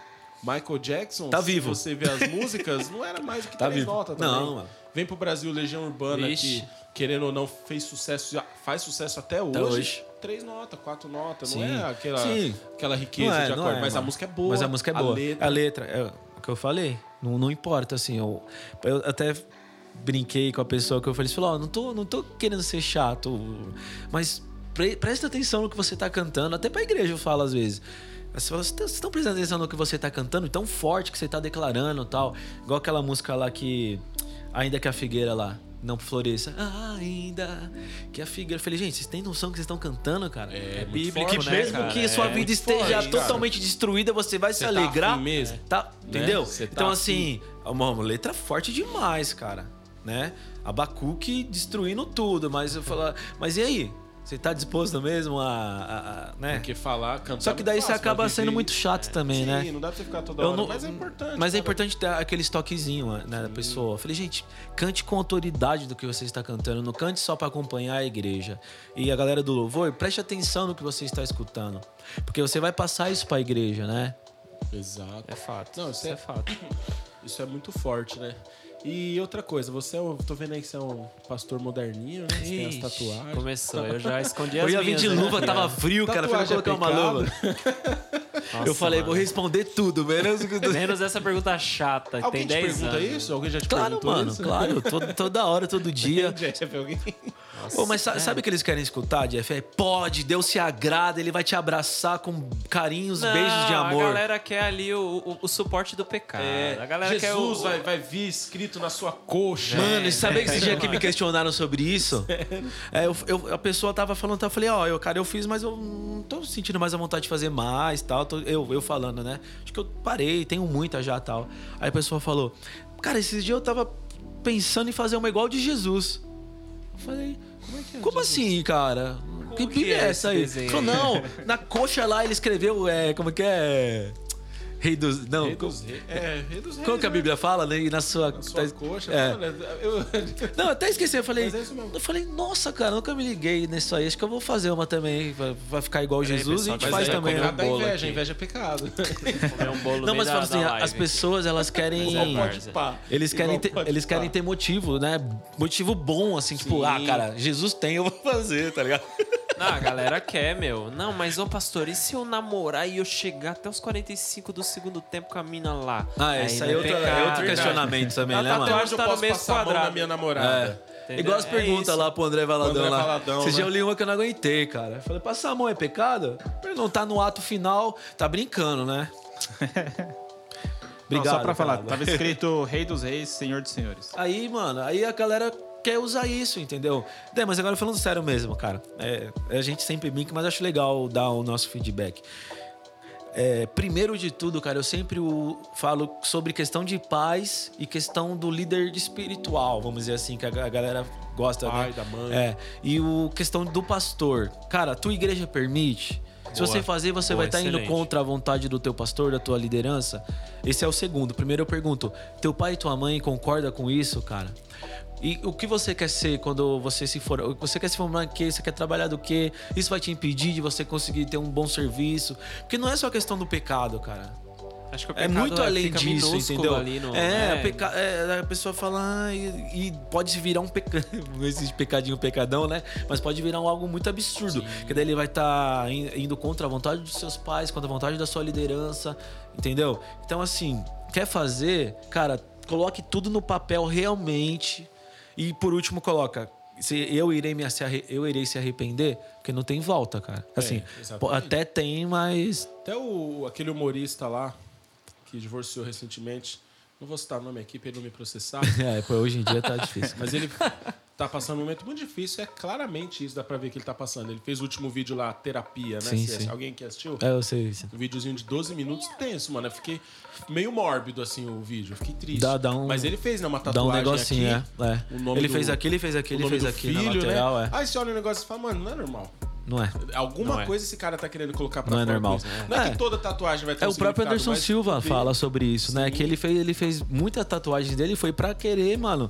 S1: Michael Jackson,
S3: Tá
S1: se
S3: vivo.
S1: você vê as músicas, não era mais do que
S3: Tá
S1: três
S3: vivo.
S1: notas também.
S3: Não, mano.
S1: Vem pro Brasil Legião Urbana
S2: Vixe.
S1: que, querendo ou não, fez sucesso, já faz sucesso até hoje.
S3: hoje.
S1: Três notas, quatro notas, não
S3: Sim.
S1: é aquela,
S3: Sim.
S1: aquela riqueza
S3: Não é,
S1: de
S3: não
S1: acorde,
S3: é,
S1: mas a
S3: mano.
S1: música é boa.
S3: Mas a música é boa.
S1: A letra,
S3: é o que eu falei. Não, não importa, assim. Eu, eu até brinquei com a pessoa que eu falei, falou, ó, não, tô, não tô querendo ser chato, mas pre- presta atenção no que você tá cantando. Até pra igreja eu falo às vezes. Aí Você fala, vocês estão prestando atenção no que você tá cantando? Tão forte que você tá declarando e tal. Igual aquela música lá que... Ainda que a figueira lá não floresça. Ainda que a figueira... Eu falei, gente, vocês têm noção do que vocês estão cantando, cara?
S1: É, muito
S2: bíblico,
S1: forte,
S2: né,
S1: né,
S3: Mesmo
S1: cara?
S3: que
S2: É,
S3: sua
S1: muito
S3: vida esteja
S1: forte, cara.
S3: totalmente destruída, você vai se
S1: Você tá
S3: alegrar.
S1: afim mesmo,
S3: Tá,
S1: né?
S3: entendeu?
S1: Você tá
S3: então, assim, é uma uma letra forte demais, cara. Né? Abacuque destruindo tudo, mas eu falo, mas e aí? Você tá disposto mesmo a. a- a- né?
S1: Porque falar, cantar. é
S3: Só que daí você acaba sendo muito chato também,
S1: Sim,
S3: né?
S1: não dá pra você ficar toda
S3: Eu
S1: hora,
S3: não-
S1: mas é importante.
S3: Mas é
S1: cara.
S3: importante ter aquele estoquezinho né, da pessoa. Eu falei, gente, cante com autoridade do que você está cantando. Não cante só para acompanhar a igreja. E a galera do louvor, preste atenção no que você está escutando. Porque você vai passar isso para a igreja, né?
S1: Exato.
S2: É fato.
S1: Não,
S2: isso
S1: isso
S2: é,
S1: é-
S2: fato.
S1: Isso é muito forte, né? E outra coisa, você é um, tô vendo aí que você é um pastor moderninho, né? Você tem as
S2: Ixi,
S1: tatuagens.
S2: Começou, eu já escondi as
S3: Eu ia vir
S2: minhas,
S3: de
S2: né?
S3: luva, tava frio, cara. Foi
S1: Tatuagem é
S3: colocar uma
S1: pecado?
S3: luva.
S2: Nossa,
S3: Eu falei,
S2: mano.
S3: vou responder tudo, menos o que
S2: Menos essa pergunta chata, que
S1: Alguém
S2: tem
S1: te
S2: 10
S1: pergunta
S2: anos.
S1: isso? Alguém já te
S3: Claro,
S1: perguntou
S3: mano,
S1: isso?
S3: claro. Todo, toda hora, todo dia.
S1: Jeff, alguém...
S3: Ô, mas
S1: É.
S3: sa- sabe o que eles querem escutar, Jeff? É, pode, Deus se agrada, ele vai te abraçar com carinhos,
S2: Não,
S3: beijos de amor.
S2: A galera quer ali o, o- o suporte do pecado.
S3: Ah,
S2: a galera
S1: É, Jesus
S2: quer o.
S1: vai, vai vir escrito na sua coxa.
S3: Mano, e sabe que esse dia
S2: mano.
S3: que me questionaram sobre isso? É, eu- eu- a pessoa tava falando, eu falei, ó, eu, cara, eu fiz, mas eu não tô sentindo mais a vontade de fazer mais tal. tô- eu, eu falando, né? Acho que eu parei, tenho muita já tal. Aí a pessoa falou, cara, esses dias eu tava pensando em fazer uma igual de Jesus. Eu falei. Como, assim, cara? que
S2: que
S3: bíblia
S2: é
S3: é essa
S2: esse
S3: aí?
S2: desenho?
S3: Falou, não, na coxa lá ele escreveu, é, como que é? Rei dos. Não,
S1: Rei dos reis. É, rei dos reis.
S3: como que a
S1: né?
S3: Bíblia fala, né? E na sua.
S1: Na sua
S3: tá-
S1: coxa.
S3: é.
S1: Mano, eu...
S3: Não, eu até esqueci. Eu falei,
S1: Mas é isso mesmo.
S3: eu falei, nossa, cara, nunca me liguei nisso aí. Acho que eu vou fazer uma também. Vai, vai ficar igual
S2: Peraí, pessoal,
S3: Jesus e a gente
S2: mas
S3: faz
S2: aí,
S3: também.
S2: é
S1: Nada
S2: combinado.
S3: né?
S1: da
S2: bolo
S1: inveja,
S2: aqui.
S1: inveja é pecado.
S2: comer um bolo
S3: Não,
S2: no
S3: mas
S2: meio
S3: falo assim,
S2: da- da
S3: as
S2: live.
S3: pessoas, elas querem.
S2: Concordo.
S1: Pá.
S3: é. Eles querem,
S1: Igual
S3: ter,
S1: pode
S3: eles querem
S1: pá.
S3: ter motivo, né? Motivo bom, assim, tipo, ah, cara, Jesus tem, eu vou fazer, tá ligado?
S2: Não, a galera quer, meu. Não, mas ô pastor, e se eu namorar e eu chegar até os 45 do segundo tempo com a mina lá?
S3: Ah, esse aí é
S2: não
S3: outro,
S2: tem
S3: é
S2: cara.
S3: outro questionamento também,
S1: Na
S3: né, mano?
S1: tatuagem eu
S2: Tá no
S1: posso
S2: mesmo
S1: passar a mão na
S2: quadrado.
S1: minha namorada.
S3: É. Igual as
S2: É
S3: perguntas
S2: isso.
S3: lá pro André Valadão.
S1: André
S3: lá.
S1: Valadão,
S3: Esse dia
S1: né?
S3: eu li uma que eu não aguentei, cara. Eu falei, passar a mão é pecado? Ele não tá no ato final, tá brincando, né?
S4: Não,
S3: Obrigado.
S4: só pra falar,
S3: cara.
S4: tava escrito Rei dos Reis, Senhor dos Senhores.
S3: Aí, mano, aí a galera quer usar isso, entendeu? É, mas agora falando sério mesmo, cara. é, a gente sempre brinca, mas acho legal dar o nosso feedback. É, primeiro de tudo, cara, eu sempre o- falo sobre questão de paz e questão do líder espiritual, vamos dizer assim, que a, ga- a galera gosta,
S1: Pai,
S3: né?
S1: da mãe.
S3: É, e o questão do pastor. Cara, tua igreja permite? Se você fazer, você
S2: Boa,
S3: vai estar indo
S2: excelente.
S3: contra a vontade do teu pastor, da tua liderança. Esse é o segundo. Primeiro eu pergunto, teu pai e tua mãe concorda com isso, cara? E o que você quer ser quando você se for? Você quer se formar em quê? Você quer trabalhar do quê? Isso vai te impedir de você conseguir ter um bom serviço? Porque não é só questão do pecado, cara.
S2: Acho que o
S3: É
S2: pecado
S3: muito
S2: é-
S3: além
S2: fica
S3: disso,
S2: minúsculo
S3: entendeu?
S2: ali no-
S3: é,
S2: né?
S3: peca- é, a pessoa fala "Ah, e, e pode se virar um pecado, não existe pecadinho, pecadão, né? Mas pode virar um, algo muito absurdo, que daí ele vai estar indo contra a vontade dos seus pais, contra a vontade da sua liderança, entendeu? Então assim, quer fazer, cara, coloque tudo no papel realmente e por último coloca se eu irei me se arre- eu irei se arrepender, porque não tem volta, cara.
S2: É,
S3: Assim, pô,
S1: exatamente.
S3: até tem, mas
S1: Até o, aquele humorista lá, que divorciou recentemente, não vou citar o nome aqui pra ele não me processar,
S3: é, pô, hoje em dia tá difícil.
S1: mas ele tá passando um momento muito difícil, é claramente isso, dá pra ver que ele tá passando. Ele fez o último vídeo lá, terapia, né?
S3: Sim,
S1: Se-
S3: sim.
S1: Alguém que assistiu?
S3: É, eu sei. isso.
S1: Um videozinho de 12 minutos tenso, mano. Eu fiquei meio mórbido, assim, o vídeo. Eu fiquei triste.
S3: Dá- dá um-
S1: Mas ele fez, né? Uma
S3: Dá
S1: tatuagem
S3: um negocinho,
S1: aqui.
S3: é. é.
S1: o nome
S3: ele
S1: do-
S3: fez aquilo, ele fez
S1: O
S3: aquilo, ele
S1: nome
S3: fez
S1: do
S3: aquilo
S1: filho,
S3: na lateral,
S1: né?
S3: é.
S1: Aí você olha o negócio e fala, mano, não é normal.
S3: Não é.
S1: Alguma
S2: Não é.
S1: coisa esse cara tá querendo colocar pra
S3: Não é
S1: fora
S3: normal.
S1: com isso. Não é.
S3: É.
S1: que toda tatuagem vai ter
S3: É
S1: um
S3: o próprio
S1: significado,
S3: Anderson
S1: mas-
S3: Silva
S1: Sim.
S3: fala sobre isso, né? Que ele fez, ele fez muita tatuagem dele, foi pra querer, mano,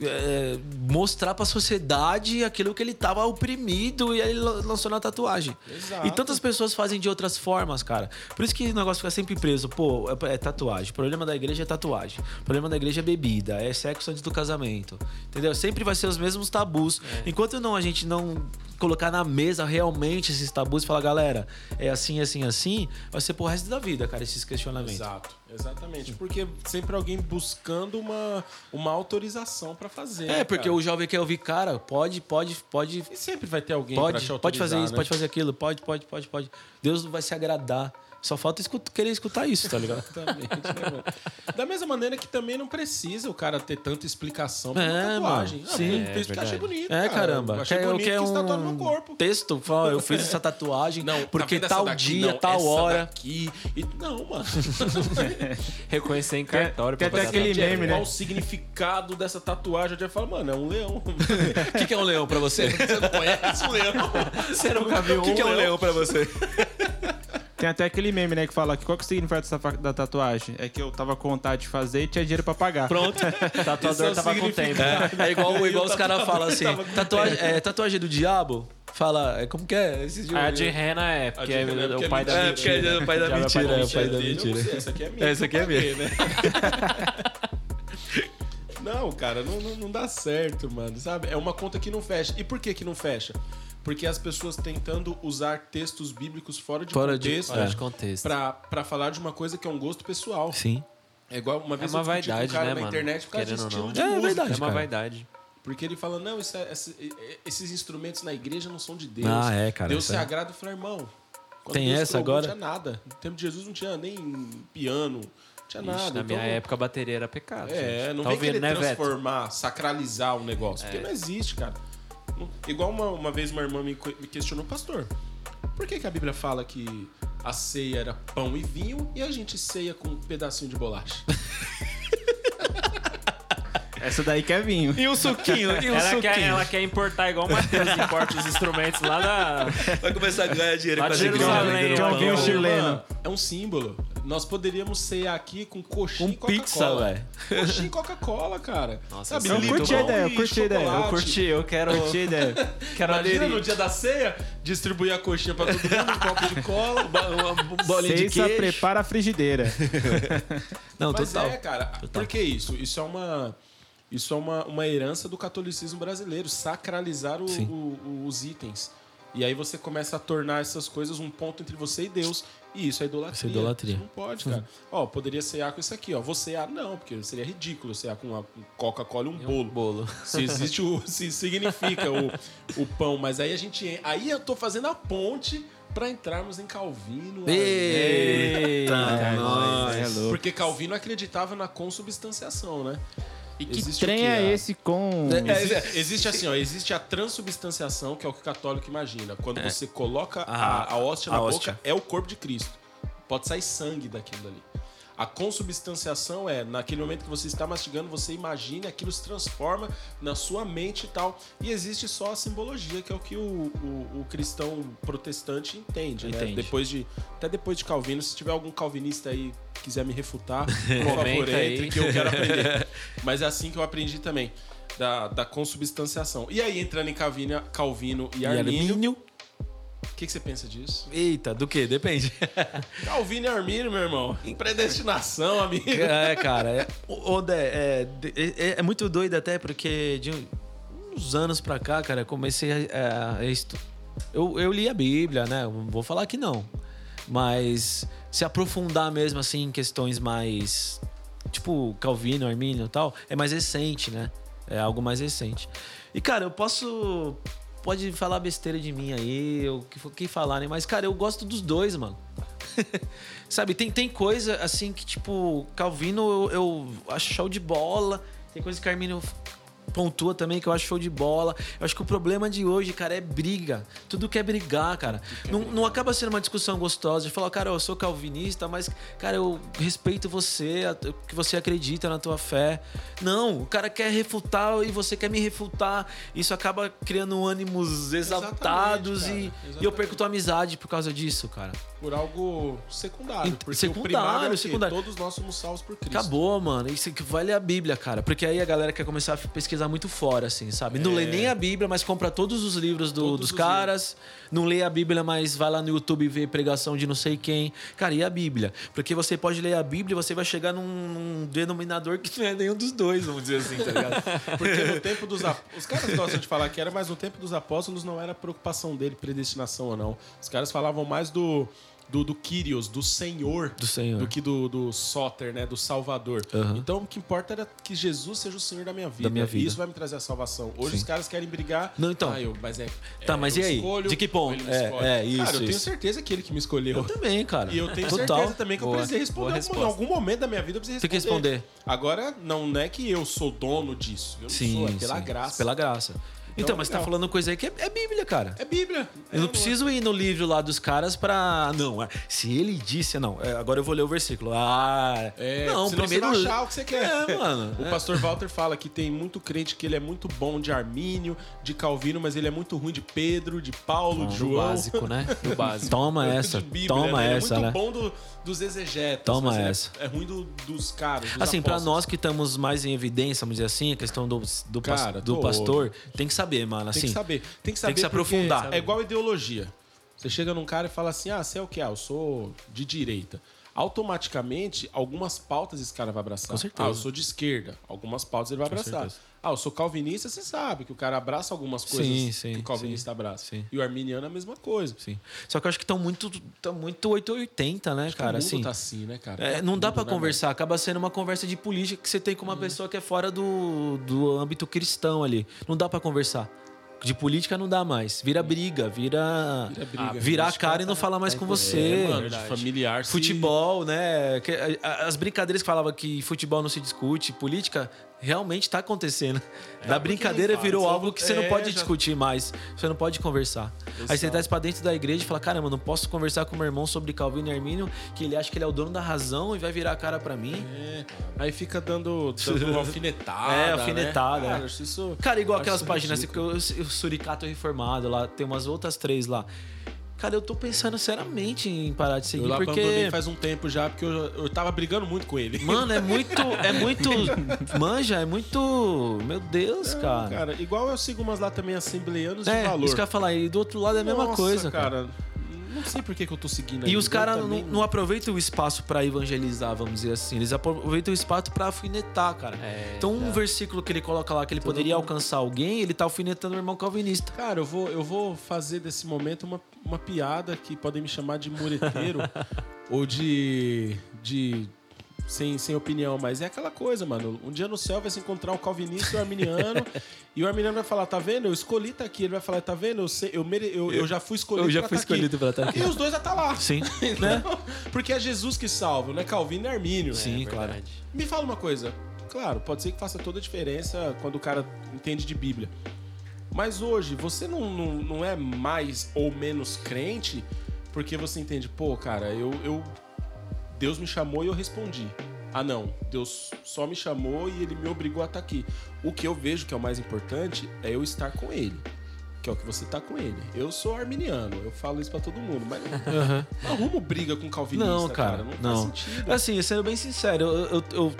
S3: é, mostrar pra sociedade aquilo que ele tava oprimido e aí ele lan- lançou na tatuagem.
S1: Exato.
S3: E tantas pessoas fazem de outras formas, cara. Por isso que o negócio fica sempre preso. Pô, é, é tatuagem. O problema da igreja é tatuagem. O problema da igreja é bebida, é sexo antes do casamento. Entendeu? Sempre vai ser os mesmos tabus.
S1: É.
S3: Enquanto não a gente não colocar na mesa realmente esses tabus e falar, galera, é assim, assim, assim, vai ser pro resto da vida, cara, esses questionamentos.
S1: Exato, exatamente. Porque sempre alguém buscando uma, uma autorização pra fazer.
S3: É,
S1: né,
S3: porque
S1: cara?
S3: o jovem quer ouvir, cara, pode, pode, pode
S1: E sempre vai ter alguém pra
S3: Pode,
S1: te autorizar,
S3: pode fazer isso,
S1: né?
S3: pode fazer aquilo, pode, pode, pode, pode. Deus vai se agradar. Só falta escut- querer escutar isso, tá ligado?
S1: Exatamente, né, mano? Da mesma maneira que também não precisa o cara ter tanta explicação pra uma
S3: É,
S1: tatuagem.
S3: mano,
S1: Ah,
S3: sim.
S1: ele fez porque
S2: É
S1: achei
S2: verdade.
S1: bonito. cara.
S3: É, caramba.
S1: Achei
S3: Quer-
S1: bonito
S3: quer
S1: que isso tatuado no
S3: um
S1: meu corpo.
S3: Texto, fala, eu fiz essa tatuagem
S1: Não, tá
S3: porque
S1: vendo essa
S3: tal
S1: daqui?
S3: dia,
S1: Não,
S3: tal
S1: essa
S3: hora.
S1: Daqui. E, não, mano.
S2: Reconhecer em cartório.
S4: tem
S2: pra
S4: até
S2: pagar
S4: aquele
S2: tatuagem.
S4: meme, né?
S1: Qual o significado dessa tatuagem? Eu já falo, mano, é um leão.
S3: O que, que é um leão pra você?
S1: Você não conhece um leão?
S3: Você nunca viu O que, que
S2: né?
S3: é um leão pra você?
S4: Tem até aquele meme, né, que fala que qual que é o significado dessa fa- da tatuagem? É que eu tava com vontade de fazer e tinha dinheiro pra pagar.
S2: Pronto.
S1: Esse é o
S2: Tatuador tava com tempo.
S3: É, igual, igual os
S1: tava-
S3: caras falam assim:
S1: tava com
S3: tatuagem, é, tatuagem do diabo? Fala, é, como que é? Esse dia-
S2: A de Rena é, porque
S1: de
S2: é
S1: Rena é porque
S2: o
S1: é
S2: pai da
S1: mentira.
S3: É, porque
S2: mentira.
S3: é o pai da
S2: Já vai
S3: mentira.
S2: pra
S3: É, o
S2: mentira
S3: pai da
S1: dele, eu não
S3: mentira.
S1: sei, Essa aqui é minha.
S3: Essa aqui é
S1: vai
S3: minha.
S1: ver, Né? Não, cara, não, não, não dá certo, mano, sabe? É uma conta que não fecha. E por que que não fecha? Porque as pessoas tentando usar textos bíblicos fora de
S3: Fora de- É.
S1: contexto
S2: Fora de contexto.
S1: pra, pra falar de uma coisa que é um gosto pessoal.
S3: Sim.
S1: É igual uma vez
S2: uma
S1: eu discuti com
S2: vaidade,
S1: um cara na
S2: né, mano?
S1: internet por causa de
S2: Querendo ou
S1: estilo
S2: não.
S1: de
S3: É
S1: música. né?
S3: verdade.
S2: É uma
S3: cara.
S2: vaidade.
S1: Porque ele fala, não, isso é- essa- e- esses instrumentos na igreja não são de Deus.
S3: Ah, é, cara,
S1: Deus
S3: isso
S1: se
S3: é.
S1: agrada e fala, irmão. quando
S3: Tem
S1: Deus
S3: essa
S1: criou,
S3: agora?
S1: Não tinha nada. No tempo de Jesus não tinha nem piano, não tinha
S2: Ixi,
S1: nada.
S2: na minha
S1: Então,
S2: época, a bateria era pecado.
S1: É,
S2: gente.
S1: não
S2: tá
S1: vem
S2: ouvindo,
S1: querer
S2: né, Veto? É.
S1: transformar, sacralizar o negócio. Porque não existe, cara. Não- Igual uma, uma vez uma irmã me, que- me questionou, pastor, por que, que a Bíblia fala que a ceia era pão e vinho e a gente ceia com um pedacinho de bolacha?
S4: Essa daí que é vinho.
S3: E um suquinho, e um
S2: Ela
S3: suquinho.
S2: quer, ela quer importar igual o Matheus importa os instrumentos lá da.
S3: Vai começar a ganhar dinheiro
S2: Lá
S3: com né, as
S2: de
S3: igrejas
S2: Jerusalém,
S3: vendendo
S2: ó.
S3: pão.
S4: Tem um
S1: Irmã,
S4: chileno.
S1: É um símbolo. Nós poderíamos cear aqui com coxinha
S3: Com
S1: e Coca-Cola.
S3: Um pizza, velho.
S1: Coxinha e Coca-Cola, cara.
S2: Nossa,
S1: Sabe,
S2: isso é
S1: limão
S2: muito
S4: curti a
S1: e
S4: ideia, eu curti a ideia, eu
S1: chocolate.
S2: Curti, eu quero.
S4: Curti a ideia.
S2: quero
S1: Imagina no
S2: aderir.
S1: dia da ceia, distribuir a coxinha pra todo mundo, um copo de cola.
S3: Bolinha de
S4: Seixa
S3: queijo.
S4: prepara a frigideira.
S3: Não,
S1: Mas
S3: total.
S1: é, cara. Por que isso? Isso é uma... Isso é uma, uma herança do catolicismo brasileiro, sacralizar o-
S3: Sim.
S1: o- o- os itens. E aí você começa a tornar essas coisas um ponto entre você e Deus. E isso é idolatria.
S3: Isso é idolatria. Uhum.
S1: Isso não pode, cara. ó, poderia cear com isso aqui, ó. Vou cear, não, porque seria ridículo cear com uma Coca-Cola e um bolo.
S2: Bolo.
S1: Se existe o. Se significa o, o pão, mas aí a gente. Aí eu tô fazendo a ponte pra entrarmos em Calvino. Arminius.
S3: Eita,
S4: Nossa, é louco.
S1: Porque Calvino acreditava na consubstanciação, né?
S4: E que
S1: Existe
S4: trem
S1: o quê?
S4: é
S1: A-
S4: esse com...
S3: É,
S1: Existe, existe assim, ó, existe a transubstanciação, que é o que o católico imagina. Quando você coloca a, a hóstia
S3: É. a
S1: na
S3: hóstia.
S1: boca, é o corpo de Cristo. Pode sair sangue daquilo dali. A consubstanciação é, naquele momento que você está mastigando, você imagina, aquilo se transforma na sua mente e tal. E existe só a simbologia, que é o que o, o- o cristão protestante entende, né?
S3: Entende.
S1: Depois de, até depois de Calvino, se tiver algum calvinista aí que quiser me refutar, por favor,
S2: Comenta aí.
S1: entre que eu quero aprender. Mas é assim que eu aprendi também. Da, da consubstanciação. E aí, entrando em Calvino, Calvino e, Armínio, o que, que você pensa disso?
S3: Eita, do que? Depende.
S1: Calvino e Armínio, meu irmão. Predestinação, amigo.
S3: É, cara. É, o- o Dé, é, de- é- é muito doido até, porque de um- uns anos pra cá, cara, eu comecei a, a- a estu- eu, eu li a Bíblia, né? Eu Vou falar que não. Mas se aprofundar mesmo, assim, em questões mais... Tipo, Calvino, Arminio e tal, é mais recente, né? É algo mais recente. E, cara, eu posso... Pode falar besteira de mim aí, o que, for- o que falarem, mas, cara, eu gosto dos dois, mano. Sabe, tem, tem coisa assim que, tipo, Calvino eu, eu acho show de bola. Tem coisa que Arminio pontua também que eu acho show de bola. Eu acho que o problema de hoje, cara, é briga. Tudo quer brigar, cara. não, não acaba sendo uma discussão gostosa de falar, cara, eu sou calvinista, mas, cara, eu respeito você, a- o que você acredita na tua fé. Não, o cara quer refutar e você quer me refutar. Isso acaba criando ânimos exaltados
S1: cara.
S3: e, e eu
S1: Exatamente.
S3: perco tua amizade por causa disso, cara.
S1: Por algo secundário.
S3: E-
S1: Porque o
S3: secundário,
S1: primário é o quê?
S3: secundário.
S1: Todos nós somos salvos por Cristo.
S3: Acabou, mano. Isso que vai ler a Bíblia, cara. Porque aí a galera quer começar a pesquisar muito fora, assim, sabe? Não lê nem a Bíblia, mas compra todos os livros do-
S1: É. Todos
S3: dos
S1: os
S3: caras. Não lê a Bíblia, mas vai lá no YouTube e vê pregação de não sei quem. Cara, e a Bíblia? Porque você pode ler a Bíblia e você vai chegar num, num denominador que não é nenhum dos dois, vamos dizer assim, tá ligado?
S1: Porque no tempo dos apóstolos. Os caras gostam de falar que era, mas no tempo dos apóstolos não era preocupação dele, predestinação ou não. Os caras falavam mais do. Do, do Kyrios, do Senhor.
S3: Do Senhor.
S1: Do que do, do Soter, né? Do Salvador.
S3: Aham.
S1: Então o que importa era que Jesus seja o Senhor da minha vida.
S3: minha vida.
S1: E isso vai me trazer a salvação. Hoje os caras querem brigar.
S3: Não, então.
S1: Ah, eu, mas é.
S3: Tá,
S1: é,
S3: mas
S1: eu
S3: e aí?
S1: escolho,
S3: De que ponto?
S1: ele me
S3: É,
S1: escolhe.
S3: é,
S1: Cara,
S3: isso,
S1: eu tenho
S3: isso.
S1: certeza que ele que me escolheu.
S3: Eu também, cara.
S1: E eu tenho
S3: Total.
S1: certeza também que
S2: Boa.
S1: eu precisei
S2: Boa
S1: responder algum, em
S2: resposta.
S1: algum momento da minha vida eu precisei
S3: Tem que
S1: responder.
S3: responder.
S1: Agora, não é que eu sou dono disso. Eu não sou, é pela
S3: sim.
S1: graça.
S3: Pela graça. Então,
S1: Então,
S3: mas tá
S1: legal.
S3: falando coisa aí que é, é Bíblia, cara.
S1: É Bíblia. É,
S3: Eu não preciso ir no livro lá dos caras pra. Não, é- se ele disse, não. é, Agora eu vou ler o versículo. Ah,
S1: É,
S3: não,
S1: senão
S3: primeiro.
S1: você vai achar o que você quer.
S3: É, mano.
S1: O
S3: é.
S1: pastor Walter fala que tem muito crente que ele é muito bom de Armínio, de Calvino, mas ele é muito ruim de Pedro, de Paulo, de
S2: Do
S1: João.
S2: básico, né? Do básico.
S3: Toma
S1: é de
S3: essa,
S1: Bíblia,
S3: toma
S1: né? Ele
S3: essa,
S1: é
S3: né?
S1: muito bom do- dos exegetas.
S3: Toma
S1: mas ele é-
S3: essa.
S1: É, ruim do- dos caras. dos
S3: Assim, pra
S1: apóstolos.
S3: nós que estamos mais em evidência, vamos dizer assim, a questão do, do, pas-
S1: Cara,
S3: do
S1: tô-
S3: pastor, tem que saber, mano. Assim,
S1: Tem que saber. Tem que saber.
S3: que se
S1: porque
S3: aprofundar.
S1: É igual ideologia. Você chega num cara e fala assim: ah, você é o quê? Ah, eu sou de direita. Automaticamente, algumas pautas esse cara vai abraçar.
S3: Com certeza.
S1: Ah, eu sou de esquerda. Algumas pautas ele vai abraçar. Ah, eu sou calvinista, você sabe que o cara abraça algumas coisas
S3: Sim, sim,
S1: que o calvinista abraça.
S3: sim.
S1: E o arminiano é a mesma coisa.
S3: Sim. Só que eu acho que estão muito, tão muito 880, né,
S1: o
S3: cara?
S1: mundo
S3: Assim,
S1: tá assim, né, cara?
S3: É, não dá
S1: Tudo,
S3: pra
S1: né,
S3: conversar, acaba sendo uma conversa de política que você tem com uma pessoa que é fora do, do âmbito cristão ali. Não dá pra conversar. De política não dá mais. Vira briga, vira.
S1: Vira né?
S3: Vira,
S1: briga.
S3: a cara e não fala mais com você.
S1: mano? É, mano, de familiar. assim, se-
S3: Futebol, né? Que- a- a- As brincadeiras que falavam que futebol não se discute, política realmente tá acontecendo. da brincadeira
S1: É, nem fala,
S3: virou
S1: só
S3: algo
S1: vou-
S3: que você não
S1: é,
S3: pode
S1: já-
S3: discutir mais, você não pode conversar. Aí você traz pra dentro da igreja e fala: caramba, não posso conversar com meu irmão sobre Calvino e Armínio, que ele acha que ele é o dono da razão e vai virar a cara pra mim.
S1: É, aí fica dando, dando uma alfinetada.
S3: É,
S1: né?
S3: alfinetada,
S1: Cara,
S3: é.
S1: acho isso.
S3: Cara, igual
S1: acho
S3: aquelas
S1: isso
S3: páginas
S1: ridículo.
S3: que eu, o Suricato Reformado lá, tem umas outras três lá. Cara, eu tô pensando seriamente em parar de seguir,
S1: Eu lá
S3: porque.
S1: abandonei faz um tempo já, porque eu, eu tava brigando muito com ele.
S3: Mano, é muito. É muito. Manja, é muito. Meu Deus, cara.
S1: Cara, igual eu sigo umas lá também, assembleanos
S3: é,
S1: de valor.
S3: isso que eu ia falar. E do outro lado é a mesma
S1: Nossa,
S3: coisa, cara.
S1: Não sei por que, que eu tô seguindo
S3: E
S1: ainda,
S3: os caras
S1: eu
S3: não,
S1: também-
S3: não aproveitam o espaço pra evangelizar, vamos dizer assim. Eles aproveitam o espaço pra alfinetar, cara.
S2: É,
S3: então, um versículo que ele coloca lá que ele poderia alcançar alguém, ele tá alfinetando o irmão calvinista.
S1: Cara, eu vou, eu vou fazer desse momento uma, uma piada que podem me chamar de mureteiro ou de. de. Sem, sem opinião, mas é aquela coisa, mano. Um dia no céu vai se encontrar um calvinista e um arminiano, e o arminiano vai falar: tá vendo? Eu escolhi tá aqui. Ele vai falar: tá vendo? Eu, sei- eu, mere- eu, eu já fui escolhido
S3: Eu já
S1: pra
S3: fui
S1: tá aqui."
S3: escolhido pra estar aqui.
S1: E os dois já tá lá.
S3: Sim.
S1: né? Porque é Jesus que salva, não é Calvino e Armínio.
S3: Sim, claro.
S2: Verdade.
S1: Me fala uma coisa. Claro, pode ser que faça toda a diferença quando o cara entende de Bíblia. Mas hoje, você não, não, não é mais ou menos crente porque você entende, pô, cara, eu, eu Deus me chamou e eu respondi. Ah, não, Deus só me chamou e ele me obrigou a estar aqui. O que eu vejo que é o mais importante é eu estar com ele. Que é o que você tá com ele. Eu sou arminiano, eu falo isso pra todo mundo, mas não arrumo briga com calvinista,
S3: Não, cara,
S1: Não,
S3: não.
S1: faz sentido.
S3: Assim, sendo bem sincero, eu, eu, eu,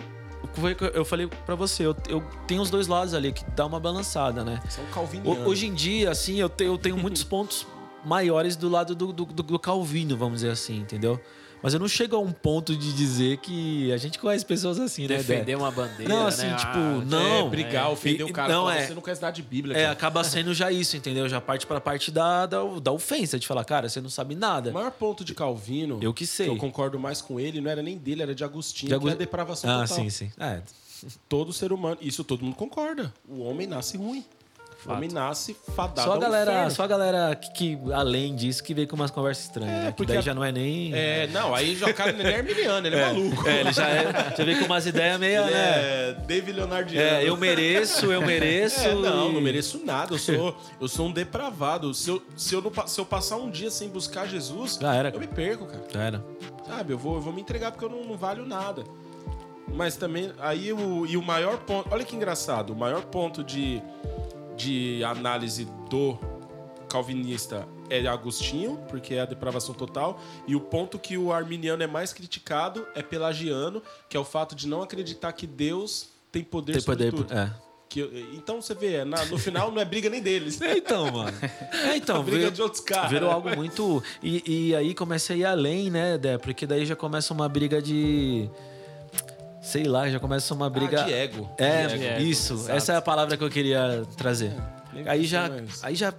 S3: foi o que eu falei pra você, eu, eu tenho os dois lados ali que dá uma balançada, né?
S1: São
S3: O-
S1: calvinianos.
S3: hoje em dia, assim, eu, te- eu tenho muitos pontos maiores do lado do, do, do- do Calvino, vamos dizer assim, entendeu? Mas eu não chego a um ponto de dizer que a gente conhece pessoas assim, né?
S2: Defender
S3: Dé?
S2: uma bandeira.
S3: Não, assim,
S2: né?
S3: tipo,
S2: Ah,
S3: não.
S1: É, brigar, ofender
S3: E-
S1: o cara.
S3: não,
S1: falar,
S3: é.
S1: Você não quer estudar de Bíblia,
S3: É,
S1: cara."
S3: acaba sendo já isso, entendeu? Já parte pra parte da, da, da ofensa, de falar, cara, você não sabe nada.
S1: O maior ponto de Calvino,
S3: Eu que sei.
S1: eu concordo mais com ele, não era nem dele, era de Agostinho,
S3: De
S1: de que
S3: Agus-
S1: é a depravação
S3: ah,
S1: total.
S3: sim, sim. É,
S1: Todo ser humano, isso todo mundo concorda. O homem nasce ruim. O homem nasce fadado
S3: Só a
S1: ao
S3: galera,
S1: Tá, um inferno.
S3: só a galera que, que, além disso, que veio com umas conversas estranhas,
S1: É,
S3: né? Que
S1: porque
S3: daí
S1: a-
S3: já não é nem.
S1: É, não, aí já o cara não é arminiano, ele é, maluco.
S3: É, ele já, é, já veio com umas ideias meio,
S1: Ele
S3: né?
S1: é David Leonardiano.
S3: É, eu mereço, eu mereço.
S1: É, não, não
S3: e-
S1: mereço nada. Eu sou, eu sou um depravado. Se eu, se, eu não pa- se eu passar um dia sem buscar Jesus,
S3: Já era,
S1: eu me perco, cara.
S3: Já era.
S1: Sabe, eu vou, eu vou me entregar porque eu não, não valho nada. Mas também, aí o, e o maior ponto, olha que engraçado, o maior ponto de, de análise do calvinista é Agostinho, porque é a depravação total, e o ponto que o arminiano é mais criticado é pelagiano, que é o fato de não acreditar que Deus tem poder
S3: Tem
S1: sobre
S3: poder.
S1: tudo.
S3: É.
S1: Que eu- então você vê, é na- no final não é briga nem deles,
S3: É, Então, mano. É, então,
S1: briga
S3: virou,
S1: de outros caras.
S3: virou algo muito. E, e aí começa a ir além, né, Dé? Porque daí já começa uma briga de. Sei lá, já começa uma briga.
S1: Ah, de ego. É,
S3: É,
S2: De ego,
S3: isso.
S2: exato.
S3: Essa é a palavra que eu queria trazer.
S1: nem
S3: aí
S1: sei
S3: já.
S1: mais.
S3: Aí já.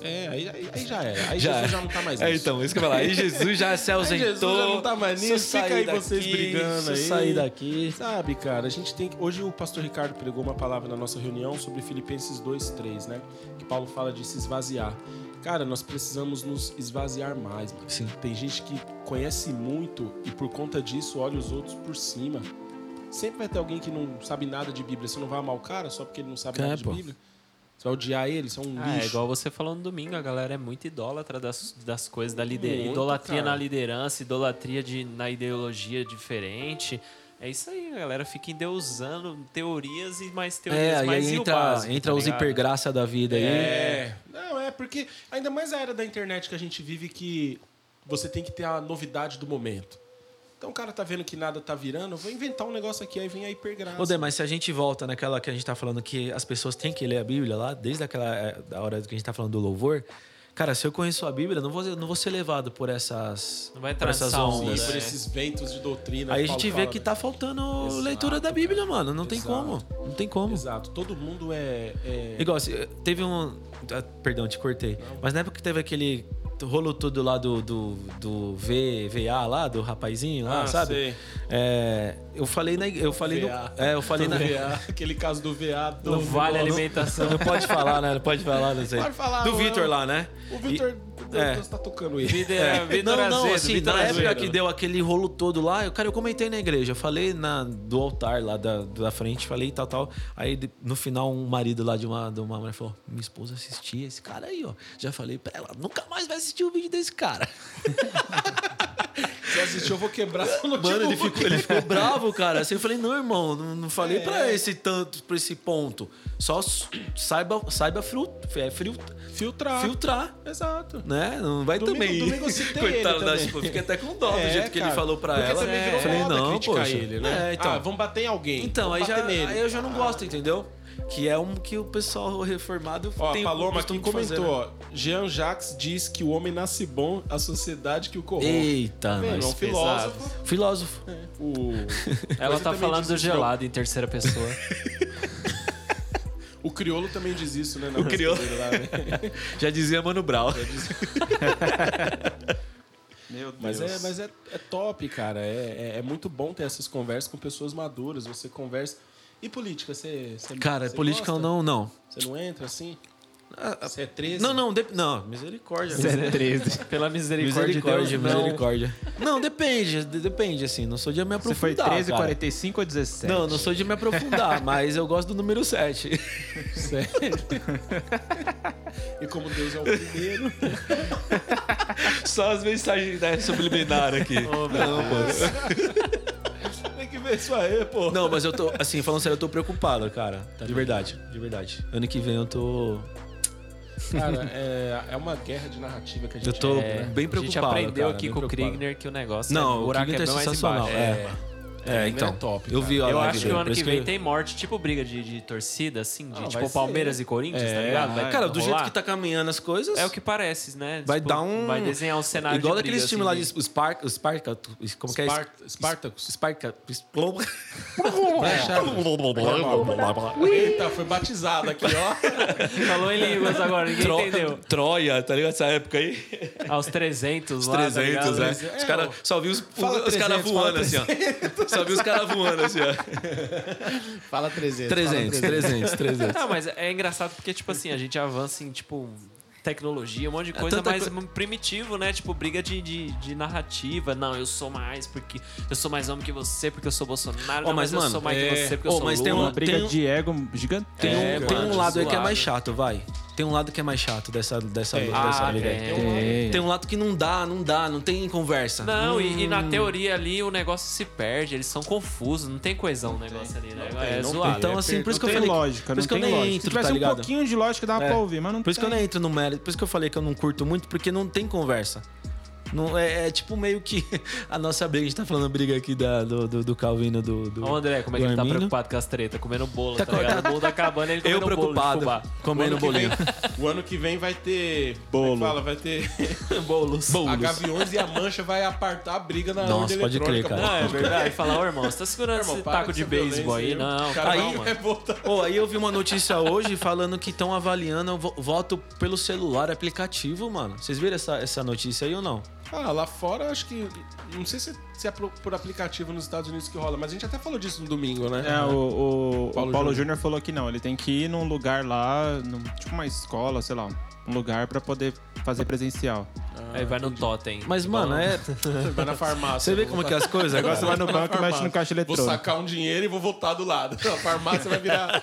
S1: É, aí, aí- aí já era. Aí
S3: Já
S1: Jesus
S3: era.
S1: já não tá mais
S3: É,
S1: nisso.
S3: então, isso que eu ia falar. Aí Jesus já se
S1: Aí
S3: ausentou.
S1: Jesus já não tá mais
S3: Isso
S1: nisso, fica aí vocês brigando aí.
S3: sair daqui.
S1: Sabe, cara, a gente tem que. Hoje o pastor Ricardo pregou uma palavra na nossa reunião sobre Filipenses 2,3, né? Que Paulo fala de se esvaziar. Cara, nós precisamos nos esvaziar mais, mano.
S3: Sim.
S1: Tem gente que conhece muito e por conta disso olha os outros por cima. Sempre vai ter alguém que não sabe nada de Bíblia. Você não vai amar o cara só porque ele não sabe
S3: É,
S1: nada de
S3: pô.
S1: Bíblia? Você vai odiar ele? Você é um
S2: Ah, é
S1: lixo.
S2: igual você falou no domingo, a galera é muito idólatra das, das coisas, da lider...
S1: Muito,
S2: idolatria
S1: cara.
S2: na liderança, idolatria de, na ideologia diferente. É isso aí, a galera fica endeusando teorias e mais
S1: um
S2: teorias,
S3: É, e
S2: mais
S3: aí
S2: e o
S3: entra,
S2: básico,
S3: entra
S2: tá
S3: os
S2: ligado?
S3: hipergraça da vida aí.
S1: É. Não, é porque ainda mais a era da internet que a gente vive que você tem que ter a novidade do momento. Então o cara tá vendo que nada tá virando, eu vou inventar um negócio aqui, aí vem a hipergraça.
S3: Ô, Dê, mas se a gente volta naquela que a gente tá falando que as pessoas têm que ler a Bíblia lá, desde aquela eh, da hora que a gente tá falando do louvor, cara, se eu conheço a Bíblia, não vou, não vou ser levado por essas,
S2: Não vai
S3: por
S2: entrar
S3: essas
S2: nessa
S1: Sim,
S2: onda,
S3: ondas.
S1: por
S2: né?
S1: esses ventos de doutrina.
S3: é. Aí a
S1: que Paulo
S3: gente vê
S1: fala,
S3: que
S1: né?
S3: tá faltando
S1: Exato,
S3: leitura da Bíblia, mano. Não tem
S1: Exato.
S3: como. Não tem como.
S1: Exato, todo mundo é. é-
S3: Igual, se- teve um. ah, Perdão, te cortei. Mas na época que teve aquele rolo todo lá do, do, do v, VA lá, do rapazinho lá,
S1: Ah,
S3: sabe?
S1: sei.
S3: É, eu falei na. ig- Eu falei no.
S1: VA.
S3: É, eu falei
S1: do
S3: na.
S1: VA, aquele caso do VA do.
S2: No Vale
S1: do-
S2: Alimentação.
S3: Tá Não pode falar, né? Não pode falar, não sei.
S1: Pode falar,
S3: Do
S1: não.
S3: Vitor lá, né?
S1: O Vitor.
S3: é.
S1: Deus tá tocando ele.
S2: Vida-
S3: É.
S2: Vitor
S3: não, não,
S2: Azevedo,
S3: assim,
S2: Vitor
S3: na época
S2: Azevedo.
S3: que deu aquele rolo todo lá, eu, cara, eu comentei na igreja, eu falei na, do altar lá da, da frente, falei tal, tal. Aí de- no final, um marido lá de uma, de uma mulher falou: Minha esposa assistia esse cara aí, ó. Já falei pra ela: Nunca mais vai assistir o vídeo desse cara.
S1: Se assistir, eu vou quebrar seu
S3: Tipo, Mano, ele
S1: notebook.
S3: ficou, ele ficou bravo, cara. Assim, eu falei: Não, irmão, não, não falei pra esse tanto, pra esse ponto. Só s- saiba, saiba fru, é, fru-
S1: Filtrar.
S3: filtrar.
S1: Exato.
S3: Né? Não vai
S1: Domingo-
S3: também.
S1: domingo eu citei ele
S3: da
S1: também.
S3: esposa. Fiquei até com dó do
S1: É,
S3: jeito que ele
S1: cara.
S3: falou pra
S1: Porque
S3: Ah, ela. é.
S1: também virou
S3: Falei,
S1: moda
S3: não,
S1: criticar
S3: poxa.
S1: ele, né?
S3: É, então.
S1: Ah, vamos bater em alguém.
S3: Então,
S1: Vamos
S3: aí, já,
S1: bater nele.
S3: aí eu já não gosto, entendeu? Que é um que o pessoal reformado
S1: Ó,
S3: tem
S1: a
S3: o
S1: Paloma aqui
S3: costume de
S1: comentou,
S3: fazer, né?
S1: ó. Jean Jacques diz que o homem nasce bom, a sociedade que o corrompe.
S3: Eita,
S1: Tá vendo? É um
S3: nós.
S1: filósofo.
S3: Filósofo.
S1: É. O...
S2: Ela
S1: Coisa
S2: tá
S1: também
S2: falando
S1: diz
S2: do
S1: isso,
S2: gelado em terceira pessoa.
S1: não. O criolo também diz isso, né? O
S3: crioulo.
S1: né?
S3: Já dizia Mano Brown.
S4: Meu Deus.
S1: Mas, é, mas é, é top, cara. É, é, é muito bom ter essas conversas com pessoas maduras. Você conversa... E política? Você, você
S3: Cara,
S1: você
S3: política eu
S1: gosta?
S3: não, não. Ah,
S1: Você não entra assim? Você é 13?
S3: Não, não, dep- não, misericórdia.
S2: Pela misericórdia, de Deus,
S3: Misericórdia,
S2: não.
S3: misericórdia. Não, depende, de- depende, assim. Não sou de me
S4: Você foi
S3: aprofundar.
S4: 13,
S3: cara.
S4: 45 ou 17?
S3: Não, não sou de me aprofundar, mas eu gosto do número 7.
S1: Sério? e como Deus é o primeiro...
S6: Só as mensagens
S3: né,
S6: da subliminar aqui.
S1: Tem que ver isso aí, pô.
S3: Não, mas eu tô, assim, falando sério, eu tô preocupado, cara.
S2: Tá
S3: De verdade, de verdade. Ano que vem eu tô.
S1: Cara, é, é uma guerra de narrativa que a gente
S3: Eu tô
S1: é, né?
S3: bem preocupado.
S2: A gente aprendeu
S3: cara,
S2: aqui
S3: bem
S2: com o
S3: preocupado.
S2: Krigner que o negócio
S3: Não,
S2: o
S3: o
S2: buraco
S3: Krigner
S2: é
S3: tá
S2: bem mais
S3: sensacional.
S2: embaixo.
S3: É. É,
S1: Krigner
S3: então.
S1: é top,
S3: eu vi a
S2: Eu
S3: live
S2: acho que
S3: dele,
S2: o
S3: por
S2: ano
S3: isso
S2: que vem tem morte, tipo briga de, de torcida, assim, de
S1: Ah, vai
S2: tipo
S1: ser.
S2: Palmeiras e Corinthians, tá
S1: É,
S2: ligado? Vai
S3: Cara, do jeito
S2: rolar.
S3: que tá caminhando as coisas.
S2: É o que parece, né?
S3: Vai
S2: Tipo,
S3: dar um.
S2: Vai desenhar um cenário
S3: Igual
S2: de briga,
S3: daqueles
S2: assim,
S3: times lá
S2: de-
S3: de Spark. Spark como que é
S1: Spart- Spartacus.
S3: Sparta.
S1: Eita, foi batizado aqui, ó.
S2: Falou em línguas agora, ninguém
S6: Tro-
S2: entendeu.
S6: Troia, tá ligado? Essa época aí.
S2: Aos 300
S6: Os
S2: lá,
S6: 300,
S2: tá
S3: é.
S6: né?
S2: ligado?
S6: Os caras só viu os,
S1: Fala
S6: os caras
S1: 300, fala
S6: voando assim, ó. Só viu os caras voando assim, ó.
S7: Fala 300.
S3: 300, 300, 300.
S2: Não, mas é engraçado porque, tipo assim, a gente avança em, tipo, tecnologia, um monte de coisa,
S3: É tanta
S2: mas
S3: coi-
S2: primitivo, né? Tipo, briga de, de, de narrativa. Não, eu sou mais porque eu sou mais homem que você, porque eu sou Bolsonaro.
S3: Ó,
S2: não, mas,
S3: mas,
S2: eu
S3: mano,
S2: sou mais que
S3: é-
S2: você, porque
S3: Ó,
S2: eu sou
S3: mas tem
S2: Lula.
S4: Uma briga
S3: Tem um-
S4: de ego gigante.
S3: Tem, um,
S2: É,
S3: tem
S2: mano,
S3: um lado aí que é
S2: zoado.
S3: mais chato, vai. Tem um lado que é mais chato dessa, dessa, luta, dessa
S2: Ah,
S3: briga aí.
S2: tem.
S3: Tem. um lado que não dá, não dá, não tem conversa.
S2: Não, e, e na
S3: Hum.
S2: teoria ali o negócio se perde, eles são confusos, não tem coesão o negócio ali, né? é
S1: não
S2: zoado.
S3: Então, assim, por isso que eu
S4: não um- tem
S3: falei.
S4: lógica,
S3: por isso que
S4: não
S3: eu
S4: tem
S3: nem
S4: lógica. Se
S3: entro,
S4: tivesse
S3: tá
S4: um
S3: ligado?
S4: pouquinho de lógica, dava
S3: É.
S4: pra ouvir, mas não
S3: Por isso que eu
S4: tem.
S3: nem entro no mérito, por isso que eu falei que eu não curto muito, porque não tem conversa. Não, é, é tipo meio que a nossa briga, a gente tá falando briga aqui da, do, do, do Calvino do, do.
S2: Ó, o André, como é
S3: do
S2: que ele tá
S3: Arminio.
S2: preocupado com as tretas, comendo bolo, tá,
S3: Tá co-
S2: ligado? O bolo tá acabando, ele
S3: Eu
S2: comendo
S3: preocupado,
S2: bolo de
S3: comendo
S1: O ano que
S3: bolinho.
S1: vem- O ano que vem vai ter. Bolo. Fala, vai ter.
S2: fubá. Bolos.
S1: A Gaviões e a Mancha vai apartar a briga na
S3: Nossa,
S1: ordem
S3: pode
S1: eletrônica,
S3: crer,
S1: pô.
S2: Não, é verdade. Falar, ô irmão, você tá segurando
S1: Irmão,
S2: esse
S1: para
S2: taco
S1: com
S2: de
S1: essa
S2: beisebol aí?
S1: violência
S2: Não,
S1: O cara é
S2: calma.
S1: aí vai voltar.
S3: Pô, aí eu vi uma notícia hoje falando que estão avaliando o vo- voto pelo celular aplicativo, mano. Vocês viram essa, essa notícia aí ou não?
S1: Ah, lá fora acho que. Não sei se, se é pro- por aplicativo nos Estados Unidos que rola, mas a gente até falou disso no domingo, né?
S4: É, o, o- o
S1: Paulo
S4: Paulo,
S1: Júnior.
S4: Júnior falou que não, ele tem que ir num lugar lá, num- tipo uma escola, sei lá, um lugar pra poder fazer presencial.
S2: Aí vai no totem.
S3: Mas, mano, é.
S1: Vai na farmácia.
S3: Você vê
S1: vou
S3: como
S1: voltar-
S3: que é as coisas?
S4: O negócio
S3: Agora
S4: vai no banco e mexe
S1: farmácia.
S4: no caixa
S1: Vou
S4: eletrônico.
S1: sacar um dinheiro e vou voltar do lado. A farmácia vai virar.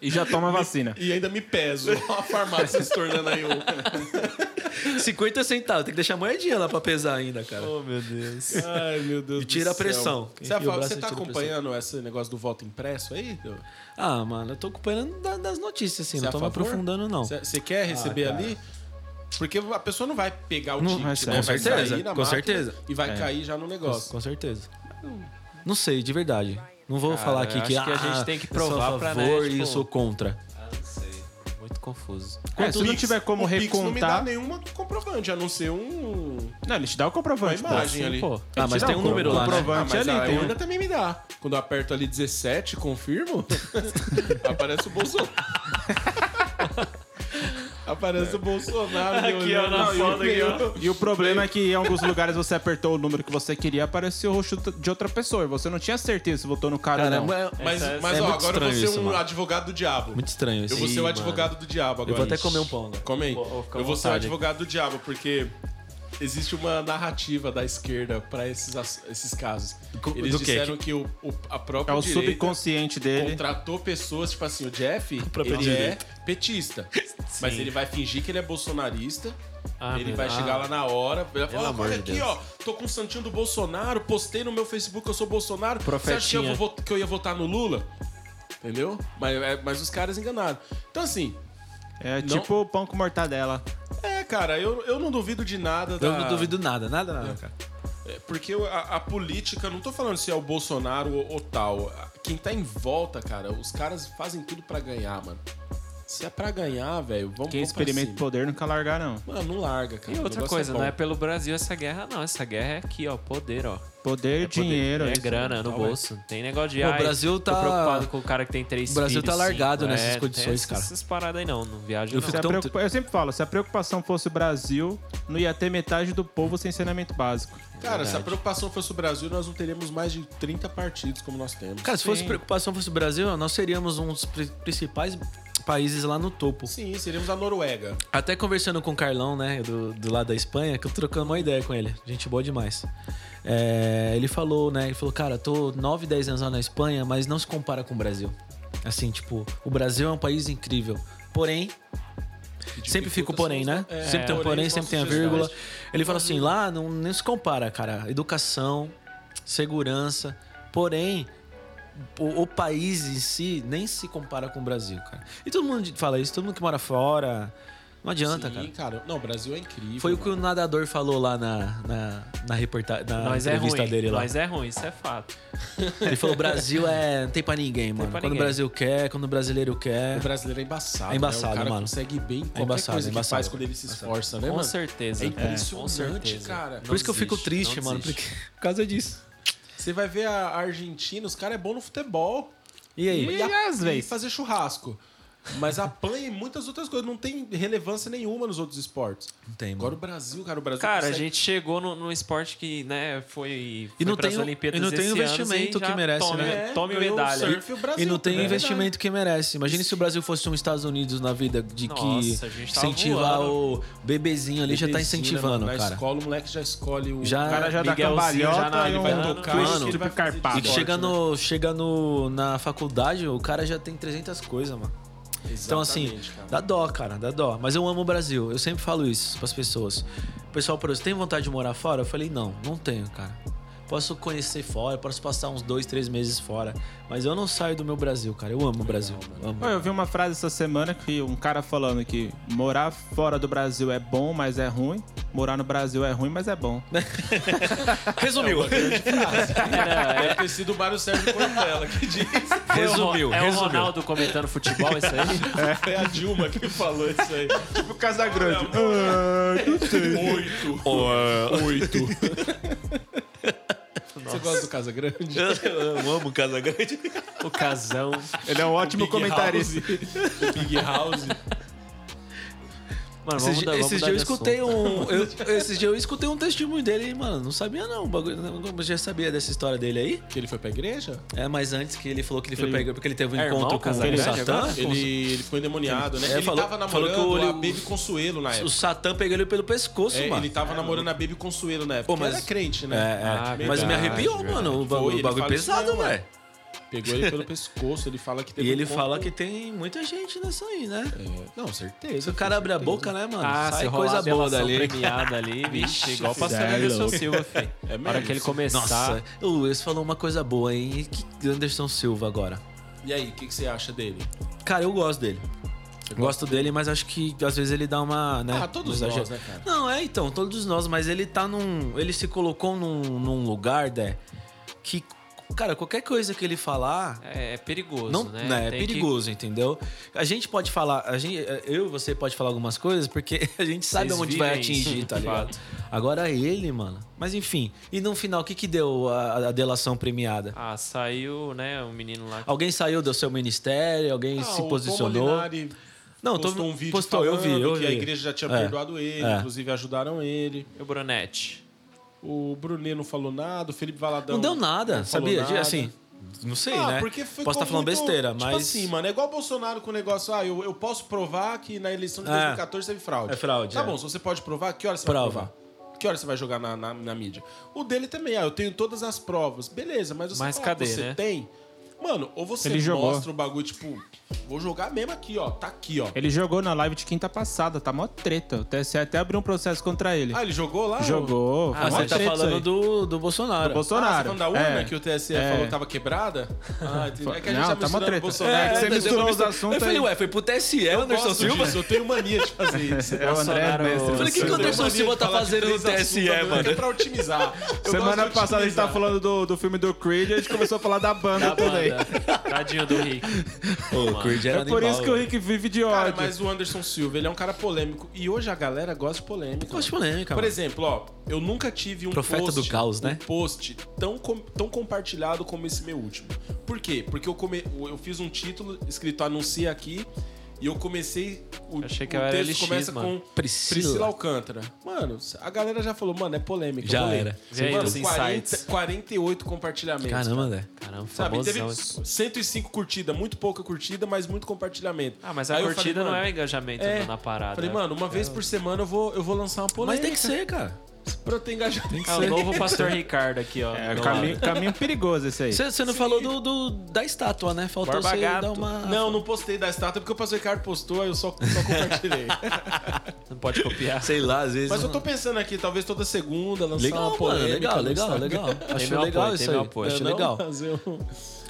S4: E já toma a vacina. É,
S1: E ainda me peso. A farmácia se tornando aí um- o.
S3: 50 centavos, tem que deixar moedinha lá pra pesar ainda, cara.
S1: Ai, meu Deus
S3: E tira
S1: do
S3: a pressão.
S1: céu.
S3: Quem
S1: Você,
S3: enfia o
S1: fala-
S3: braço,
S1: você tá
S3: tira a pressão.
S1: acompanhando esse negócio do voto impresso aí? Deus?
S3: Ah, mano, eu tô acompanhando da- das notícias, assim,
S1: Você
S3: não
S1: é a
S3: tô me
S1: favor?
S3: aprofundando, não.
S2: é
S1: Você você quer receber ali? Porque a pessoa não vai pegar o
S4: Não é
S1: ticket,
S4: vai
S1: né?
S4: ser.
S1: Vai
S4: Com
S3: certeza,
S1: cair na
S3: com
S1: máquina
S3: certeza.
S1: E vai cair já no negócio.
S3: Com certeza. Não sei, de verdade. Não vou
S2: Cara,
S3: falar aqui
S2: eu
S3: que,
S2: acho que a
S3: ah,
S2: gente tem que
S3: eu sou
S2: provar
S3: a
S2: pra, né,
S3: favor e
S2: tipo-
S3: eu sou contra.
S2: Ah, não sei. Muito confuso.
S4: É, se não
S1: Pix-
S4: tiver como
S1: o Pix não me dá
S4: recontar.
S1: nenhuma comprovante, a não ser um.
S4: Não, ele te dá o comprovante,
S1: Uma
S4: pô.
S1: imagem ali.
S2: É
S4: pô.
S3: Ah,
S4: Ele
S3: mas
S4: te dá
S3: tem
S4: o
S3: um número lá, né?
S4: comprovante
S1: Ah, mas a
S4: ali, tem
S1: Ana
S4: um-
S1: também me dá. Quando eu aperto ali 17, confirmo, aparece o Bolsonaro. aparece o Bolsonaro. me
S2: Aqui, ó,
S1: olhando.
S2: na
S1: Não, e
S2: foto aqui, ó.
S1: meu-
S4: E o problema é que em alguns lugares você apertou o número que você queria, apareceu o rosto de outra pessoa. E você não tinha certeza se votou no cara ou não.
S3: Caramba, é
S1: Mas,
S2: Essa-
S1: mas
S3: é
S1: ó,
S3: muito
S1: agora eu vou ser
S3: estranho isso,
S1: um
S3: mano.
S1: advogado do diabo.
S3: muito estranho isso.
S1: Eu vou ser o advogado do diabo agora.
S3: Eu vou até comer um pão agora.
S1: Come aí.
S2: Vou- vou ficar à
S1: eu vou ser o
S2: vontade.
S1: advogado do diabo, porque existe uma narrativa da esquerda pra esses, ass- esses casos. Eles
S3: do quê?
S1: disseram que o, o- a própria
S4: É o
S1: direita
S4: subconsciente dele.
S1: contratou pessoas, tipo assim, o Jeff, ele
S3: direita.
S1: é petista. Mas ele vai fingir que ele é bolsonarista.
S2: Ah,
S1: ele
S2: meu
S1: vai
S2: Deus.
S1: chegar lá na hora, vai
S2: Pelo
S1: falar, "Ó,
S2: amor
S1: olha
S2: de
S1: aqui,
S2: Deus.
S1: ó, tô com o santinho do Bolsonaro, postei no meu Facebook que eu sou Bolsonaro. Você acha que eu,
S2: Profetinha.
S1: vou vot- que eu ia votar no Lula? Entendeu? Mas, é- mas os caras enganaram. Então, assim,
S4: É
S1: Não-
S4: tipo o pão com mortadela.
S1: é, cara, eu, eu não duvido de nada.
S3: Eu
S1: da-
S3: não duvido nada, nada, nada, cara.
S1: É, Porque a, a política, não tô falando se é o Bolsonaro ou, ou tal. Quem tá em volta, cara, os caras fazem tudo pra ganhar, mano. Se é pra ganhar, velho, vamos
S4: Quem
S1: vamos pra
S4: experimenta o
S1: cima.
S4: poder nunca largar, não.
S1: Mano, não larga, cara.
S2: E
S1: O
S2: outra
S1: negócio
S2: coisa,
S1: bom.
S2: não
S3: né?
S2: é pelo Brasil essa guerra, não. Essa guerra é aqui, ó. Poder, ó.
S4: Poder,
S2: poder.
S4: dinheiro.
S2: É
S4: isso.
S2: grana no
S4: Tá,
S2: bolso. Não tem negócio de.
S3: Pô, o
S2: ai,
S3: Brasil
S2: tô
S3: tá-
S2: preocupado com o cara que tem três
S3: o Brasil
S2: filhos,
S3: tá largado
S2: cinco. É,
S3: nessas
S2: tem
S3: condiças, cara.
S2: Essas paradas aí não. Não viaja,
S3: Eu
S2: não.
S4: Se
S3: fico
S4: a
S3: tão-
S4: preocupa- Eu sempre falo, se a preocupação fosse o Brasil, não ia ter metade do povo sem saneamento básico.
S1: Cara, se a preocupação fosse o Brasil, nós não teríamos mais de 30 partidos como nós temos.
S3: Cara, se fosse
S4: Sim.
S3: preocupação fosse o Brasil, nós seríamos um dos pri- principais países lá no topo.
S1: Sim, seríamos a Noruega.
S3: Até conversando com o Carlão, né, do, do lado da Espanha, que eu tô trocando uma ideia com ele. Gente boa demais. É, ele falou, né, ele falou, cara, tô 9, 10 anos lá na Espanha, mas não se compara com o Brasil. Assim, tipo, o Brasil é um país incrível. Porém,
S1: de
S3: Sempre fica o porém, né?
S1: É,
S3: sempre tem um porém,
S1: são
S3: sempre tem a
S1: sugestões.
S3: vírgula. Ele fala
S2: Uhum.
S3: assim, lá não, nem se compara, cara. Educação, segurança, porém... O, o país em si nem se compara com o Brasil, cara. E todo mundo fala isso, todo mundo que mora fora. Não adianta,
S1: Sim,
S3: cara.
S1: cara. Não, o Brasil é incrível.
S3: Foi o que o nadador falou lá na, na, na reportagem, na
S2: Nós é
S3: entrevista
S2: ruim,
S3: dele lá.
S2: nós é ruim, isso é fato.
S3: Ele falou, o Brasil é... Não tem pra ninguém, mano.
S2: pra
S3: quando
S2: ninguém.
S3: o Brasil quer, quando o brasileiro quer...
S1: O brasileiro é embaçado.
S3: É embaçado,
S1: né? O cara
S3: mano.
S1: consegue bem qualquer
S3: embaçado,
S1: coisa
S3: é
S1: que faz
S3: embaçado.
S1: quando ele se esforça, né,
S2: com
S1: mano?
S2: certeza.
S1: É
S2: com
S1: impressionante,
S2: certeza.
S1: cara.
S2: Não
S1: Por
S3: Por isso que eu fico
S2: desiste,
S3: triste,
S2: não
S3: mano.
S2: desiste.
S3: porque- Por causa disso.
S1: Você vai ver a Argentina, os caras é bom no futebol.
S3: E aí?
S1: E, a-
S4: às
S1: e
S4: vezes?
S1: fazer churrasco. Mas apanha em muitas outras coisas. Não tem relevância nenhuma nos outros esportes.
S3: Não tem,
S1: Agora
S3: mano.
S1: o Brasil, cara, o Brasil
S2: Cara, a
S1: consegue-
S2: gente chegou no- num esporte que, né, foi, foi
S3: não
S2: pras
S3: tem o-
S2: Olimpíadas
S3: e não tem
S2: esse
S3: o
S2: ano,
S3: investimento
S2: assim,
S3: que
S2: já
S3: merece,
S2: tome,
S3: né?
S2: Tome
S1: ganhou o
S2: medalha.
S1: surf o Brasil,
S3: E não tem
S1: né?
S3: o investimento que merece. Imagina se o Brasil fosse um Estados Unidos na vida de
S2: Nossa, a
S3: que
S2: gente tava
S3: incentivar
S2: voando.
S3: o bebezinho ali já tá
S1: tá Bebezinho,
S3: incentivando,
S1: né, mano? Na
S3: cara.
S1: escola o moleque já escolhe o...
S3: Já-
S4: O cara já
S2: Miguelzinho
S4: dá
S2: já na-
S4: cambalhota
S2: ele
S4: e um
S2: vai
S1: tocar,
S4: twist
S3: mano.
S4: que ele vai fazer
S3: E
S4: carpado.
S1: Esporte,
S3: chega, no, chega no, na faculdade, o cara já tem 300 coisas, mano. Então, assim,
S1: Exatamente, cara.
S3: dá dó, cara, dá dó. Mas eu amo o Brasil, eu sempre falo isso pras pessoas. O pessoal pergunta, você tem vontade de morar fora? Eu falei, não, não tenho, cara. Posso conhecer fora, posso passar uns dois, três meses fora. Mas eu não saio do meu Brasil, cara. Eu amo o Brasil. Amo.
S4: Olha, Eu vi uma frase essa semana que um cara falando que morar fora do Brasil é bom, mas é ruim. Morar no Brasil é ruim, mas é bom.
S3: É
S6: Resumiu.
S1: Deve ter sido o Mário Sérgio Cortella que disse.
S6: Resumiu,
S2: É o
S6: resumiu.
S2: Ronaldo comentando futebol, isso aí?
S3: é
S1: Foi a Dilma que falou isso aí.
S4: O Casagrande.
S1: Oito. Oito. Você gosta do Casa Grande?
S6: Eu amo Casa Grande.
S2: O casão.
S4: Ele é um ótimo
S1: Big
S4: comentarista.
S1: House. Big House.
S2: Mano,
S3: Esses,
S2: vamos dar,
S3: dias-
S2: vamos
S3: esses
S2: dar
S3: dias eu
S2: de
S3: escutei
S2: assunto.
S3: um. eu- esses dias eu escutei um testemunho dele, e, mano. Não sabia, não. o bagulho- não- Já sabia dessa história dele aí.
S1: Que ele foi pra igreja?
S3: É, mas antes que ele falou que ele foi pra igreja porque ele teve um
S2: É irmão,
S3: encontro com
S2: Casagrande
S3: o Satã.
S2: agora?
S1: Ele, ele foi endemoniado, né?
S3: É,
S1: ele
S3: falou-
S1: tava
S3: falou
S1: namorando
S3: que o olho-
S1: a Baby Consuelo na
S3: O
S1: época.
S3: Satã pegou ele pelo pescoço,
S1: É,
S3: mano.
S1: ele tava namorando a Baby Consuelo na época.
S3: Pô, mas-
S1: Ele era crente,
S3: É,
S1: né?
S3: é.
S2: Ah,
S3: mas me
S2: verdade,
S3: arrepiou,
S2: verdade.
S3: mano.
S1: Foi,
S3: O bagulho,
S1: ele
S3: o bagulho
S1: fala isso
S3: pesado,
S1: mesmo,
S3: velho.
S1: Pegou ele pelo pescoço, ele fala que teve
S3: E ele
S1: um
S3: fala que
S1: encontro-
S3: tem muita gente nessa aí, né?
S1: É, Não,
S3: Se
S1: certeza.
S3: o cara abre a boca, né, mano?
S2: Ah, se
S3: Sai
S2: rolar
S3: coisa
S2: a
S3: boa
S2: delação
S3: dali.
S2: premiada ali, vixe, igual
S1: filho.
S2: passou
S1: Cê é
S2: o Anderson
S1: louco.
S2: Silva, filho.
S1: É
S2: Na hora
S1: mesmo.
S2: que ele começar...
S3: Nossa, o Wilson falou uma coisa boa, hein? E que Anderson Silva agora?
S1: E aí, o que, que você acha dele?
S3: Cara, eu gosto dele. Gosto dele, mas acho que às vezes ele dá uma. Né,
S1: Ah, todos
S3: um
S1: nós,
S3: exagero.
S1: né, cara?
S3: Não, é então, todos nós, mas ele tá num. Ele se colocou num, num lugar, né? Que, cara, qualquer coisa que ele falar.
S2: É, é perigoso,
S3: Não,
S2: né?
S3: né, é
S2: Tem que-
S3: perigoso, entendeu? A gente pode falar, a gente, eu e você pode falar algumas coisas porque a gente sabe
S2: Vocês
S3: onde vai
S2: vivem isso,
S3: atingir, tá
S2: de
S3: ligado?
S2: fato.
S3: Agora ele, mano. Mas enfim, e no final, o que que deu a, a delação premiada?
S2: Ah, saiu, né, um menino lá...
S3: Alguém saiu do seu ministério? Alguém se
S1: Ah, O
S3: posicionou?
S1: Molinari
S3: Não,
S1: postou
S3: tô-
S1: um vídeo
S3: postou, eu
S1: falando
S3: vi, eu
S1: que a
S3: vi.
S1: igreja já tinha
S3: É.
S1: perdoado ele,
S3: É.
S1: inclusive ajudaram ele.
S2: E o Brunetti?
S1: O Brunet não falou nada, o Felipe Valadão...
S3: Não deu nada,
S1: não falou
S3: sabia?
S1: nada.
S3: Assim, não sei,
S1: ah,
S3: né?
S1: porque
S3: Posso
S1: ficou
S3: estar falando
S1: muito-
S3: besteira, mas.
S1: Tipo assim, mano, é igual o Bolsonaro com o negócio, ah, eu, eu posso provar que na eleição de
S3: É.
S1: 2014 teve fraude.
S3: É fraude,
S1: Tá
S3: é.
S1: bom, se você pode provar, que horas você
S3: Prova.
S1: vai provar? Que horas você vai jogar na, na, na mídia? O dele também, ah, eu tenho todas as provas. Beleza, mas você,
S2: Mas
S1: fala que
S2: cadê,
S1: você
S2: né?
S1: tem... Mano, ou você
S4: Ele jogou.
S1: mostra o bagulho, tipo, vou jogar mesmo aqui, ó, tá aqui, ó.
S4: Ele jogou na live de quinta passada, tá mó treta. O TSE até abriu um processo contra ele.
S1: Ah, ele jogou lá?
S4: Jogou, foi
S3: Ah,
S4: mó
S3: você tá
S4: treta isso
S3: falando
S4: aí.
S3: do, do
S4: Do
S3: Bolsonaro.
S1: Ah, você
S4: Bolsonaro.
S1: falando da urna
S4: É.
S1: que o TSE
S4: É.
S1: falou que tava quebrada? Ah, entendi. É que a gente
S4: Não,
S1: tá
S4: tá mó
S1: misturando
S4: treta.
S1: Bolsonaro.
S4: É, você
S1: Eu
S4: misturou
S1: gosto
S4: os assuntos
S3: Eu falei,
S4: aí.
S3: ué, foi pro TSE, Anderson
S1: disso,
S3: Silva?
S1: Eu tenho mania de fazer isso.
S4: É o André
S2: Bolsonaro-
S4: Mestre.
S2: Eu
S3: falei, o que que o
S4: você-
S1: Eu tenho
S3: Anderson
S1: mania de
S3: Silva tá
S1: falar de
S3: fazendo
S1: três
S3: no TSE,
S1: assuntos,
S3: mano?
S1: É pra otimizar. Eu
S4: Semana
S1: gosto de
S4: passada a gente
S1: otimizar.
S4: tava falando do, do filme do Creed e a gente começou a falar da banda
S3: Tá
S2: Da
S4: também.
S2: banda. Tadinho do Rick.
S3: Ô, Creed era
S4: É por
S3: animal, né?
S4: isso que o
S3: velho.
S4: Rick vive de
S1: Cara,
S4: ódio.
S1: mas o Anderson Silva, ele é um cara polêmico. E hoje a galera gosta de polêmica.
S3: Eu gosto de polêmica.
S1: Por
S3: mano.
S1: exemplo, ó, eu nunca tive um
S3: Profeta
S1: post,
S3: do caos, né?
S1: um post tão, com- tão compartilhado como esse meu último. Por quê? Porque eu, come, eu fiz um título escrito Anuncia Aqui e eu comecei... O,
S2: Achei que
S1: o
S2: era
S1: texto
S2: LX,
S1: começa
S2: mano.
S1: com
S3: Priscila.
S1: Priscila Alcântara. Mano, a galera já falou, mano, é polêmica. eu
S3: Já
S1: vou ler.
S3: era.
S2: Vê aí
S1: Mano,
S2: os
S1: 40,
S2: insights.
S1: 48 compartilhamentos.
S3: Caramba, André.
S2: Caramba,
S1: Sabe, teve
S2: famosão esse-
S1: 105 curtidas, muito pouca curtida, mas muito compartilhamento.
S2: Ah, mas a
S1: Aí eu
S2: curtida
S1: falei,
S2: não
S1: mano,
S2: é engajamento na parada.
S1: Falei, mano, uma vez por semana eu vou, eu vou lançar uma polêmica.
S3: Mas tem que ser, cara.
S1: Pra eu ter engajado.
S2: É o novo pastor Ricardo aqui, ó.
S4: É
S2: do
S4: caminho,
S2: lado.
S4: caminho perigoso esse aí.
S3: Você não falou do, do- da estátua, né? Faltou
S2: Barba
S3: você
S2: Gato.
S3: dar uma.
S1: Não, não postei da estátua é porque o pastor Ricardo postou, aí eu só, só compartilhei.
S2: Não pode copiar.
S3: Sei lá, às vezes.
S1: Mas eu
S3: não-
S1: tô pensando aqui, talvez toda segunda lançar
S3: um Legal,
S1: uma
S3: pô.
S1: polêmica.
S3: Legal,
S1: no
S3: legal,
S1: Instagram.
S3: legal. Acho
S2: meu
S3: legal
S2: apoio,
S3: isso
S2: tem
S3: aí.
S2: meu apoio.
S3: Acho
S1: Não,
S3: legal.
S1: fazer um-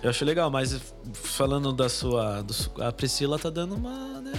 S3: Eu acho legal, mas falando da sua. do su- a Priscila tá dando uma. né?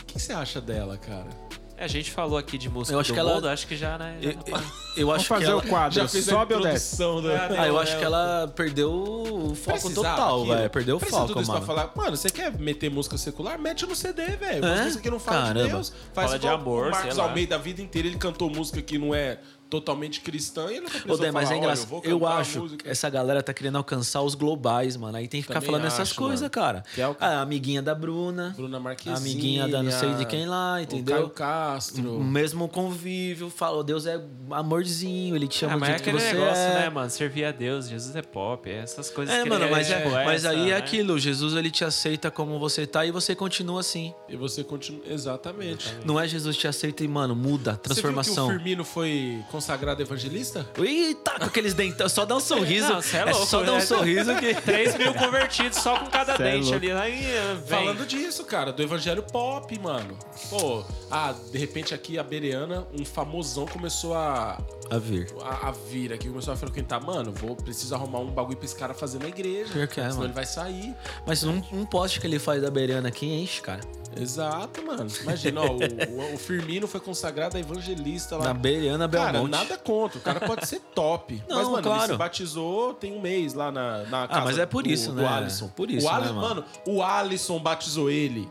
S1: O que você acha dela, cara?
S2: É, A gente falou aqui de música
S3: Eu acho
S2: do
S3: que ela-
S2: mundo, acho que já, né?
S3: Eu,
S2: já não
S3: eu-
S2: pode-
S3: eu
S4: Vamos
S3: acho que
S4: fazer
S3: ela,
S4: o quadro. Sobe ou desce?
S1: introdução né? da-
S3: ah, eu acho que ela perdeu o foco
S1: Precisava
S3: total,
S1: aquilo?
S3: velho. Perdeu o
S1: Precisa
S3: foco,
S1: tudo isso
S3: mano.
S1: Pra falar, mano, você quer meter música secular? Mete no CD, velho.
S3: É?
S1: Música que não fala de
S3: Caramba.
S1: Deus.
S2: Fala de
S1: igual
S2: amor,
S1: O Marcos
S2: sei lá.
S1: Almeida, a vida inteira, ele cantou música que não é totalmente cristã e ele não
S3: Ô,
S1: precisou
S3: Dé,
S1: falar,
S3: mas é
S1: "Olha,
S3: engraçado.
S1: vou
S3: Eu
S1: cantar
S3: acho
S1: música."
S3: que essa galera tá querendo alcançar os globais, mano. Aí tem que ficar
S1: Também
S3: falando essas
S1: acho,
S3: coisas,
S1: mano.
S3: cara. Ah,
S1: Que é o-
S3: A amiguinha da Bruna.
S1: Bruna
S3: a
S1: Marquezine.
S3: amiguinha da não sei de quem lá,
S1: O
S3: entendeu? Uhum.
S1: Caio Castro.
S3: O mesmo convívio, falou, Deus é amorzinho, ele te chama
S2: Ah,
S3: do
S2: mas é
S3: jeito que
S2: aquele
S3: você
S2: negócio,
S3: é.
S2: né, mano? Servir a Deus, Jesus é pop, é essas coisas
S3: É,
S2: que
S3: mano,
S2: ele-
S3: mas, é,
S2: tipo,
S3: mas
S2: essa,
S3: aí é
S2: né?
S3: aquilo, Jesus ele te aceita como você tá e você continua assim.
S1: E você continua. Exatamente. Você viu
S3: Não é Jesus te aceita e, mano, muda,
S1: que o
S3: transformação.
S1: Firmino foi consagrado evangelista?
S3: Eita, com aqueles dentão, só dá um sorriso.
S2: Não, cê é louco,
S3: só dá um
S2: né?
S3: sorriso que.
S2: 3 mil convertidos só com cada
S4: Cê é
S2: dente
S4: louco.
S2: ali. Aí, vem.
S1: Falando disso, cara, do evangelho pop, mano. Pô, ah, de repente aqui a Bereana, um famosão começou a,
S3: A ver.
S1: a, a vir aqui, começou a frequentar. tá, Mano, vou preciso arrumar um bagulho pra esse cara fazer na igreja.
S3: Pior que é,
S1: senão
S3: mano.
S1: ele vai sair.
S3: Mas um, um poste que ele faz da beirana aqui enche, cara.
S1: Exato, mano. Imagina, ó, o, o Firmino foi consagrado a evangelista lá.
S3: Na beirana
S1: Cara,
S3: Belmonte.
S1: nada contra. O cara pode ser top.
S3: Não,
S1: mas, mano, ele
S3: claro.
S1: se batizou tem um mês lá na, na casa
S3: mas é por
S1: do-
S3: isso,
S1: do
S3: né?
S1: Alisson.
S3: Por isso,
S1: o
S3: né,
S1: Alisson,
S3: mano?
S1: mano, o Alisson batizou ele.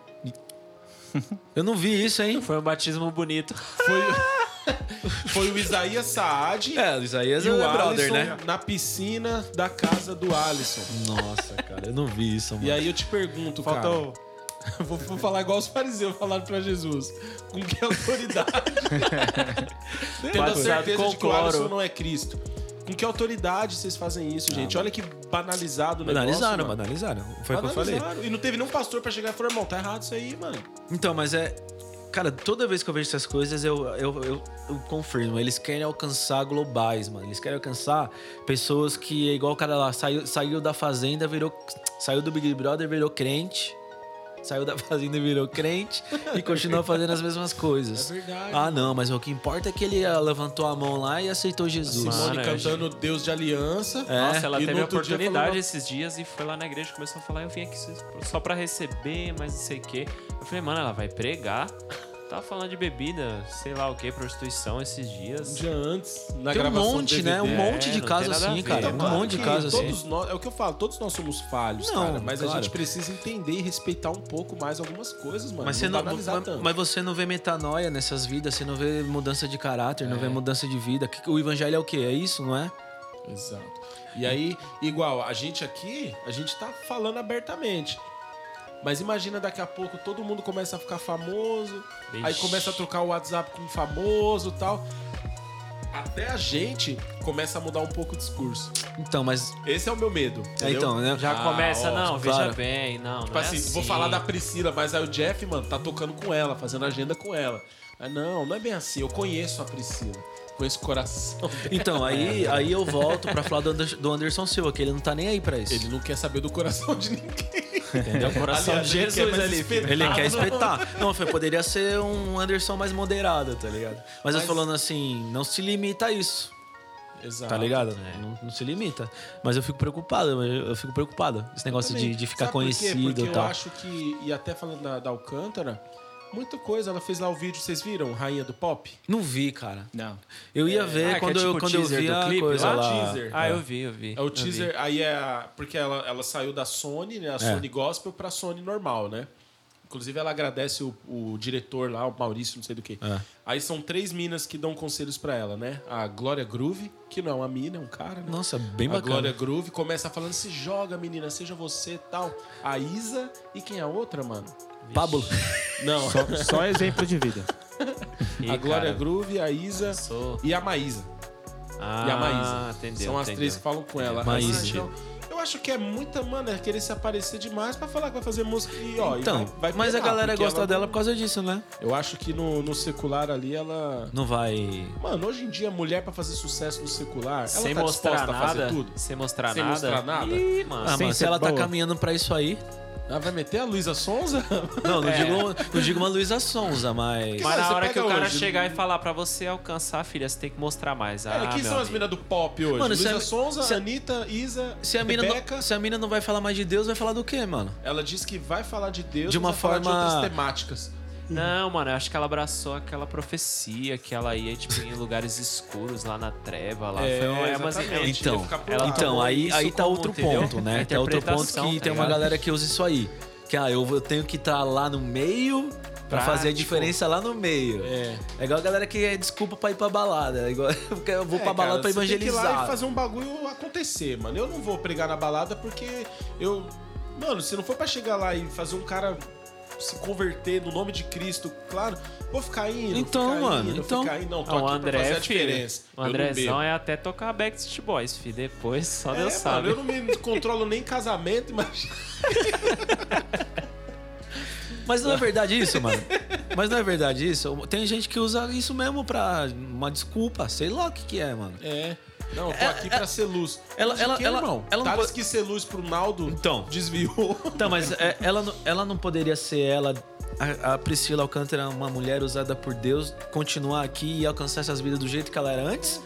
S3: Eu não vi isso, hein?
S2: Foi um batismo bonito.
S1: Foi, foi o Isaías Saad
S3: É, o Isaías
S1: e
S3: é
S1: o
S3: brother,
S1: Alisson
S3: né?
S1: na piscina da casa do Alisson.
S3: Nossa, cara, eu não vi isso, mano.
S1: E aí eu te pergunto, cara...
S4: Faltou.
S1: Vou, vou falar igual os fariseus falaram pra Jesus. Com que autoridade? Tendo a
S2: Batizado
S1: certeza
S2: com
S1: de que o Alisson
S2: cloro.
S1: não é Cristo. Com que autoridade vocês fazem isso, gente? Olha que banalizado o negócio.
S3: Ah. Banalizaram,
S1: mano.
S3: banalizaram. Foi o que eu falei.
S1: Banalizaram. E não teve nenhum pastor pra chegar e falar, irmão, tá errado isso aí, mano.
S3: Então, mas é. Cara, toda vez que eu vejo essas coisas, eu, eu, eu, eu confirmo. Eles querem alcançar globais, mano. Eles querem alcançar pessoas que, é igual o cara lá, saiu, saiu da fazenda, virou. Saiu do Big Brother, virou crente. Saiu da fazenda e virou crente e continua fazendo as mesmas coisas.
S1: É verdade.
S3: Ah, não, mas o que importa é que ele ah, levantou a mão lá e aceitou Jesus.
S1: Simone
S2: Mano,
S1: cantando Deus de Aliança.
S3: É.
S2: Nossa, ela
S1: E no
S2: teve a
S1: outro dia
S2: oportunidade
S1: falou-
S2: esses dias e foi lá na igreja, começou a falar, eu vim aqui só pra receber, mas não sei o quê. Eu falei, mano, ela vai pregar. Tá falando de bebida, sei lá o que, prostituição esses
S1: Um
S2: dias.
S1: dia antes, na
S3: Tem um
S1: gravação do
S3: monte, né? Um
S1: DVD.
S3: monte de
S2: não
S3: casos
S2: tem nada a
S3: assim,
S2: ver,
S3: cara.
S2: né,
S3: Um
S2: mano?
S3: monte de
S1: Então, que
S3: casos assim.
S1: todos nós, é o que eu falo, todos nós somos falhos,
S3: Não,
S1: cara, mas a
S3: claro.
S1: gente precisa entender e respeitar um pouco mais algumas coisas, mano.
S3: Mas você, não,
S1: banalizar
S3: mas-
S1: tanto.
S3: mas você não vê metanoia nessas vidas, você não vê mudança de caráter,
S1: É.
S3: não vê mudança de vida. Que- O evangelho é o quê? É isso, não é?
S1: Exato. E aí, igual, a gente aqui, a gente tá falando abertamente. Mas imagina daqui a pouco todo mundo começa a ficar famoso, aí
S2: Ixi.
S1: começa a trocar o WhatsApp com um famoso e tal. Até a gente começa a mudar um pouco o discurso.
S3: Então, mas.
S1: Esse é o meu medo.
S3: É,
S1: entendeu?
S3: então, né?
S2: Já
S1: Ah,
S2: começa,
S1: ó,
S2: não,
S3: claro.
S2: veja bem, não. é
S1: Tipo assim, vou falar da Priscila, mas aí o Jeff, mano, tá tocando com ela, fazendo agenda com ela. Ah, não, não é bem assim. Eu conheço a Priscila. Conheço o coração dela.
S3: Então, aí, aí eu volto pra falar do, Ander- do Anderson Silva, que ele não tá nem aí pra isso.
S1: Ele não quer saber do coração de ninguém.
S3: Entendeu? O coração
S1: Aliás, é
S3: de
S1: ele
S2: é
S1: quer
S3: Jesus
S1: mais
S3: ali. filho.
S1: espetar.
S3: Ele quer espetar. Não, foi, poderia ser um Anderson mais moderado, tá ligado? Mas, eu falando assim, não se limita a isso,
S1: Exato.
S3: tá ligado?
S1: É.
S3: Não, não se limita. Mas eu fico preocupado, eu eu fico preocupado. Esse negócio de,
S1: Também.
S3: de ficar
S1: Sabe por quê?
S3: conhecido
S1: Porque
S3: e tal.
S1: Eu acho que, e até falando da, da Alcântara, muita coisa. Ela fez lá o vídeo, vocês viram? Rainha do Pop?
S3: Não vi, cara.
S4: Não.
S3: Eu ia ver
S2: Ah, que
S3: quando,
S2: é tipo
S3: eu, quando eu
S2: teaser
S3: vi
S2: do
S3: a
S2: clipe
S3: coisa
S2: lá?
S3: lá.
S1: Teaser.
S2: Ah, eu vi, eu vi.
S1: É o
S2: eu vi.
S1: teaser, aí é. a- Porque ela, ela saiu da Sony, né? A Sony Gospel pra Sony normal, né? Inclusive, ela agradece o, o diretor lá, o Maurício, não sei do que. Aí são três minas que dão conselhos pra ela, né? A Glória Groove, que não é uma mina, é um cara, né?
S3: Nossa, bem
S1: a
S3: bacana.
S1: Glória Groove começa falando: se joga, menina, seja você tal. A Isa e quem é a outra, mano?
S3: Pablo.
S1: Não,
S4: Só, só exemplo de vida.
S2: Ih,
S1: a Glória
S2: cara,
S1: Groove, a Isa
S2: sou-
S1: e a Maísa.
S2: Ah,
S1: e a Maísa.
S2: Entendeu,
S1: São as
S2: Ah, entendeu.
S1: três que falam com ela.
S3: Maísa.
S1: Então, eu acho que é muita, mano, é querer se aparecer demais pra falar que vai fazer música e, ó, e
S3: Então,
S1: vai, vai
S3: mas a
S1: pegar,
S3: galera
S1: porque
S3: gosta
S1: ela-
S3: dela por causa disso, né?
S1: Eu acho que no, no secular ali ela.
S3: Não vai.
S1: Mano, hoje em dia, a mulher pra fazer sucesso no secular,
S2: Sem
S1: ela tá
S2: mostrar
S1: disposta a fazer
S2: nada.
S1: tudo.
S2: Sem mostrar
S1: Sem
S2: nada.
S1: mostrar nada?
S2: Ih, mano.
S3: Ah,
S4: Sem
S3: mas se
S4: ser
S3: ela tá
S4: boa.
S3: caminhando pra isso aí.
S1: Ela vai meter a Luísa Sonza?
S3: Não, não, digo, não digo uma Luísa Sonza, mas.
S2: É. Mas
S1: Mano,
S2: na
S1: você
S2: hora
S1: pega
S2: que o cara
S1: hoje,
S2: chegar e falar pra você alcançar, filha, você tem que mostrar mais. Ah,
S1: Cara, quem
S2: meu
S1: são as
S2: amigo.
S1: minas do pop hoje?
S3: Mano, se
S1: Luísa
S3: a-
S1: Sonza,
S3: se a-
S1: Anitta, Isa,
S3: Se a, mina
S1: Rebeca.
S3: não, se a mina não vai falar mais de Deus, vai falar do quê, mano?
S1: Ela diz que vai falar de Deus,
S3: De
S1: mas
S3: uma
S1: vai falar
S3: forma-
S1: de outras temáticas.
S2: Não, mano, eu acho que ela abraçou aquela profecia que ela ia, tipo, em lugares escuros, lá na treva, lá. Foi uma- é, mas-
S1: exatamente.
S2: é,
S3: Então,
S1: ia ficar por
S2: ela
S1: lá.
S3: então
S2: tomou
S3: aí,
S2: isso
S3: aí tá
S2: como,
S3: outro
S2: entendeu?
S3: ponto, né? Tá outro ponto que
S2: Interpretação,
S3: tem
S2: tá
S3: uma
S2: ligado?
S3: galera que usa isso aí. Que ah, eu, vou- eu tenho que estar lá no meio pra
S2: Pra,
S3: fazer a
S2: tipo,
S3: diferença lá no meio. É. igual a galera que é desculpa pra ir pra balada. é igual- eu vou
S1: É,
S3: pra
S1: cara,
S3: balada pra
S1: você tem que ir lá
S3: evangelizar.
S1: e fazer um bagulho acontecer, mano. Eu não vou pregar na balada porque eu. Mano, se não for pra chegar lá e fazer um cara se converter no nome de Cristo, claro, vou ficar indo.
S3: Então,
S1: ficar
S3: mano,
S1: indo,
S3: então-
S1: Ficar indo. Não, tô
S2: Não, Ah, o
S1: aqui pra fazer
S2: André, é
S1: a diferença.
S2: filho, o
S1: Eu não bebo.
S2: Andrezão é até tocar Backstreet Boys, filho. Depois, só
S1: É,
S2: Deus
S1: mano,
S2: sabe.
S1: eu não me controlo nem em casamento, mas.
S3: Mas não é verdade isso, mano. Mas não é verdade isso. Tem gente que usa isso mesmo pra uma desculpa, sei lá o que, que é, mano.
S1: É. Não, eu tô aqui pra ser luz.
S3: ela-
S1: De
S3: ela-
S1: quê,
S3: ela-
S1: irmão?
S3: ela não
S1: Tales
S3: pode-
S1: que ser luz pro Naldo
S3: Então.
S1: desviou.
S3: Então, mas é, ela, não- ela não poderia ser ela, a, a Priscila Alcântara, é uma mulher usada por Deus, continuar aqui e alcançar essas vidas do jeito que ela era antes?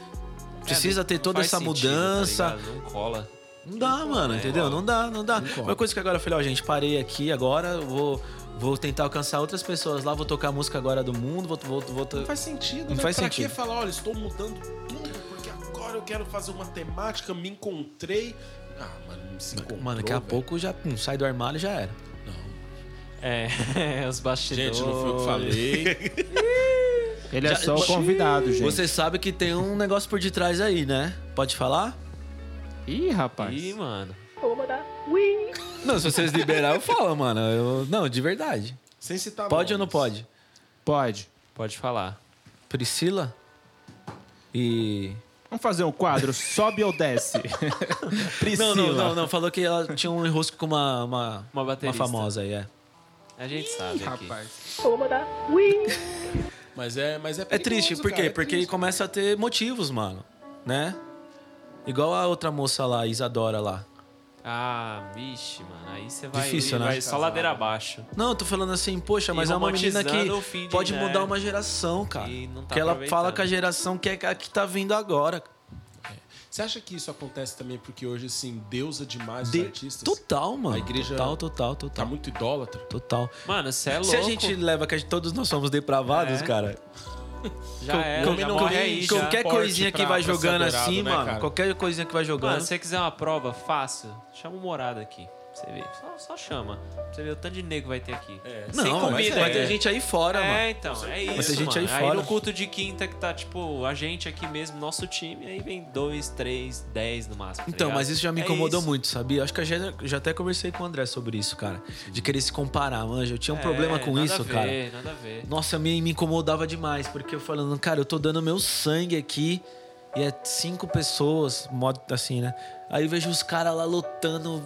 S1: É,
S3: Precisa ter
S2: Não
S3: toda
S2: faz
S3: essa
S2: sentido,
S3: mudança.
S2: tá ligado? não cola.
S3: Não dá, mano, entendeu? Não dá, não dá. Uma coisa que agora eu falei, ó, gente, parei aqui agora, eu vou, vou tentar alcançar outras pessoas lá, vou tocar a música agora do mundo, vou. vou, vou
S1: Não faz sentido,
S3: Não
S1: né?
S3: faz
S1: pra
S3: sentido.
S1: que falar, olha, estou mudando tudo, porque agora eu quero fazer uma temática, me encontrei. Ah, mano, se encontrou,
S3: Mano, daqui a
S1: velho.
S3: pouco já pum, sai do armário e já era.
S2: É, os bastidores.
S1: Gente, não foi o que falei.
S4: Ele é
S3: Já- tipo,
S4: só o convidado, gente.
S3: Você sabe que tem um negócio por detrás aí, né? Pode falar?
S4: Ih, rapaz.
S2: Ih, mano.
S3: Não, se vocês liberarem, eu falo, mano. Eu- Não, de verdade.
S1: Sem citar
S3: Pode ou não
S1: nomes.
S3: pode?
S4: Pode.
S2: Pode falar.
S3: Priscila? E.
S4: Vamos fazer um quadro, sobe ou desce.
S3: Priscila. Não, não, não, não. Falou que ela tinha um enrosco com uma. Uma,
S2: Uma baterista.
S3: famosa aí, é.
S2: A gente sabe aqui.
S4: rapaz.
S1: Mas é, mas é
S3: É
S1: perigoso,
S3: triste, por
S1: cara,
S3: quê?
S1: é
S3: Porque
S1: triste.
S3: começa a ter motivos, mano. Né? Igual a outra moça lá, Isadora lá.
S2: Ah, vixe, mano. Aí você vai,
S3: Difícil, né?
S2: vai só ladeira abaixo.
S3: Não, eu tô falando assim, poxa, mas é uma menina que
S2: romantizando o fim de-
S3: pode
S2: né?
S3: mudar uma geração, cara.
S2: E não tá
S3: que ela
S2: aproveitando.
S3: fala com a geração que é a que tá vindo agora.
S1: Você acha que isso acontece também porque hoje, assim, deusa demais
S3: De-
S1: os artistas?
S3: Total, mano.
S1: A igreja
S3: Total,
S1: Tá
S3: total, total.
S1: muito idólatra.
S3: Total.
S2: Mano, você é louco.
S3: Se a gente leva que a gente- todos nós somos depravados, cara.
S2: já era,
S3: qual-
S2: É, já
S3: qual-
S2: morre aí, já.
S3: qualquer
S1: Porte
S3: coisinha que
S1: pra-
S3: vai
S1: pra ser
S3: jogando
S1: adorado,
S3: assim,
S1: né,
S3: mano.
S1: cara?
S3: Qualquer coisinha que vai
S2: Mano,
S3: jogando.
S2: se você quiser uma prova fácil, chama o morado aqui. pra Você vê. Só, só chama. Pra Você vê o tanto de nego vai ter aqui. É. Sem
S3: Não, mas
S2: comida
S3: vai ter
S2: ainda.
S3: gente aí fora,
S2: É,
S3: mano.
S2: então, é isso.
S3: Mas tem gente aí
S2: mano.
S3: fora.
S2: no culto de quinta que tá, tipo, a gente aqui mesmo, nosso time, aí vem dois, três, dez no máximo. tá
S3: Então,
S2: ligado?
S3: mas isso já me
S2: É
S3: incomodou
S2: isso.
S3: muito, sabia? Acho que eu já, já até conversei com o André sobre isso, cara. De querer se comparar, manja. Eu tinha um problema
S2: É,
S3: com
S2: nada
S3: isso,
S2: a ver,
S3: cara.
S2: Nada a ver.
S3: Nossa, me, me incomodava demais, porque eu falando, cara, eu tô dando meu sangue aqui e é cinco pessoas, modo assim, né? Aí eu vejo os caras lá lotando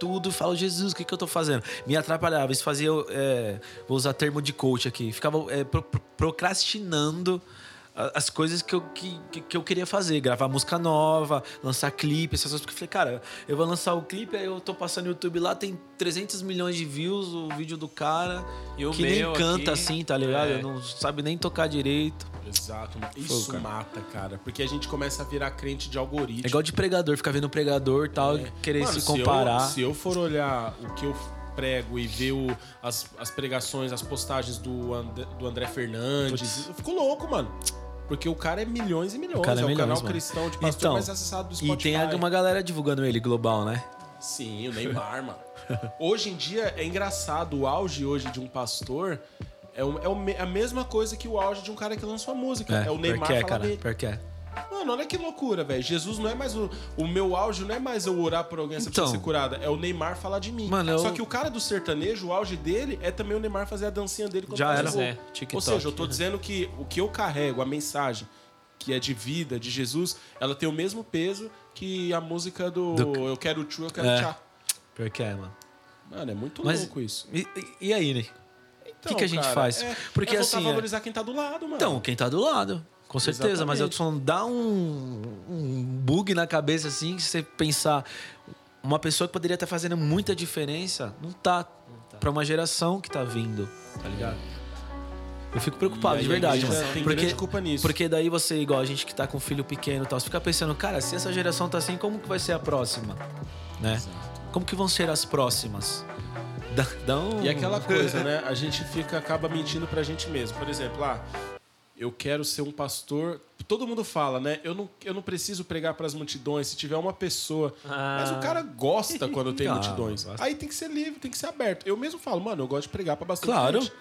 S3: tudo, falo, Jesus, o que, que eu tô fazendo? Me atrapalhava, isso fazia, eu, é, vou usar termo de coach aqui, ficava é, pro- pro- procrastinando a- as coisas que eu, que, que- que eu queria fazer, gravar música nova, lançar clipe, essas coisas, porque eu falei, cara, eu vou lançar o clipe, aí eu tô passando no YouTube lá, tem 300 milhões de views o vídeo do cara,
S2: E o
S3: que
S2: meu
S3: nem
S2: aqui,
S3: canta assim, tá ligado?
S2: é.
S3: Não sabe nem tocar direito.
S1: Exato. Isso
S3: cara.
S1: mata, cara. Porque a gente começa a virar crente de algoritmo.
S3: É igual de pregador, ficar vendo pregador e tal, e querer
S1: Mano,
S3: se comparar.
S1: eu- se eu for olhar o que eu prego e ver o- as, as pregações, as postagens do, André, do André Fernandes, eu fico louco, mano. Porque o cara é milhões e milhões.
S3: O cara é
S1: é,
S3: milhões,
S1: o canal
S3: mano.
S1: cristão de pastor
S3: Então,
S1: mais acessado do
S3: E
S1: Spotify.
S3: tem uma galera divulgando ele global, né?
S1: Sim, o Neymar, mano. Hoje em dia é engraçado. O auge hoje de um pastor é, um- é o me- a mesma coisa que o auge de um cara que lançou a música. É, o Neymar
S3: pior que é,
S1: falar
S3: cara,
S1: dele.
S3: pior que é.
S1: Mano, olha que loucura, velho. Jesus não é mais o. O meu auge não é mais eu orar por alguém essa
S3: Então.
S1: pessoa ser curada. É o Neymar falar de mim.
S3: Mano, é eu-
S1: Só que o cara do sertanejo, o auge dele é também o Neymar fazer a dancinha dele quando
S3: Já
S1: faz
S3: era.
S1: o gol.
S2: É, TikTok.
S1: Ou seja, eu tô dizendo que o que eu carrego, a mensagem que é de vida, de Jesus, ela tem o mesmo peso que a música do, Eu Quero Tchu, Eu Quero
S3: É.
S1: Tchá.
S3: Pior que é, mano.
S1: Mano, é muito
S3: Mas-
S1: louco isso.
S3: E, e- e aí, né?
S1: Então,
S3: que a gente
S1: cara,
S3: faz?
S1: É,
S3: Porque,
S1: é voltar
S3: assim,
S1: a
S3: é-
S1: valorizar quem tá do lado, mano.
S3: Então, quem tá do lado. Com certeza, mas eu tô falando, dá um, um bug na cabeça, assim, que você pensar. Uma pessoa que poderia estar fazendo muita diferença, não tá. Pra uma geração que tá vindo, tá ligado? Eu fico preocupado,
S1: E aí
S3: de
S1: a
S3: verdade,
S1: igreja
S3: mano.
S1: tem
S3: Porque,
S1: grande culpa nisso.
S3: porque daí você, igual a gente que tá com filho pequeno e tal, você fica pensando, cara, se essa geração tá assim, como que vai ser a próxima? Né? Como que vão ser as próximas? Dá, dá um...
S1: E aquela coisa, né? A gente fica, acaba mentindo pra gente mesmo. Por exemplo, ah, eu quero ser um pastor. Todo mundo fala, né? Eu não, eu não preciso pregar pras multidões se tiver uma pessoa. Mas o cara gosta quando tem
S3: Ah,
S1: multidões.
S3: gosta.
S1: Aí tem que ser livre, tem que ser aberto. Eu mesmo falo, mano, eu gosto de pregar pra bastante
S3: Claro.
S1: gente.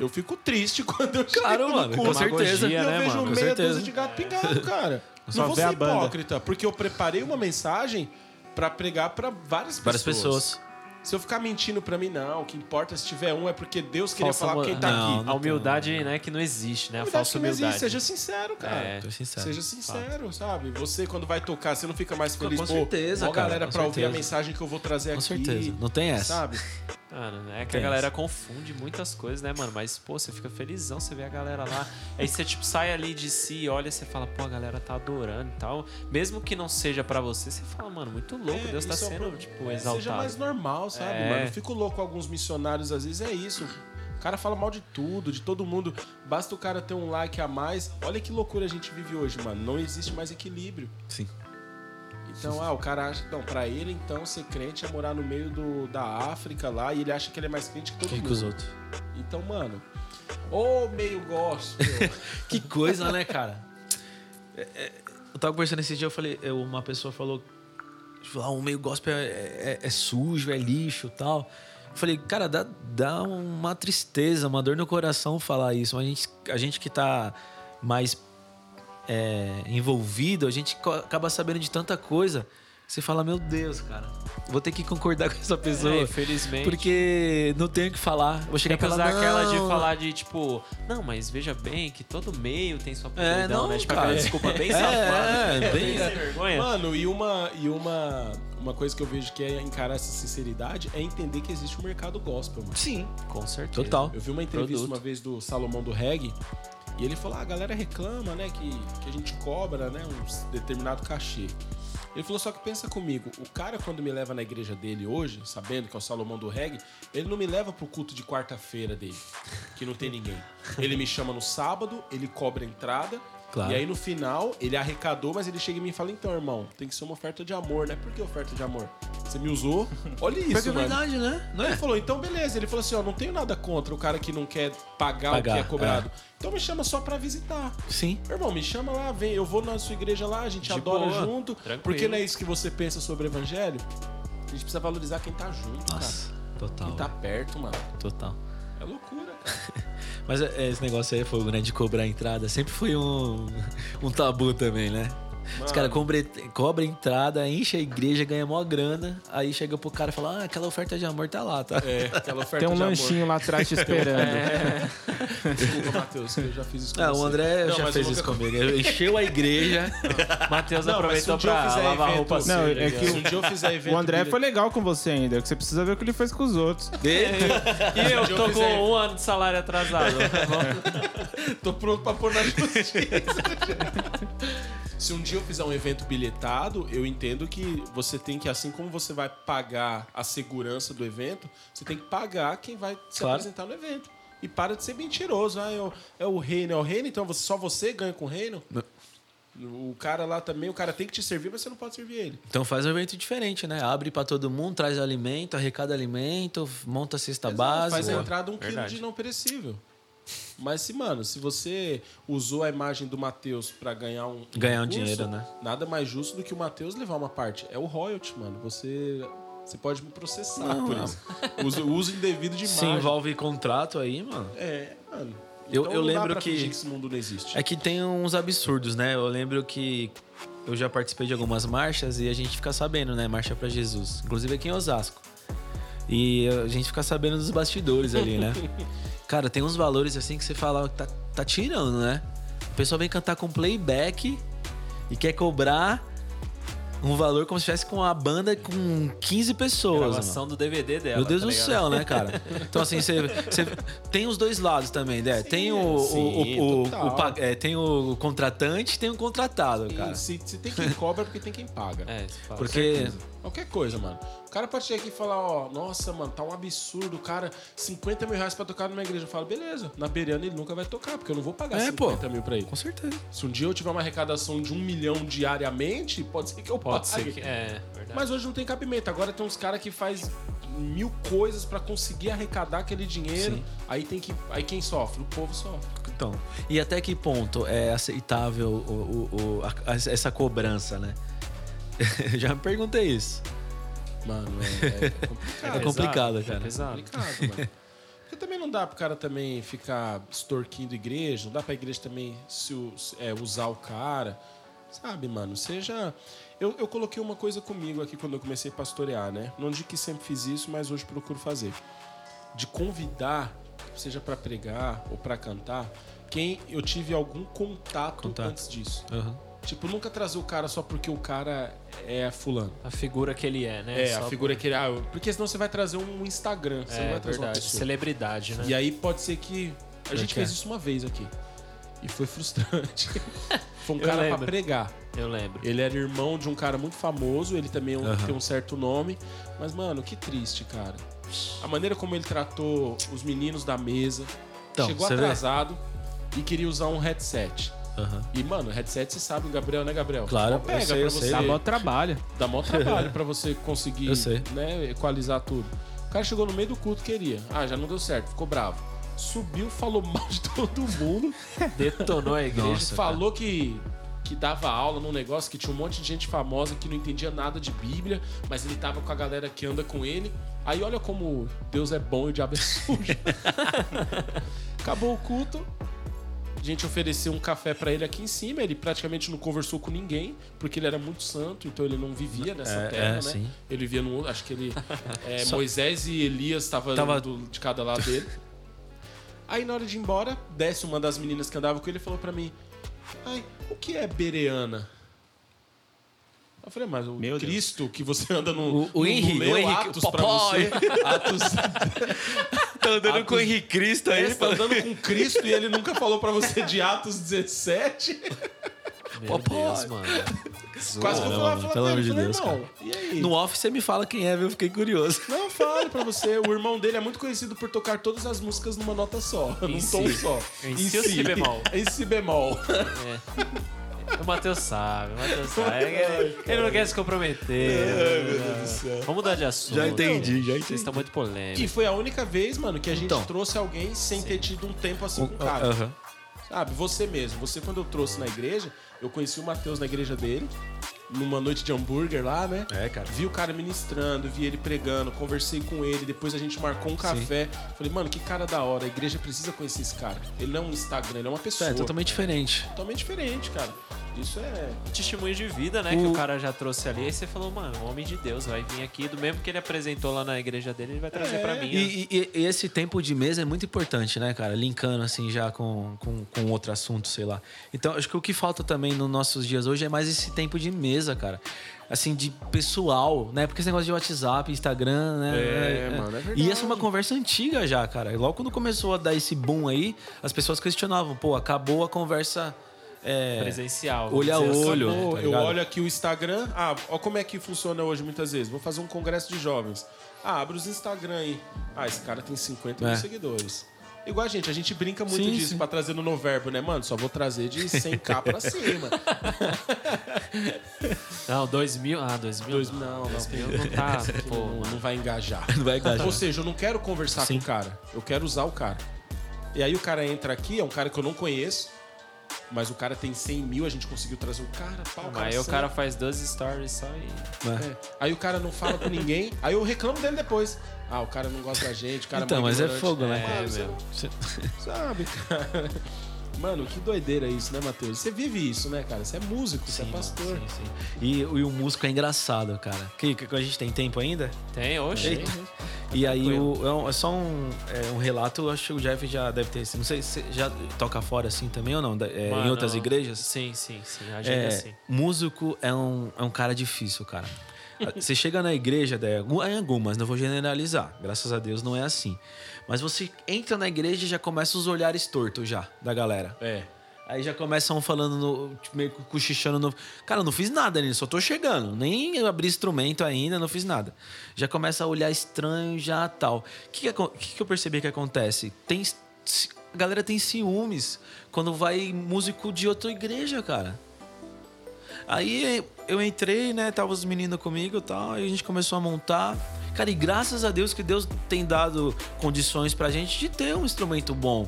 S1: Eu fico triste quando eu
S3: Claro,
S1: chego no
S3: mano,
S1: culto
S3: com
S1: e
S3: certeza. É.
S1: eu
S2: né,
S1: vejo
S2: mano?
S3: Com
S1: meia
S3: certeza.
S1: dúzia de gato pingado, cara.
S4: Só
S1: Não vou
S4: vê
S1: ser
S4: a banda.
S1: hipócrita, porque eu preparei uma mensagem pra pregar pra várias pessoas.
S3: Várias pessoas.
S1: Se eu ficar mentindo pra mim, não. O que importa se tiver um é porque Deus queria
S2: Falsa
S1: falar
S2: mo-
S1: com quem tá
S3: Não,
S1: aqui.
S3: não é
S2: A humildade, né, que não existe, né? A
S1: Cuidado
S2: falsa
S1: que não existe,
S2: humildade.
S1: Seja sincero, cara.
S2: É,
S3: tô sincero.
S1: Seja sincero, sabe? Você, quando vai tocar, você não fica mais feliz.
S3: tá, Com
S1: Pô,
S3: certeza,
S1: ó,
S3: cara,
S1: galera,
S3: com
S1: pra ouvir a
S3: certeza.
S1: mensagem que eu vou trazer
S3: Com
S1: aqui.
S3: certeza. Não tem essa.
S1: Sabe?
S2: Mano, é que a
S3: Tem
S2: galera
S3: essa.
S2: confunde muitas coisas, né, mano? Mas, pô, você fica felizão, você vê a galera lá. Aí você, tipo, sai ali de si, olha, você fala, pô, a galera tá adorando e tal. Mesmo que não seja pra você, você fala, mano, muito louco,
S1: É,
S2: Deus tá
S1: isso é um
S2: sendo,
S1: problema.
S2: tipo,
S1: É,
S2: exaltado.
S1: Seja mais normal, sabe,
S2: É.
S1: mano? Eu fico louco com alguns missionários, às vezes é isso. O cara fala mal de tudo, de todo mundo. Basta o cara ter um like a mais. Olha que loucura a gente vive hoje, mano. Não existe mais equilíbrio.
S3: Sim.
S1: Então, ah, o cara acha. Não, pra ele, então, ser crente é morar no meio do, da África lá e ele acha que ele é mais crente que todo
S3: Que,
S1: mundo.
S3: que os outros?
S1: Então, mano. Ô, meio gospel.
S3: Que coisa, né, cara? É, é, eu tava conversando esse dia, eu falei, eu- uma pessoa falou, tipo, ah, o meio gospel é, é- é sujo, é lixo e tal. Eu falei, cara, dá, dá uma tristeza, uma dor no coração falar isso. A gente, a gente que tá mais é, envolvido, a gente co- acaba sabendo de tanta coisa. Você fala, meu Deus, cara, vou ter que concordar com essa pessoa.
S2: É, infelizmente.
S3: porque não tenho o que falar. Vou chegar
S2: Tem que
S3: pra ela,
S2: usar aquela de
S3: "Não,
S2: falar de, tipo, não, mas veja bem que todo meio tem sua
S3: É,
S2: podridão,
S3: não,
S2: né? Tipo,
S3: cara.
S2: aquela desculpa bem
S3: É,
S2: safada.
S3: é, bem-
S2: sem vergonha.
S1: Mano, e uma e uma uma coisa que eu vejo que é encarar essa sinceridade é entender que existe um mercado gospel, mano.
S3: Sim,
S2: Com certeza.
S3: total.
S1: Eu vi uma entrevista
S2: Produto.
S1: uma vez do Salomão do Reggae e ele falou: ah, a galera reclama, né, que, que a gente cobra, né, um determinado cachê. Ele falou: só que pensa comigo, o cara quando me leva na igreja dele hoje, sabendo que é o Salomão do Reggae, ele não me leva pro culto de quarta-feira dele, que não tem ninguém. Ele me chama no sábado, ele cobra a entrada.
S3: Claro.
S1: E aí no final, ele arrecadou, mas ele chega em mim e fala: então, irmão, tem que ser uma oferta de amor, né? Por que oferta de amor? Você me usou? Olha isso,
S3: Porque é
S1: mano.
S3: verdade, né? Não
S1: Ele
S3: é?
S1: falou, então beleza. Ele falou assim, ó, não tenho nada contra o cara que não quer pagar,
S3: Pagar,
S1: o que é cobrado. Então me chama só pra visitar.
S3: É, Sim.
S1: Irmão, me chama lá, vem, eu vou na sua igreja lá, a gente
S2: De
S1: adora
S2: boa,
S1: junto.
S2: tranquilo.
S1: Porque não é isso que você pensa sobre o evangelho. A gente precisa valorizar quem tá junto,
S3: Nossa,
S1: cara.
S3: total.
S1: Quem tá perto, mano.
S3: Total.
S1: É loucura, cara.
S3: Mas é, esse negócio aí, fogo, né? De cobrar a entrada, sempre foi um, um tabu também, né? Os caras cobrem cobra a entrada, enche a igreja, ganha mó grana, aí chega pro cara e fala, ah, aquela oferta de amor tá lá, tá?
S1: É, aquela oferta
S4: Tem um
S1: de
S4: lanchinho lá atrás te esperando.
S3: É,
S1: amor. Desculpa, Matheus, que eu já fiz isso com
S3: Ah, o
S1: você.
S3: André
S1: Não,
S3: já
S1: mas
S3: fez
S1: eu
S3: isso
S1: nunca-
S3: comigo. Ele Encheu a igreja.
S2: Matheus
S1: Não, mas se um
S2: aproveitou
S1: dia eu
S2: pra
S1: fizer
S2: lavar a
S1: evento-
S2: roupa
S1: Não,
S2: suja,
S4: é
S2: né?
S1: Se um dia eu fizer evento...
S4: O André
S1: bilhete-
S4: foi legal com você ainda, que você precisa ver o que ele fez com os outros.
S2: E eu
S1: Se um dia
S2: tô
S1: fizer-
S2: com um ano de salário atrasado.
S1: Tô pronto pra pôr na justiça. Se um dia eu fizer um evento bilhetado, eu entendo que você tem que, assim como você vai pagar a segurança do evento, você tem que pagar quem vai se
S3: Claro.
S1: apresentar no evento. E para de ser mentiroso. Ah, é o, é o reino, é o reino, então você- só você ganha com o reino? O cara lá também, o cara tem que te servir, mas você não pode servir ele.
S3: Então faz um evento diferente, né? Abre pra todo mundo, traz alimento, arrecada alimento, monta a cesta base.
S1: Faz a
S3: básica.
S1: entrada um quilo
S2: Verdade.
S1: de não perecível. Mas se, mano, se você usou a imagem do Matheus pra ganhar um.
S3: Ganhar um dinheiro, né?
S1: Nada mais justo do que o Matheus levar uma parte. É o royalty, mano. Você. Você pode me processar por isso. Uso, uso indevido de
S3: Se
S1: imagem.
S3: envolve contrato aí, mano.
S1: É, mano.
S3: Eu- eu
S1: não dá
S3: lembro
S1: pra
S3: que-
S1: fingir que esse mundo não existe.
S3: É que tem uns absurdos, né? Eu lembro que eu já participei de algumas marchas e a gente fica sabendo, né? Marcha pra Jesus. Inclusive aqui em Osasco. E a gente fica sabendo dos bastidores ali, né? Cara, tem uns valores assim que você fala, tá, tá tirando, né? pessoa vem cantar com playback e quer cobrar um valor como se estivesse com a banda com 15 pessoas. mano.
S2: gravação do DVD dela.
S3: Meu Deus
S2: tá
S3: do
S2: ligado?
S3: céu, né, cara? Então, assim, você você- tem os dois lados também, né? tem o, o-
S1: sim,
S3: o- o-
S1: total.
S3: o pa- é, tem o contratante e tem o contratado, cara.
S1: Se, se tem quem cobra, é porque tem quem paga.
S2: É, você fala.
S3: Porque
S1: Qualquer coisa, mano. O cara pode chegar aqui e falar, ó, nossa, mano, tá um absurdo, cara, 50 mil reais pra tocar na minha igreja. Eu falo, beleza, na Beirana ele nunca vai tocar, porque eu não vou pagar
S3: É,
S1: 50 mil pra ele.
S3: com certeza.
S1: Se um dia eu tiver uma arrecadação de um milhão diariamente, pode ser que eu
S2: Pode
S1: pague.
S2: ser que. É, verdade.
S1: Mas hoje não tem cabimento. Agora tem uns caras que faz mil coisas pra conseguir arrecadar aquele dinheiro.
S3: Sim.
S1: Aí tem que. Aí quem sofre? O povo sofre.
S3: Então, e até que ponto é aceitável o- o- o- a- a- essa cobrança, né? Eu Já me perguntei isso.
S1: Mano, é, é complicado.
S3: É complicado,
S2: É
S3: cara.
S2: pesado.
S1: complicado, mano. Porque também não dá pro cara também ficar extorquindo igreja, não dá pra igreja também se, o- se- é, usar o cara. Sabe, mano? Seja. Eu, eu coloquei uma coisa comigo aqui quando eu comecei a pastorear, né? Não digo que sempre fiz isso, mas hoje procuro fazer. De convidar, seja pra pregar ou pra cantar, quem eu tive algum contato,
S3: Contato.
S1: antes disso.
S3: Aham.
S1: Tipo, nunca trazer o cara só porque o cara é fulano.
S2: A figura que ele é, né?
S1: É, a
S2: Só
S1: figura que ele. Ah, eu- porque senão você vai trazer um Instagram,
S2: por-
S1: você não
S2: É
S1: vai trazer
S2: verdade.
S1: uma pessoa.
S2: Celebridade,
S3: É.
S2: né?
S1: E aí pode ser que. A gente
S3: quero.
S1: fez isso uma vez aqui. E foi frustrante. foi um
S2: Eu
S1: cara pra
S2: lembro.
S1: pregar.
S2: Eu lembro.
S1: Ele era irmão de um cara muito famoso, ele também é um-
S3: Aham.
S1: tem um certo nome. Mas, mano, que triste, cara. A maneira como ele tratou os meninos da mesa.
S3: Então,
S1: chegou
S3: você vê?
S1: atrasado e queria usar um headset.
S3: aham.
S1: E, mano, headset você sabe, o Gabriel, né, Gabriel?
S3: Claro,
S1: Só pega
S3: eu sei,
S1: pra
S3: eu
S1: você
S3: sei.
S4: Dá mó trabalho.
S1: Dá maior trabalho pra você conseguir
S3: Eu sei.
S1: né, equalizar tudo. O cara chegou no meio do culto, queria. Ah, já não deu certo, ficou bravo. Subiu, falou mal de todo mundo.
S2: Detonou a igreja.
S1: Ele falou que, que dava aula num negócio que tinha um monte de gente famosa que não entendia nada de Bíblia, mas ele tava com a galera que anda com ele. Aí olha como Deus é bom e o diabo é sujo. Acabou o culto. A gente ofereceu um café pra ele aqui em cima. Ele praticamente não conversou com ninguém, porque ele era muito santo, então ele não vivia nessa
S3: É,
S1: terra,
S3: é,
S1: né?
S3: sim.
S1: Ele vivia no. Acho que ele. é, Moisés e Elias estavam
S3: Tava-
S1: de cada lado dele. Aí na hora de ir embora, desce uma das meninas que andava com ele e falou pra mim: Ai, o que é bereana? Eu falei, mas o
S4: Meu Deus.
S1: Cristo que você anda
S3: O-
S1: no.
S3: o Henrique,
S1: leu
S3: o Henrique,
S1: Atos
S3: o
S1: pra
S3: papai.
S1: você. Atos,
S6: Tá
S3: Ah,
S6: andando com o Henrique Cristo aí,
S1: você tá andando com Cristo e ele nunca falou pra você de Atos 17.
S2: Meu Deus, mano.
S1: Quase que eu falei,
S3: não, mano,
S1: falei,
S3: pelo
S1: pra
S3: amor
S1: ele,
S3: de
S1: falei,
S3: Deus,
S1: não. E aí?
S3: No off você me fala quem é, viu? Eu fiquei curioso.
S1: Não, falo pra você. O irmão dele é muito conhecido por tocar todas as músicas numa nota só, num
S2: si.
S1: tom só.
S2: Em si ou si bemol?
S1: Em si bemol.
S2: O Matheus sabe, o Matheus sabe. Ele, ele não quer se comprometer. Ai, É, meu Deus do céu. Vamos mudar de assunto.
S3: Já entendi, já
S2: Vocês
S3: entendi.
S2: estão muito polêmicos.
S1: E foi a única vez, mano, que a gente
S3: Então.
S1: trouxe alguém sem ter tido um tempo assim com o cara.
S3: Aham.
S1: Sabe, você mesmo. Você, quando eu trouxe na igreja, eu conheci o Matheus na igreja dele, numa noite de hambúrguer lá, né?
S3: É, cara.
S1: Vi o cara ministrando, vi ele pregando, conversei com ele, depois a gente marcou um café. Falei, mano, que cara da hora, a igreja precisa conhecer esse cara. Ele não é um Instagram, ele é uma pessoa.
S3: É totalmente diferente.
S1: Totalmente diferente, cara. Isso é.
S2: testemunho de vida, né? Que o cara já trouxe ali. Aí você falou, mano, o homem de Deus vai vir aqui. Do mesmo que ele apresentou lá na igreja dele, ele vai trazer pra mim. né?
S3: E, e- e esse tempo de mesa é muito importante, né, cara? Linkando assim já com, com, com outro assunto, sei lá. Então, acho que o que falta também nos nossos dias hoje é mais esse tempo de mesa, cara. Assim, de pessoal, né? Porque esse negócio de WhatsApp, Instagram, né?
S1: É, mano, é
S3: E essa é uma conversa antiga já, cara. E Logo quando começou a dar esse boom aí, as pessoas questionavam, pô, acabou a conversa. é,
S2: Presencial.
S3: olho a
S2: vamos dizer assim.
S3: olho.
S1: Acabou.
S3: tá
S1: eu
S3: ligado?
S1: olho aqui o Instagram. Ah, olha como é que funciona hoje muitas vezes. Vou fazer um congresso de jovens. Ah, abre os Instagram aí. Ah, esse cara tem 50 mil
S3: É.
S1: seguidores. Igual a gente, a gente brinca muito
S3: Sim,
S1: disso
S3: sim.
S1: pra trazer no Noverbo, né, mano? Só vou trazer de 100k pra cima.
S2: Não, 2000. Ah, 2000.
S1: Dois-
S2: não,
S1: não, não.
S2: 2000 não tá. pô,
S1: Pô,
S2: mano.
S1: não vai engajar.
S3: Não vai engajar.
S1: Ou seja, eu não quero conversar
S3: Sim.
S1: com o cara. Eu quero usar o cara. E aí o cara entra aqui, é um cara que eu não conheço. Mas o cara tem 100 mil, a gente conseguiu trazer o cara. Pá, o cara
S2: Aí o
S1: senta.
S2: cara faz 12 stories só e.
S3: né?
S1: É. Aí o cara não fala com ninguém, aí eu reclamo dele depois. Ah, o cara não gosta da gente, o cara
S3: Então,
S1: mó
S3: mas é
S1: ignorante.
S3: fogo, né?
S1: Mano,
S2: É,
S1: você
S2: meu.
S1: não sabe, cara. Mano, que doideira isso, né, Matheus? Você vive isso, né, cara? Você é músico, você é pastor.
S3: Sim, sim. E, e o músico é engraçado, cara. Que, que a gente tem tempo ainda?
S2: Tem, oxe.
S3: Eita. E aí o- é um- é só um, é, um relato, eu acho que o Jeff já deve ter. Não sei se já toca fora assim também ou não, da- é, em
S2: Mano,
S3: outras igrejas.
S2: Sim, sim, sim. A gente é,
S3: É,
S2: assim.
S3: músico é um, é um cara difícil, cara. Você chega na igreja, né, em algumas, não vou generalizar, graças a Deus não é assim. Mas você entra na igreja e já começa os olhares tortos já, da galera.
S1: É.
S3: Aí já começa um falando, no, tipo, meio que cochichando. No, cara, eu não fiz nada nisso, só tô chegando. Nem abri instrumento ainda, não fiz nada. Já começa a olhar estranho, já tal. O que, que, acon- que que eu percebi que acontece? Tem, ci- a galera tem ciúmes quando vai músico de outra igreja, cara. Aí eu entrei, né? Tava os meninos comigo e tal. Aí a gente começou a montar. Cara, e graças a Deus que Deus tem dado condições pra gente de ter um instrumento bom.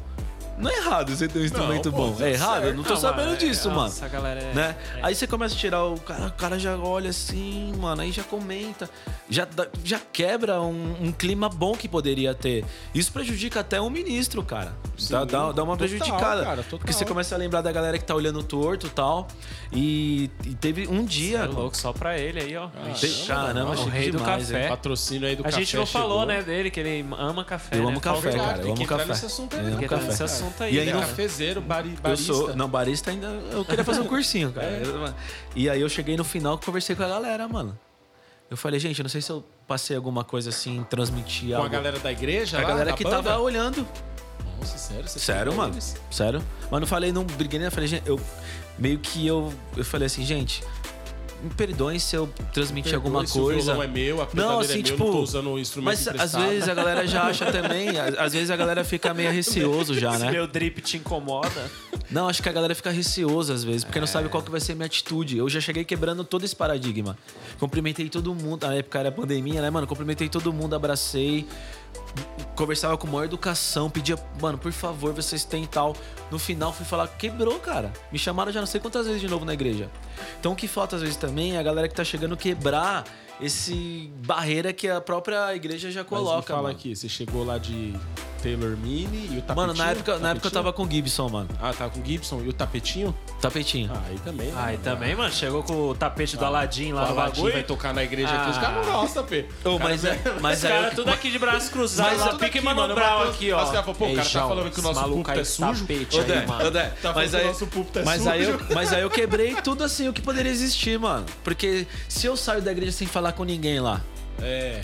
S3: Não é errado você ter um instrumento
S1: pô,
S3: bom.
S1: tá
S3: é errado? Eu não tô
S2: Não,
S3: sabendo
S2: mano,
S3: disso,
S2: é,
S3: mano.
S2: nossa, a galera é-
S3: né? Aí você começa a tirar o cara, o cara já olha assim, mano, aí já comenta, já, dá- já quebra um, um clima bom que poderia ter. Isso prejudica até um ministro, cara. dá, dá- dá uma prejudicada.
S1: cara, total.
S3: Porque você começa a lembrar da galera que tá olhando torto e tal. E, e teve um dia.
S2: É louco, só pra ele aí, ó. Vixe.
S3: Te- Caramba,
S2: É o
S3: chique
S2: rei do
S3: demais,
S2: café.
S3: hein?
S1: Patrocínio aí do
S2: a
S1: café
S2: gente não
S1: chegou.
S2: falou, né, dele, que ele ama café.
S3: Eu
S2: né?
S3: amo
S2: Falta-
S3: café,
S1: Verdade,
S3: É, cara.
S1: tem
S3: Eu
S1: que
S3: amo
S1: entrar
S3: café.
S1: nesse assunto aí,
S3: Eu
S1: né,
S2: Tem
S3: amo
S2: que entrar
S3: café.
S2: nesse assunto aí.
S3: E aí
S2: né,
S3: não-
S2: cara?
S1: Cafezeiro, bari,
S3: Eu
S1: barista.
S3: sou. Não, barista ainda. Eu queria fazer um cursinho, cara.
S2: É.
S3: Eu- e aí eu cheguei no final e conversei com a galera, mano. Eu falei, gente, eu não sei se eu passei alguma coisa assim, transmitir
S1: Com
S3: algo.
S1: a galera da igreja
S3: A
S1: lá,
S3: galera
S1: da
S3: que
S1: banda?
S3: tava olhando.
S1: Nossa, sério? Você tá
S3: Sério,
S1: pegou
S3: mano.
S1: eles?
S3: Sério. Mas não falei, não briguei, nem nada, falei, gente, eu. Meio que eu. Eu falei assim, gente, me perdoem se eu transmitir alguma
S1: Perdoe se o
S3: coisa.
S1: violão é meu, a
S3: não,
S1: pedaleira
S3: assim,
S1: é meu,
S3: tipo.
S1: não tô usando um instrumento
S3: mas às
S1: emprestado.
S3: vezes a galera já acha também. às- Às vezes a galera fica meio receoso já,
S2: Se
S3: né?
S2: meu drip te incomoda.
S3: Não, acho que a galera fica receosa às vezes, porque não sabe qual que vai ser a minha atitude. Eu já cheguei quebrando todo esse paradigma. Cumprimentei todo mundo, na época era pandemia, né, mano? Cumprimentei todo mundo, abracei, conversava com maior educação, pedia, mano, por favor, vocês têm tal. No final fui falar, quebrou, cara. Me chamaram já não sei quantas vezes de novo na igreja. Então o que falta às vezes também é a galera que tá chegando quebrar esse barreira que a própria igreja já
S1: Mas me
S3: coloca.
S1: fala
S3: mano.
S1: aqui, você chegou lá de Taylor Mini e o tapetinho?
S3: Mano, na época, na época eu
S1: Tapetinho?
S3: tava com o Gibson, mano.
S1: Ah, tava com o Gibson. E o tapetinho?
S3: Tapetinho.
S1: Ah, aí também, né?
S2: Aí também, mano, chegou com o tapete
S3: Ah,
S2: do Aladim
S1: O
S2: lá no
S1: Aladim
S2: bagulho.
S1: vai tocar na igreja aqui, os
S2: Ah.
S1: caras não gostam, Fê.
S3: Ô, mas, é, mas
S2: Os
S3: aí eu-
S2: caras tudo aqui de braço cruzado,
S1: Mas
S2: lá
S1: tudo
S2: pique
S1: aqui,
S2: Mano
S1: mano,
S2: Brown
S1: mas-
S2: aqui,
S1: mas os caras
S2: ó.
S1: falam, pô, o cara tá falando que o nosso púlpito é sujo.
S2: Tapete aí, mano.
S3: André,
S1: Tá
S3: mas
S1: falando
S3: aí,
S1: que o nosso púlpito é
S3: mas,
S1: sujo.
S3: aí eu, mas aí eu quebrei tudo assim, o que poderia existir, mano. Porque se eu saio da igreja sem falar com ninguém lá,
S1: É.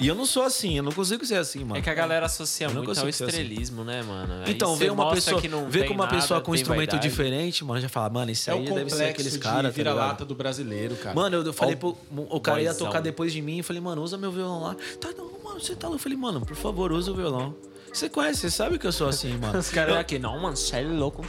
S3: e eu não sou assim, eu não consigo ser assim, mano.
S2: É que a galera associa
S3: não
S2: muito ao
S3: consigo ser assim.
S2: estrelismo, né, mano? Aí
S3: então,
S2: você
S3: ver uma
S2: mostra
S3: pessoa,
S2: que não
S3: ver
S2: tem
S3: com uma
S2: nada,
S3: pessoa com um
S2: tem
S3: instrumento
S2: vaidade.
S3: diferente, mano, já fala, mano, isso
S1: É o
S3: aí deve ser
S1: complexo
S3: aqueles
S1: de
S3: caras, tá ligado?
S1: vira-lata do brasileiro, cara.
S3: Mano, eu, eu falei
S2: Ó,
S3: pro. O cara ia
S2: boyzão.
S3: tocar depois de mim. Eu falei, mano, usa meu violão lá. Tá, não, mano, você tá louco. Eu falei, mano, por favor, usa o violão. Você conhece, você sabe que eu sou assim, mano.
S2: Os caras aqui, não, mano, você é louco,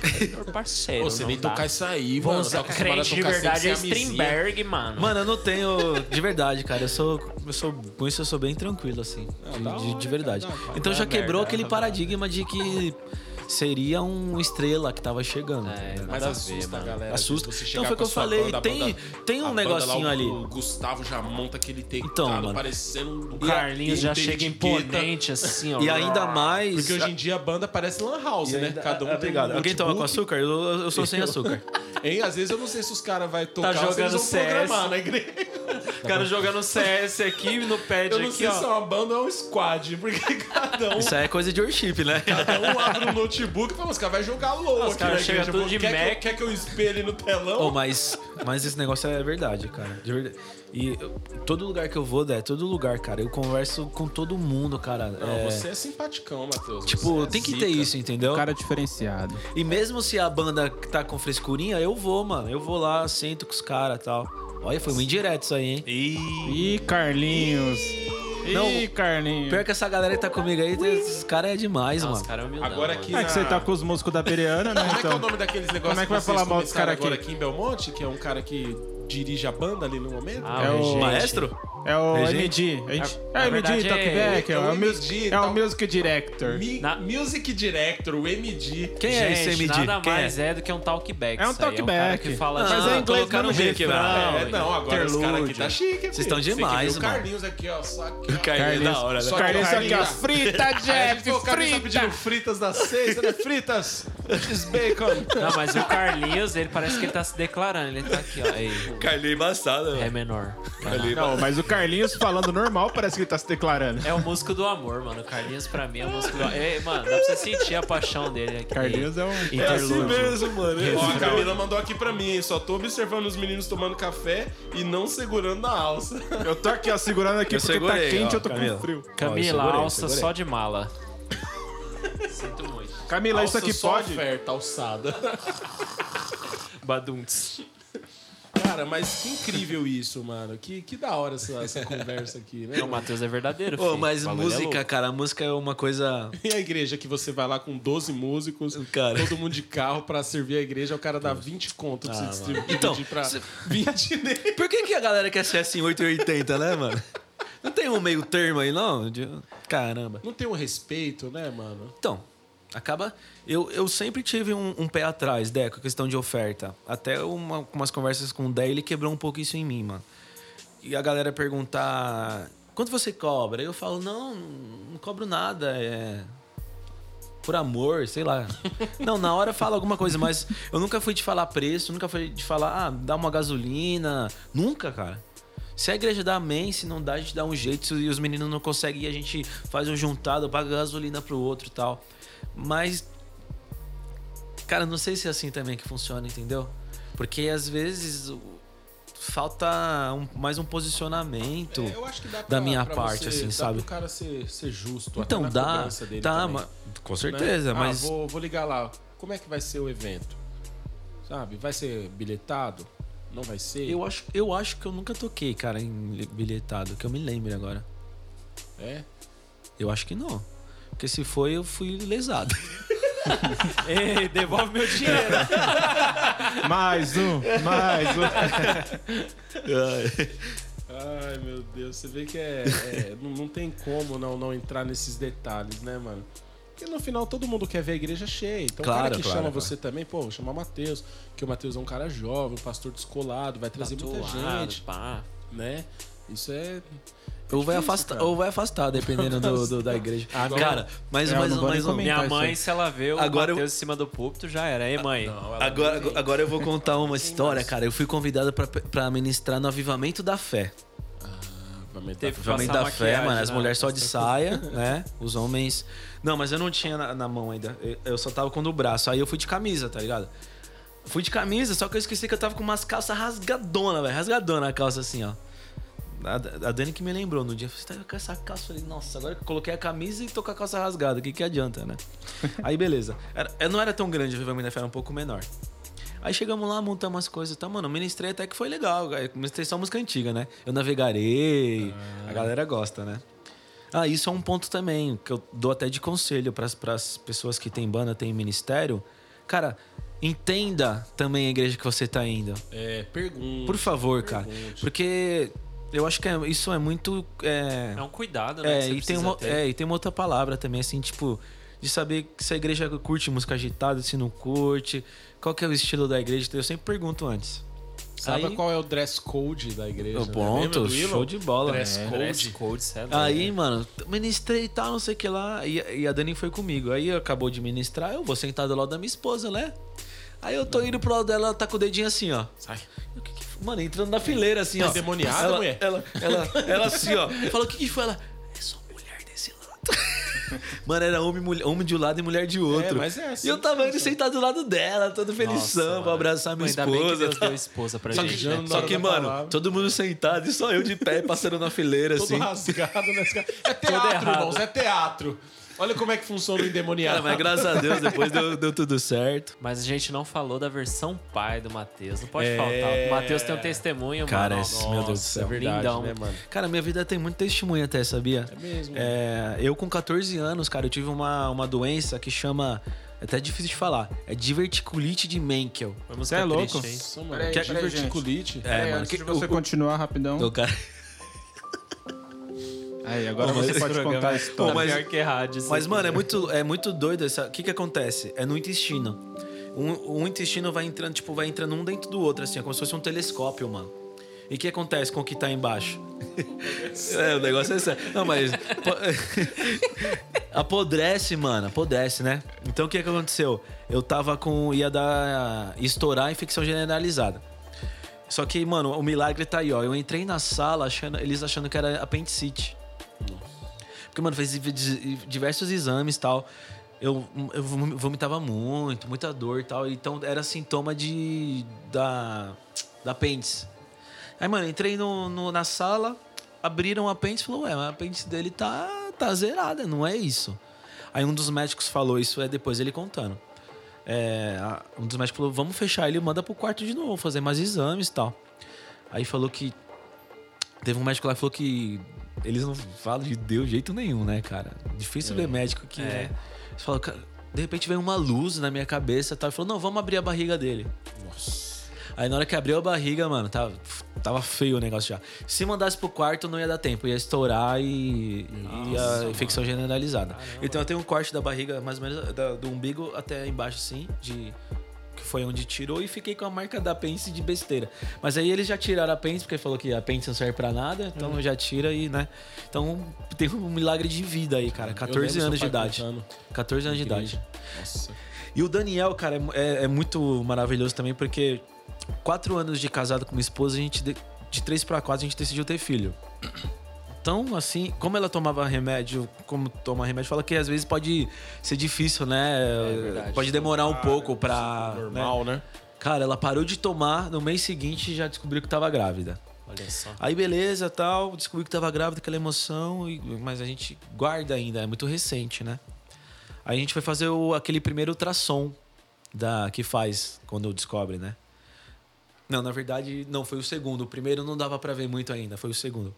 S2: parceiro.
S1: Pô, você
S2: não
S1: vem
S2: dá.
S1: tocar isso aí, mano.
S2: Mano,
S1: tá acostumado a tocar
S2: crente de
S1: sempre
S2: verdade é
S1: sem camisinha.
S2: Strindberg, mano.
S3: Mano, eu não tenho. De verdade, cara. Eu sou. Eu sou com isso eu sou bem tranquilo, assim. de,
S1: da
S3: de-
S1: hora,
S3: de verdade.
S1: cara, é da
S3: então já
S2: merda,
S3: quebrou aquele
S2: tá
S3: paradigma de que seria um estrela que tava chegando.
S2: É,
S3: né?
S1: Mas
S2: Nada a
S1: assusta
S2: ver,
S1: a
S2: mano.
S1: galera.
S3: Assusta.
S1: Você
S3: Então,
S1: chegar
S3: foi
S1: com
S3: o que
S1: a
S3: eu
S1: sua
S3: falei,
S1: banda, a
S3: tem-
S1: banda-
S3: tem um
S1: a banda
S3: negocinho
S1: lá, o-
S3: ali.
S1: O Gustavo já monta aquele teclado
S3: Então, mano.
S1: parecendo um
S2: O Carlinhos já chega
S1: imponente.
S2: imponente, assim, ó.
S3: E ainda mais.
S1: Porque hoje em dia a banda parece lan house,
S3: e
S1: né?
S3: ainda-
S1: Cada um
S2: é
S3: ah, obrigado.
S1: tem um
S3: Alguém
S2: tipo
S3: toma com
S1: notebook.
S3: açúcar? Eu, eu sou sem açúcar.
S1: Hein? Às vezes eu não sei se os caras vão tocar ou se
S2: Tá jogando
S1: eles vão
S2: CS.
S1: programar né, na igreja.
S2: O cara jogando CS aqui no pad
S1: Eu não
S2: aqui,
S1: sei se é
S2: ó.
S1: uma banda ou um squad, porque cada um,
S3: Isso aí é coisa de worship, né?
S1: cada um abre um notebook e fala, os caras vão jogar LOL
S2: Os
S1: aqui na
S2: caras chegam
S1: igreja.
S2: tudo
S1: Pô,
S2: de
S1: quer, Que
S2: Mac.
S1: eu, quer que eu espelhe no
S3: Oh,
S1: telão?
S3: mas, mas esse negócio é verdade, cara. De verdade. E eu- todo lugar que eu vou, Dé, todo lugar, cara, eu converso com todo mundo, cara.
S1: não,
S3: É,
S1: você é simpaticão, Matheus.
S3: Tipo,
S1: Você é
S3: tem que
S1: zica.
S3: ter isso, entendeu?
S4: O cara é diferenciado.
S3: E mesmo se a banda tá com frescurinha, eu vou, mano. Eu vou lá, sento com os caras e tal. Olha, foi muito indireto isso aí, hein?
S4: Ih, Carlinhos.
S3: Não,
S4: Ih, Carlinhos.
S3: Pior que essa galera que tá comigo aí, esses caras é demais,
S2: Não, os
S3: mano.
S2: caras é humildão,
S1: Agora
S2: mano.
S1: aqui
S4: É
S1: na-
S4: que você tá com os músicos da Pereana, né?
S1: Como é que é o
S4: Então.
S1: nome daqueles negócios
S4: Como é que vai
S1: vocês
S4: falar mal dos
S1: começaram
S4: caras
S1: agora
S4: aqui?
S1: aqui em Belmonte, que é um cara que dirige a banda ali no momento?
S2: Ah,
S4: É o-
S2: gente.
S3: Maestro?
S4: É o
S3: Regente?
S4: MD. A gente-
S2: Na
S4: É o
S2: verdade,
S4: MD Talkback.
S1: é-
S4: É
S1: é o
S4: o
S1: MD,
S4: Music- é
S1: tal.
S4: o Music Director.
S1: Mi-
S2: Na-
S1: Music Director, o MD.
S3: Quem é esse
S2: Gente,
S3: MD?
S2: Nada
S3: Quem é?
S2: mais é do que um talkback. isso
S4: É um
S2: aí. É um cara
S4: talkback.
S2: que fala
S3: Mas é inglês
S2: colocaram
S3: mesmo
S2: um
S3: jeito,
S2: refrão,
S3: né?
S1: É, não, agora os caras aqui tá chique, filho.
S3: Vocês tão
S1: Você que viu
S3: demais,
S1: O
S3: mano.
S1: Carlinhos aqui, ó, só aqui, ó.
S3: Carlinhos é da hora, né?
S1: Só
S4: Carlinhos
S1: que o
S4: aqui, ó.
S1: Carlinhos-
S4: Frita,
S1: Aí a gente
S4: Jeff,
S1: falou, o Carlinhos tá
S4: frita.
S1: pedindo fritas da sexta, né? Fritas! Bacon.
S3: É, né?
S2: Não, mas o Carlinhos, ele parece que ele tá se declarando. Ele tá aqui, ó. Ei,
S6: Carlinhos embaçado.
S2: é
S6: mano.
S2: menor. Vai lá.
S6: Carlinhos
S4: Não, mas o Carlinhos falando normal parece que ele tá se declarando.
S2: É o músico do amor, mano. O Carlinhos, pra mim, é o músico do amor. Ei, mano, dá pra você sentir a paixão dele aqui.
S4: Carlinhos é um-
S6: É assim
S2: Interlúdio.
S6: mesmo, mano.
S1: Ó, a Camila mandou aqui pra mim, hein? Só tô observando os meninos tomando café e não segurando a alça.
S4: Eu tô aqui, ó, segurando aqui
S6: Eu
S4: porque
S6: segurei,
S4: tá quente,
S6: ó,
S4: eu tô
S3: Camila.
S4: com frio.
S2: Camila,
S3: Ó, eu segurei,
S2: alça
S3: segurei.
S2: só de mala. Sinto muito.
S4: Camila, isso aqui
S7: só
S4: pode?
S7: oferta, alçada.
S2: Badunts.
S1: Cara, mas que incrível isso, mano. Que, que da hora essa, essa conversa aqui, né?
S2: Não, o Matheus é verdadeiro,
S3: Pô,
S2: filho.
S3: mas
S2: O bagulho é
S3: música,
S2: louco.
S3: cara, a música é uma coisa.
S1: E a igreja que você vai lá com 12 músicos,
S3: Cara.
S1: todo mundo de carro pra servir a igreja, o cara dá 20 conto pra você distribuir
S3: Então,
S1: pra
S3: cê-
S1: 20 nele.
S3: Por que, que a galera quer ser assim 880, né, mano? Não tem um meio termo aí, não? De- Caramba.
S1: Não tem um respeito, né, mano?
S3: Então, acaba. Eu, eu sempre tive um, um pé atrás, Deco, questão de oferta. Até uma, umas conversas com o Dé, ele quebrou um pouco isso em mim, mano. E a galera perguntar: quanto você cobra? Eu falo: não, não cobro nada. É. Por amor, sei lá. Não, na hora fala alguma coisa, mas eu nunca fui de falar preço, nunca fui de falar, ah, dá uma gasolina. Nunca, cara. Se a igreja dá amém, se não dá, a gente dá um jeito. Se os meninos não conseguem, ir, a gente faz um juntado, paga gasolina pro outro e tal. Mas, cara, não sei se é assim também que funciona, entendeu? Porque às vezes o- falta um- mais um posicionamento.
S1: É, eu acho que dá
S3: Então, Da minha parte, assim,
S1: dá
S3: sabe?
S1: pro cara ser, ser justo. até
S3: então
S1: na
S3: dá,
S1: cobrança dele
S3: dá,
S1: também,
S3: mas, com
S1: né?
S3: certeza,
S1: Ah,
S3: mas
S1: vou, vou ligar lá. Como é que vai ser o evento? Sabe? Vai ser bilhetado? Não vai ser?
S3: eu acho, eu acho que eu nunca toquei, cara, em li- bilhetado, que eu me lembro agora.
S1: É?
S3: Eu acho que não. Porque se foi, eu fui lesado.
S2: Ei, devolve meu dinheiro.
S3: É,
S4: Mais um, mais um.
S1: Ai, meu Deus, você vê que é. é, não, não tem como não, não entrar nesses detalhes, né, mano? Porque no final todo mundo quer ver a igreja cheia. Então o cara
S3: Claro,
S1: que
S3: claro,
S1: chama
S3: claro.
S1: você também, pô, vou chamar o Matheus, que o Matheus é um cara jovem, um pastor descolado, vai trazer muita
S2: Tatuado,
S1: gente,
S2: pá.
S1: né? Isso é.
S3: Ou vai,
S1: difícil,
S3: afastar,
S1: cara.
S3: ou vai afastar, dependendo do, do- da igreja. cara,
S4: Ah,
S3: mas,
S4: É, eu
S3: mas,
S4: não vou
S3: mas,
S4: nem comentar.
S2: Minha
S4: Então,
S2: mãe,
S4: isso
S2: se ela vê o
S3: Agora eu-
S2: Matheus em cima do púlpito, já era. Ei, mãe.
S3: agora, agora- agora eu vou contar uma história, cara. Eu fui convidado pra- pra ministrar no Avivamento da Fé.
S2: Teve que
S3: Avivamento
S2: passar
S3: da Fé,
S2: maquiagem né?
S3: mano. As
S2: na-
S3: mulheres só de saia, né? Os homens. Não, mas eu não tinha na, na mão ainda. Eu, eu só tava com do braço. Aí eu fui de camisa, tá ligado? Fui de camisa, só que eu esqueci que eu tava com umas calças rasgadona, velho. Rasgadona a calça assim, ó. A, a Dani que me lembrou no dia. Eu falei, "Você tá com essa calça? Eu falei, nossa, agora que eu coloquei a camisa e tô com a calça rasgada. O que, que adianta, né? Aí, beleza. Era- eu não era tão grande o Avivamento da Fé, era um pouco menor. Aí chegamos lá, montamos as coisas, tá, mano, ministrei até que foi legal. cara. Ministrei só música antiga, né? Eu navegarei, a galera gosta, né? Ah, isso é um ponto também, que eu dou até de conselho pras as pessoas que têm banda, têm ministério. Cara, entenda também a igreja que você tá indo.
S1: É, pergunta.
S3: Por favor, cara. Porque eu acho que é- isso é muito. é,
S2: É um cuidado, né? que
S3: é,
S2: você
S3: e tem,
S2: precisa
S3: uma,
S2: ter.
S3: é, e tem uma outra palavra também, assim, tipo, de saber se a igreja curte música agitada, se não curte, qual que é o estilo da igreja. Eu sempre pergunto antes.
S1: Sabe
S3: aí-
S1: qual é o dress code da igreja? né? Lembra
S3: Ponto,
S1: do Elon?
S3: show de bola.
S1: Dress
S3: né?
S1: code.
S2: Dress code, cê é louco.
S3: Aí, mano, ministrei e tal, não sei o que lá. E, e a Dani foi comigo. Aí acabou de ministrar, eu vou sentar do lado da minha esposa, né? Aí eu tô indo pro lado dela, ela tá com o dedinho assim, ó.
S1: Sai. Tá
S3: O que que foi? Mano, entrando na fileira, assim, ó.
S1: endemoniada,
S3: ela,
S1: mulher?
S3: Ela, ela, ela assim, ó. Fala, o que, que foi? Ela, é só mulher desse lado. Mano, era homem, e mulher- homem de um lado e mulher de outro.
S1: É, mas é assim
S3: e eu tava
S1: que
S3: indo sentar do lado dela, todo felizão, pra abraçar minha
S2: Ainda bem que
S3: esposa.
S2: Deus deu esposa pra
S3: Só
S2: gente, né?
S3: que, só que,
S1: da
S3: mano,
S1: palavra.
S3: todo mundo sentado e só eu de pé passando na fileira,
S1: Todo
S3: assim.
S1: rasgado nesse cara. É teatro,
S2: errado.
S1: irmãos, é teatro. Olha como é que funciona o endemoniado.
S3: Cara, mas é graças a Deus, depois deu, deu tudo certo.
S2: Mas a gente não falou da versão pai do Matheus. Não pode
S1: É.
S2: faltar. O Matheus tem um testemunho,
S3: Cara,
S2: mano.
S3: esse- meu Deus do céu.
S1: É verdade,
S2: Lindão.
S1: né, mano?
S3: Cara, minha vida tem muito testemunho até, sabia? É
S1: mesmo?
S3: eu com 14 anos, cara, eu tive uma, uma doença que chama... É até difícil de falar. É diverticulite de Menkel.
S2: Foi música
S4: Cê é
S2: triste,
S4: louco?
S2: hein?
S1: Nossa, mano.
S4: Peraí,
S1: que
S4: peraí, gente.
S1: diverticulite.
S3: É, mano,
S4: antes
S3: que-
S4: de você
S3: o-
S4: continuar rapidão.
S3: Então, cara...
S4: Aí, agora você pode contar a
S2: Tá
S4: história.
S3: é- mas-
S2: pior que errado. isso
S3: Mas,
S2: aqui.
S3: mano, é muito, é muito doido. essa- O que que acontece? É no intestino. Um, um intestino vai entrando, tipo, vai entrando um dentro do outro, assim. É como se fosse um telescópio, mano. E o que acontece com o que tá embaixo? é, o negócio é sério. Não, mas... pô- Apodrece, mano, apodrece, né? Então o que, que aconteceu? Eu tava com. ia dar. ia estourar a infecção generalizada. Só que, mano, o milagre tá aí, ó. Eu entrei na sala achando, eles achando que era apendicite. Porque, mano, fez di- diversos exames e tal. Eu, eu vom- vomitava muito, muita dor e tal. Então era sintoma de. da. da apêndice. Aí, mano, entrei no, no- na sala, abriram o apêndice e falou: Ué, mas o apêndice dele tá, tá zerada, não é isso. Aí um dos médicos falou: Isso é depois ele contando. É, a- um dos médicos falou: Vamos fechar ele e manda pro quarto de novo, fazer mais exames e tal. Aí falou que Teve um médico lá que falou que eles não falam de Deus de jeito nenhum, né, cara? Difícil ver médico que é. Eles falam, cara, de repente veio uma luz na minha cabeça e tal. E falou, não, vamos abrir a barriga dele. Aí na hora que abriu a barriga, mano, tava, tava feio o negócio já. Se mandasse pro quarto, não ia dar tempo. Ia estourar e ia infecção generalizada. Então eu tenho um corte da barriga, mais ou menos, da- do umbigo até embaixo, assim, de... Que foi onde tirou e fiquei com a marca da pence de besteira. Mas aí eles já tiraram a pence, porque falou que a pence não serve pra nada, então já tira e, né? Então tem um milagre de vida aí, cara. 14
S1: lembro
S3: anos de
S1: seu pai
S3: idade. Né?
S1: contando.
S3: 14 anos de idade.
S1: Nossa.
S3: E o Daniel, cara, é mu- é, é muito maravilhoso também, porque quatro anos de casado com minha esposa, a gente de, de três pra quatro a gente decidiu ter filho. Então, assim, como ela tomava remédio, como toma remédio, fala que às vezes pode ser difícil, né? pode demorar um pouco pra. né?
S1: Normal, né?
S3: Cara, ela parou de tomar, no mês seguinte já descobriu que tava grávida.
S2: Olha só.
S3: Aí beleza, tal, descobri que tava grávida, aquela emoção, e- mas a gente guarda ainda, é muito recente, né? Aí a gente foi fazer o- aquele primeiro ultrassom da, que faz quando descobre, né? Não, na verdade, não, foi o segundo. O primeiro não dava pra ver muito ainda, foi o segundo.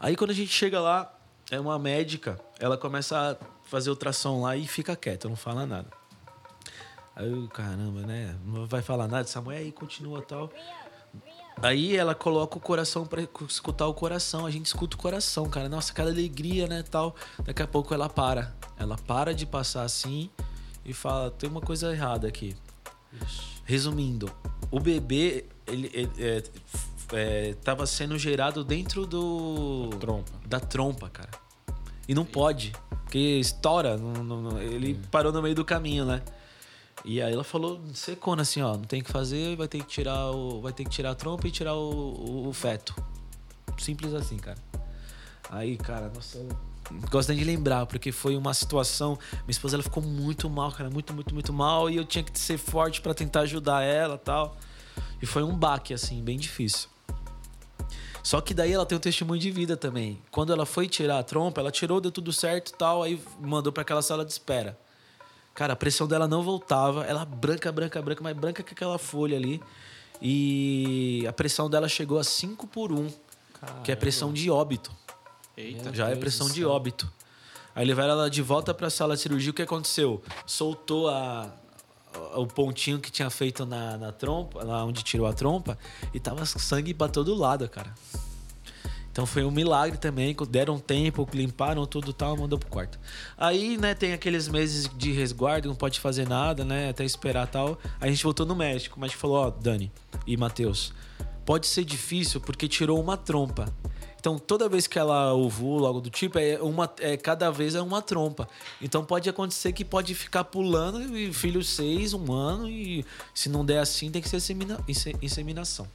S3: Aí quando a gente chega lá, é uma médica, ela começa a fazer ultrassom lá e fica quieta, não fala nada. Aí, eu, caramba, né? Não vai falar nada, essa mulher aí continua tal. Aí ela coloca o coração pra escutar o coração. A gente escuta o coração, cara. Nossa, cada alegria, né, tal. Daqui a pouco ela para. Ela para de passar assim e fala: tem uma coisa errada aqui. Resumindo, o bebê ele, ele, é, f- é, tava sendo gerado dentro do
S1: Trompa.
S3: da trompa, cara. E não pode, porque estoura. não- não- não- ele parou no meio do caminho, né? E aí ela falou, secona assim, ó, não tem o que fazer, vai ter que tirar o, vai ter que tirar a trompa e tirar o, o- o feto. Simples assim, cara. Aí, cara, nossa, eu gosto nem de lembrar, porque foi uma situação, minha esposa ela ficou muito mal, cara, muito, muito, muito mal, e eu tinha que ser forte pra tentar ajudar ela, tal. E foi um baque assim, bem difícil. Só que daí ela tem um testemunho de vida também. Quando ela foi tirar a trompa, ela tirou, deu tudo certo tal, aí mandou pra aquela sala de espera. Cara, a pressão dela não voltava, ela branca, branca, branca, mais branca que aquela folha ali. E a pressão dela chegou a 5 por 1, que é pressão de óbito.
S2: Eita,
S3: Já é pressão de óbito. Aí levaram ela de volta pra sala de cirurgia. O que aconteceu? Soltou a- a- o pontinho que tinha feito na, na trompa, lá onde tirou a trompa, e tava sangue pra todo lado, cara. Então foi um milagre também, que deram um tempo, limparam tudo e tal, mandou pro quarto. Aí, né, tem aqueles meses de resguardo, não pode fazer nada, né, até esperar tal. Aí a gente voltou no médico, o médico falou, ó, Dani e Matheus, pode ser difícil porque tirou uma trompa. Então toda vez que ela ovula, algo do tipo, é uma, é, cada vez é uma trompa. Então pode acontecer que pode ficar pulando e filho seis, um ano, e se não der assim, tem que ser insemina- inse- inseminação.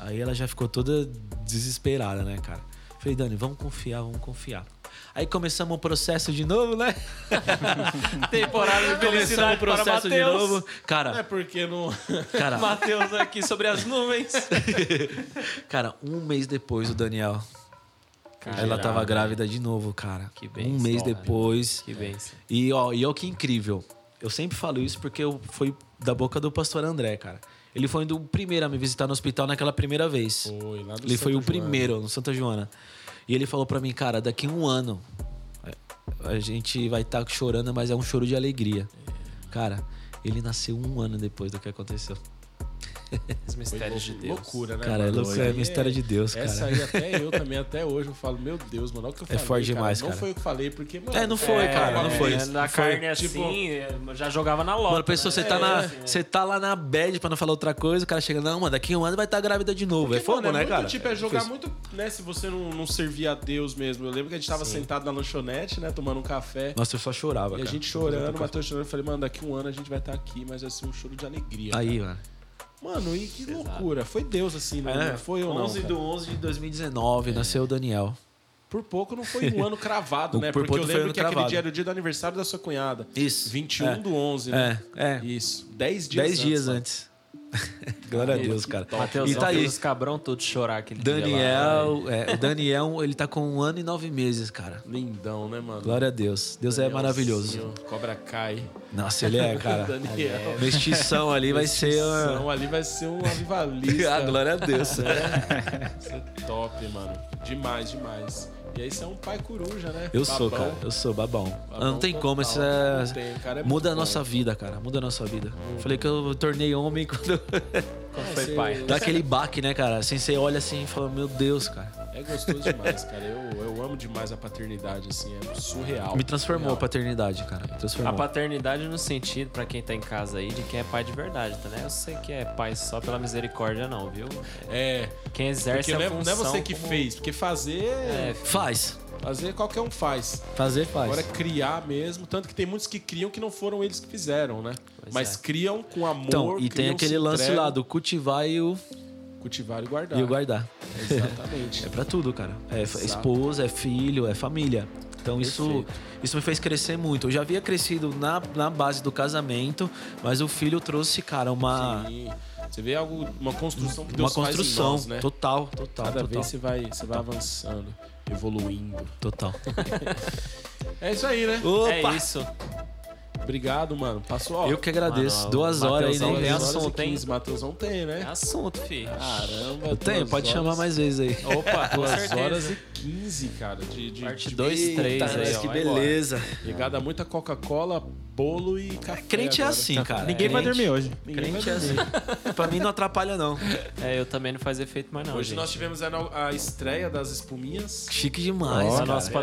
S3: Aí ela já ficou toda desesperada, né, cara? Falei, Dani, vamos confiar, vamos confiar. Aí começamos o processo de novo, né?
S2: Temporada de
S3: Começamos
S2: felicidade
S3: o processo de novo. Cara,
S1: É porque não.
S3: cara,
S2: Matheus aqui sobre as nuvens. É.
S3: cara, um mês depois o Daniel. ela tava grávida de novo, cara.
S2: Que
S3: Um
S2: benção,
S3: mês
S2: cara.
S3: depois.
S2: Que benção.
S3: E ó, e ó que incrível. Eu sempre falo isso porque eu foi da boca do pastor André, cara. Ele foi um do primeiro a me visitar no hospital naquela primeira vez.
S1: Foi, lá do
S3: ele
S1: Santa
S3: foi o
S1: Joana.
S3: primeiro no Santa Joana. E ele falou pra mim, cara, daqui um ano a a gente vai estar chorando, mas é um choro de alegria. Cara, ele nasceu um ano depois do que aconteceu.
S2: Os
S1: Foi
S2: mistérios de
S1: louco-
S2: Deus.
S1: Loucura, né?
S3: Cara, é
S1: mano?
S3: louco,
S1: Isso
S3: é
S1: aí
S3: mistério de Deus, cara. É
S1: Essa aí até eu também, até hoje, eu falo, meu Deus, mano, olha o que eu falei.
S3: forte demais,
S1: Não
S3: cara.
S1: foi eu que falei, porque, mano...
S3: É, não foi,
S1: é,
S3: cara, não
S1: é,
S3: foi.
S2: é,
S3: isso,
S2: Na
S3: não foi.
S2: carne assim,
S1: Tipo-
S2: eu já jogava na lota. né? É.
S3: Mano, pessoa, você,
S1: é,
S3: tá na, você tá lá na bad pra não falar outra coisa, o cara chega, não, mano, daqui a um ano vai estar grávida de novo.
S1: Porque,
S3: é fogo,
S1: mano,
S3: né,
S1: muito,
S3: cara?
S1: Tipo, é jogar muito, né? Se você não, não servir a Deus mesmo. Eu lembro que a gente tava sentado na lanchonete, né? Tomando um café.
S3: Nossa, eu só chorava,
S1: e a
S3: cara.
S1: gente chorando, o Matheus chorando. Eu falei, mano, daqui um ano a gente vai estar aqui, mas vai ser um choro de alegria.
S3: Aí, mano.
S1: Mano, e que loucura. Foi Deus, assim, né?
S3: É,
S1: Não foi eu, não.
S3: 11
S1: cara.
S3: do 11 de 2019, nasceu o Daniel.
S1: Por pouco não foi um ano cravado, né?
S3: Por
S1: Porque
S3: pouco
S1: eu
S3: foi
S1: lembro
S3: um ano
S1: que aquele
S3: cravado.
S1: dia era o dia do aniversário da sua cunhada.
S3: Isso.
S1: 21
S3: É.
S1: do 11, né?
S3: É, é.
S1: Isso. 10 dias
S3: 10 dias
S1: né?
S3: antes. Glória a Deus, cara.
S2: Matheus,
S3: e tá aí.
S2: os cabrão todos chorar aquele dia lá,
S3: Daniel, é, o Daniel, ele tá com um ano e nove meses, cara.
S1: Lindão, né, mano?
S3: Glória a Deus. Deus é
S1: Danielzinho,
S3: maravilhoso.
S1: Cobra cai.
S3: Nossa, ele é, cara.
S1: Daniel.
S3: Mestição ali vai ser. ah,
S1: Não, ali vai ser um avivalista.
S3: Ah, glória a Deus.
S1: Isso é top, mano. Demais, demais. E aí você é um pai coruja, né?
S3: Eu sou,
S1: Babão.
S3: cara. Eu sou babão. Ah,
S1: Babão
S3: não tem
S1: total.
S3: como, isso é-
S1: Não tem, o cara é
S3: muda a
S1: muito
S3: nossa vida, cara. Muda a nossa vida. Falei que eu tornei homem quando.
S2: Quando foi pai.
S3: Dá aquele baque, né, cara? Assim, você olha assim e fala, meu Deus, cara.
S1: É gostoso demais, cara. Eu, eu amo demais a paternidade, assim. É surreal.
S3: Me transformou a
S1: Surreal.
S3: paternidade, cara. Me
S2: A
S3: transformou.
S2: paternidade no sentido, pra quem tá em casa aí, de quem é pai de verdade, tá, né? Eu sei que é pai só pela misericórdia, não, viu?
S1: É.
S2: Quem
S1: Porque
S2: exerce
S1: não
S2: a
S1: é, não é
S2: função...
S1: você que
S2: como-
S1: fez, porque fazer.
S2: É,
S3: Faz.
S1: Fazer qualquer um faz.
S3: Fazer, faz.
S1: Agora é criar mesmo. Tanto que tem muitos que criam que não foram eles que fizeram, né?
S2: Pois
S1: Mas
S2: é.
S1: criam com amor. um
S3: Então, e tem
S1: criam, se
S3: aquele lance
S1: entregam,
S3: lá do cultivar e o,
S1: Cultivar e guardar.
S3: e o guardar.
S1: Exatamente.
S3: É pra tudo, cara. É f-
S1: Exato.
S3: esposa, é filho, é família. Então isso, isso me fez crescer muito. Eu já havia crescido na, na base do casamento, mas o filho trouxe, cara, uma,
S1: Sim. Você vê algo, uma construção que
S3: Ah. uma
S1: Deus
S3: construção
S1: faz em nós, né?
S3: total, total,
S1: Cada
S3: total,
S1: vez você vai, você vai avançando, evoluindo.
S3: total.
S1: É isso aí, né?
S2: é
S3: Opa!
S2: isso.
S1: Obrigado, mano. Passou, ó.
S3: eu que agradeço.
S2: Mano,
S3: duas
S2: o
S3: horas aí,
S2: Mateusão
S3: né?
S2: tem
S1: tem
S3: Duas horas.
S2: assunto,
S1: assunto,
S2: hein?
S1: hein? Matheusão tem,
S2: É
S1: né?
S2: assunto, fi.
S1: Caramba.
S3: Eu tenho,
S1: duas
S3: pode
S1: horas-
S3: chamar mais vezes aí.
S2: Opa, com
S1: Duas horas
S2: certeza.
S1: e 15, cara. De, de,
S2: Parte
S1: de
S2: 2, 3
S3: Tá,
S2: aí,
S3: mas
S2: ó.
S3: que
S2: vai embora.
S3: beleza.
S1: Ligada a muita Coca-Cola, bolo e café.
S3: Crente é
S1: agora.
S3: assim, cara.
S4: Ninguém vai
S3: Crente-
S4: dormir hoje.
S1: Ninguém vai
S3: Crente é assim.
S1: dormir.
S3: pra mim não atrapalha, não.
S2: É, eu também não faz efeito mais não,
S3: assim.
S1: Hoje
S2: gente.
S1: nós tivemos a, no- a estreia das espuminhas.
S3: Chique demais,
S2: Ó, nosso
S3: cara.
S1: Primeira vez que a gente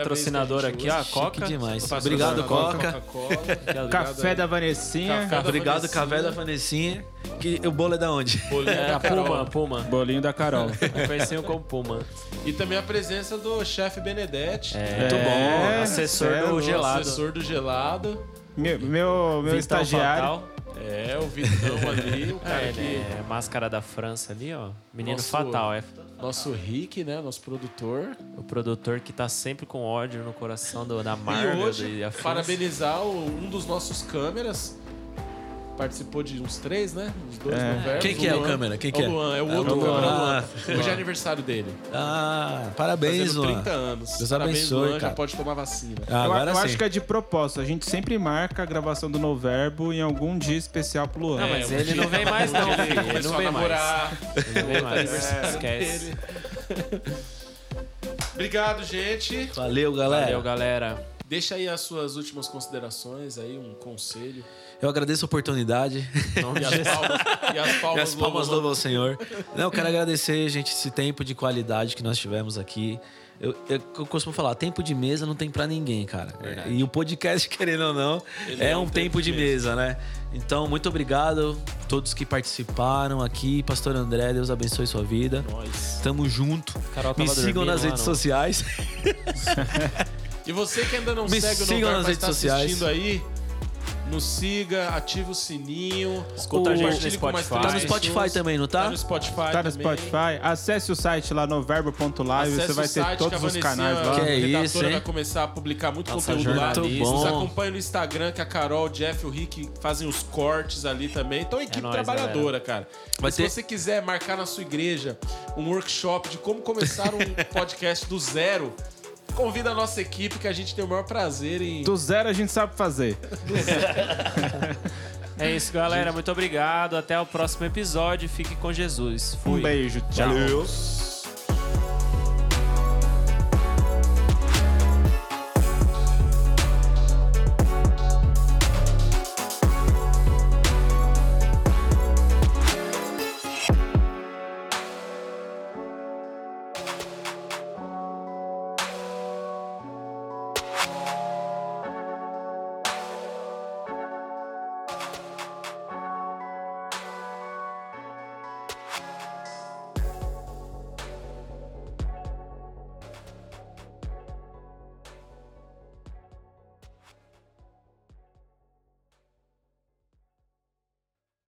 S2: patrocinador
S1: usa,
S2: aqui, ó, a Coca.
S3: Chique demais.
S1: Patrocinador
S3: Obrigado,
S1: da
S3: Coca.
S1: Coca-Cola.
S4: Café
S1: Obrigado
S4: da Vanessinha.
S1: Café da
S3: Obrigado,
S1: Vanessinha.
S3: Café da Vanessinha. Que, o bolo é da onde?
S1: aí. Bolinho
S2: É,
S1: da
S2: a Puma,
S1: Carol.
S2: Puma.
S4: Bolinho da Carol.
S2: Conheciam como Puma.
S1: E também a presença do chefe Benedetti. É.
S2: Muito bom.
S4: É,
S2: Assessor do
S4: céu,
S2: gelado.
S1: Assessor do gelado.
S4: Meu, meu, meu
S2: Vitão
S4: estagiário.
S2: Fatal.
S1: É, o Vitão ali, o cara
S2: É,
S1: que.
S2: né? Máscara da França ali, ó. Menino
S1: Nosso-
S2: fatal, é.
S1: Nosso Rick, né? Nosso produtor.
S2: O produtor que tá sempre com ódio no coração do, da
S1: e
S2: Marvel.
S1: hoje,
S2: e a
S1: parabenizar o- um dos nossos câmeras. Participou de uns três, né? Uns dois
S4: É.
S1: conversas.
S3: Quem que é o
S1: Luan.
S3: câmera? Quem que é?
S1: O Luan, é o
S3: Ah,
S1: outro
S3: o Luan.
S1: câmera.
S3: Ah,
S1: o Luan. Hoje é aniversário dele.
S3: Ah, parabéns,
S1: fazendo
S3: Luan.
S1: 30 anos.
S3: Deus
S1: Parabéns,
S3: abençoe,
S1: Luan. Já
S3: cara.
S1: pode tomar vacina.
S3: Ah,
S4: eu
S3: agora
S4: eu
S3: sim.
S4: acho que é de propósito. A gente sempre marca a gravação do Noverbo em algum dia especial pro Luan.
S2: Não, Ah, mas é.
S3: É,
S2: ele não vem mais, não, filho. Ele
S1: Começou
S2: não
S1: a
S2: vem mais.
S1: namorar.
S2: Ele não vem mais.
S1: É,
S2: Esquece.
S1: dele. Obrigado, gente.
S3: Valeu, galera.
S2: Valeu, galera.
S1: Deixa aí as suas últimas considerações, aí um conselho.
S3: Eu agradeço a oportunidade.
S1: E as palmas, e as palmas,
S3: E as palmas
S1: louvam-
S3: louvam ao Senhor. Não, eu quero agradecer, gente, esse tempo de qualidade que nós tivemos aqui. Eu, eu, eu costumo falar, tempo de mesa não tem pra ninguém, cara. E o podcast, querendo ou não, é, um tempo, de mesa, né? Então, muito obrigado a todos que participaram aqui. Pastor André, Deus abençoe sua vida.
S1: Nós.
S3: Tamo junto.
S2: Carol tava
S3: Me sigam
S2: dormindo
S3: nas
S2: lá,
S3: redes
S2: não.
S3: sociais.
S1: E você que ainda não
S3: Me
S1: segue o
S3: sigam
S1: Novar,
S3: nas
S1: mas
S3: redes
S1: está
S3: sociais.
S1: assistindo aí, nos siga, ativa o sininho.
S2: Escuta a gente no
S1: compartilhe com mais
S2: Spotify.
S1: três
S3: Tá no Spotify
S1: pessoas.
S3: também, não tá?
S1: Tá no Spotify
S4: Tá
S1: também.
S4: no Spotify. Acesse o site lá noverbo.live.
S1: Acesse
S4: Você vai
S1: o site
S4: ter todos
S1: que a
S4: os canais
S1: Vanessinha,
S4: lá.
S3: Que é
S1: redatora,
S3: isso, hein?
S1: vai começar a publicar muito
S2: Nossa,
S1: conteúdo lá.
S3: jornalista.
S1: Nos
S3: Bom.
S1: acompanha no Instagram, que a Carol, o Jeff, o Rick fazem os cortes ali também. Então, equipe
S2: É nóis,
S1: trabalhadora, cara.
S3: Vai
S1: E se
S3: ter-
S1: você quiser marcar na sua igreja um workshop de como começar um podcast do zero, convida a nossa equipe, que a gente tem o maior prazer em...
S4: Do zero a gente sabe fazer.
S2: É isso, galera. Muito obrigado. Até o próximo episódio. Fique com Jesus. Fui.
S4: Um beijo. Tchau.
S3: Valeu.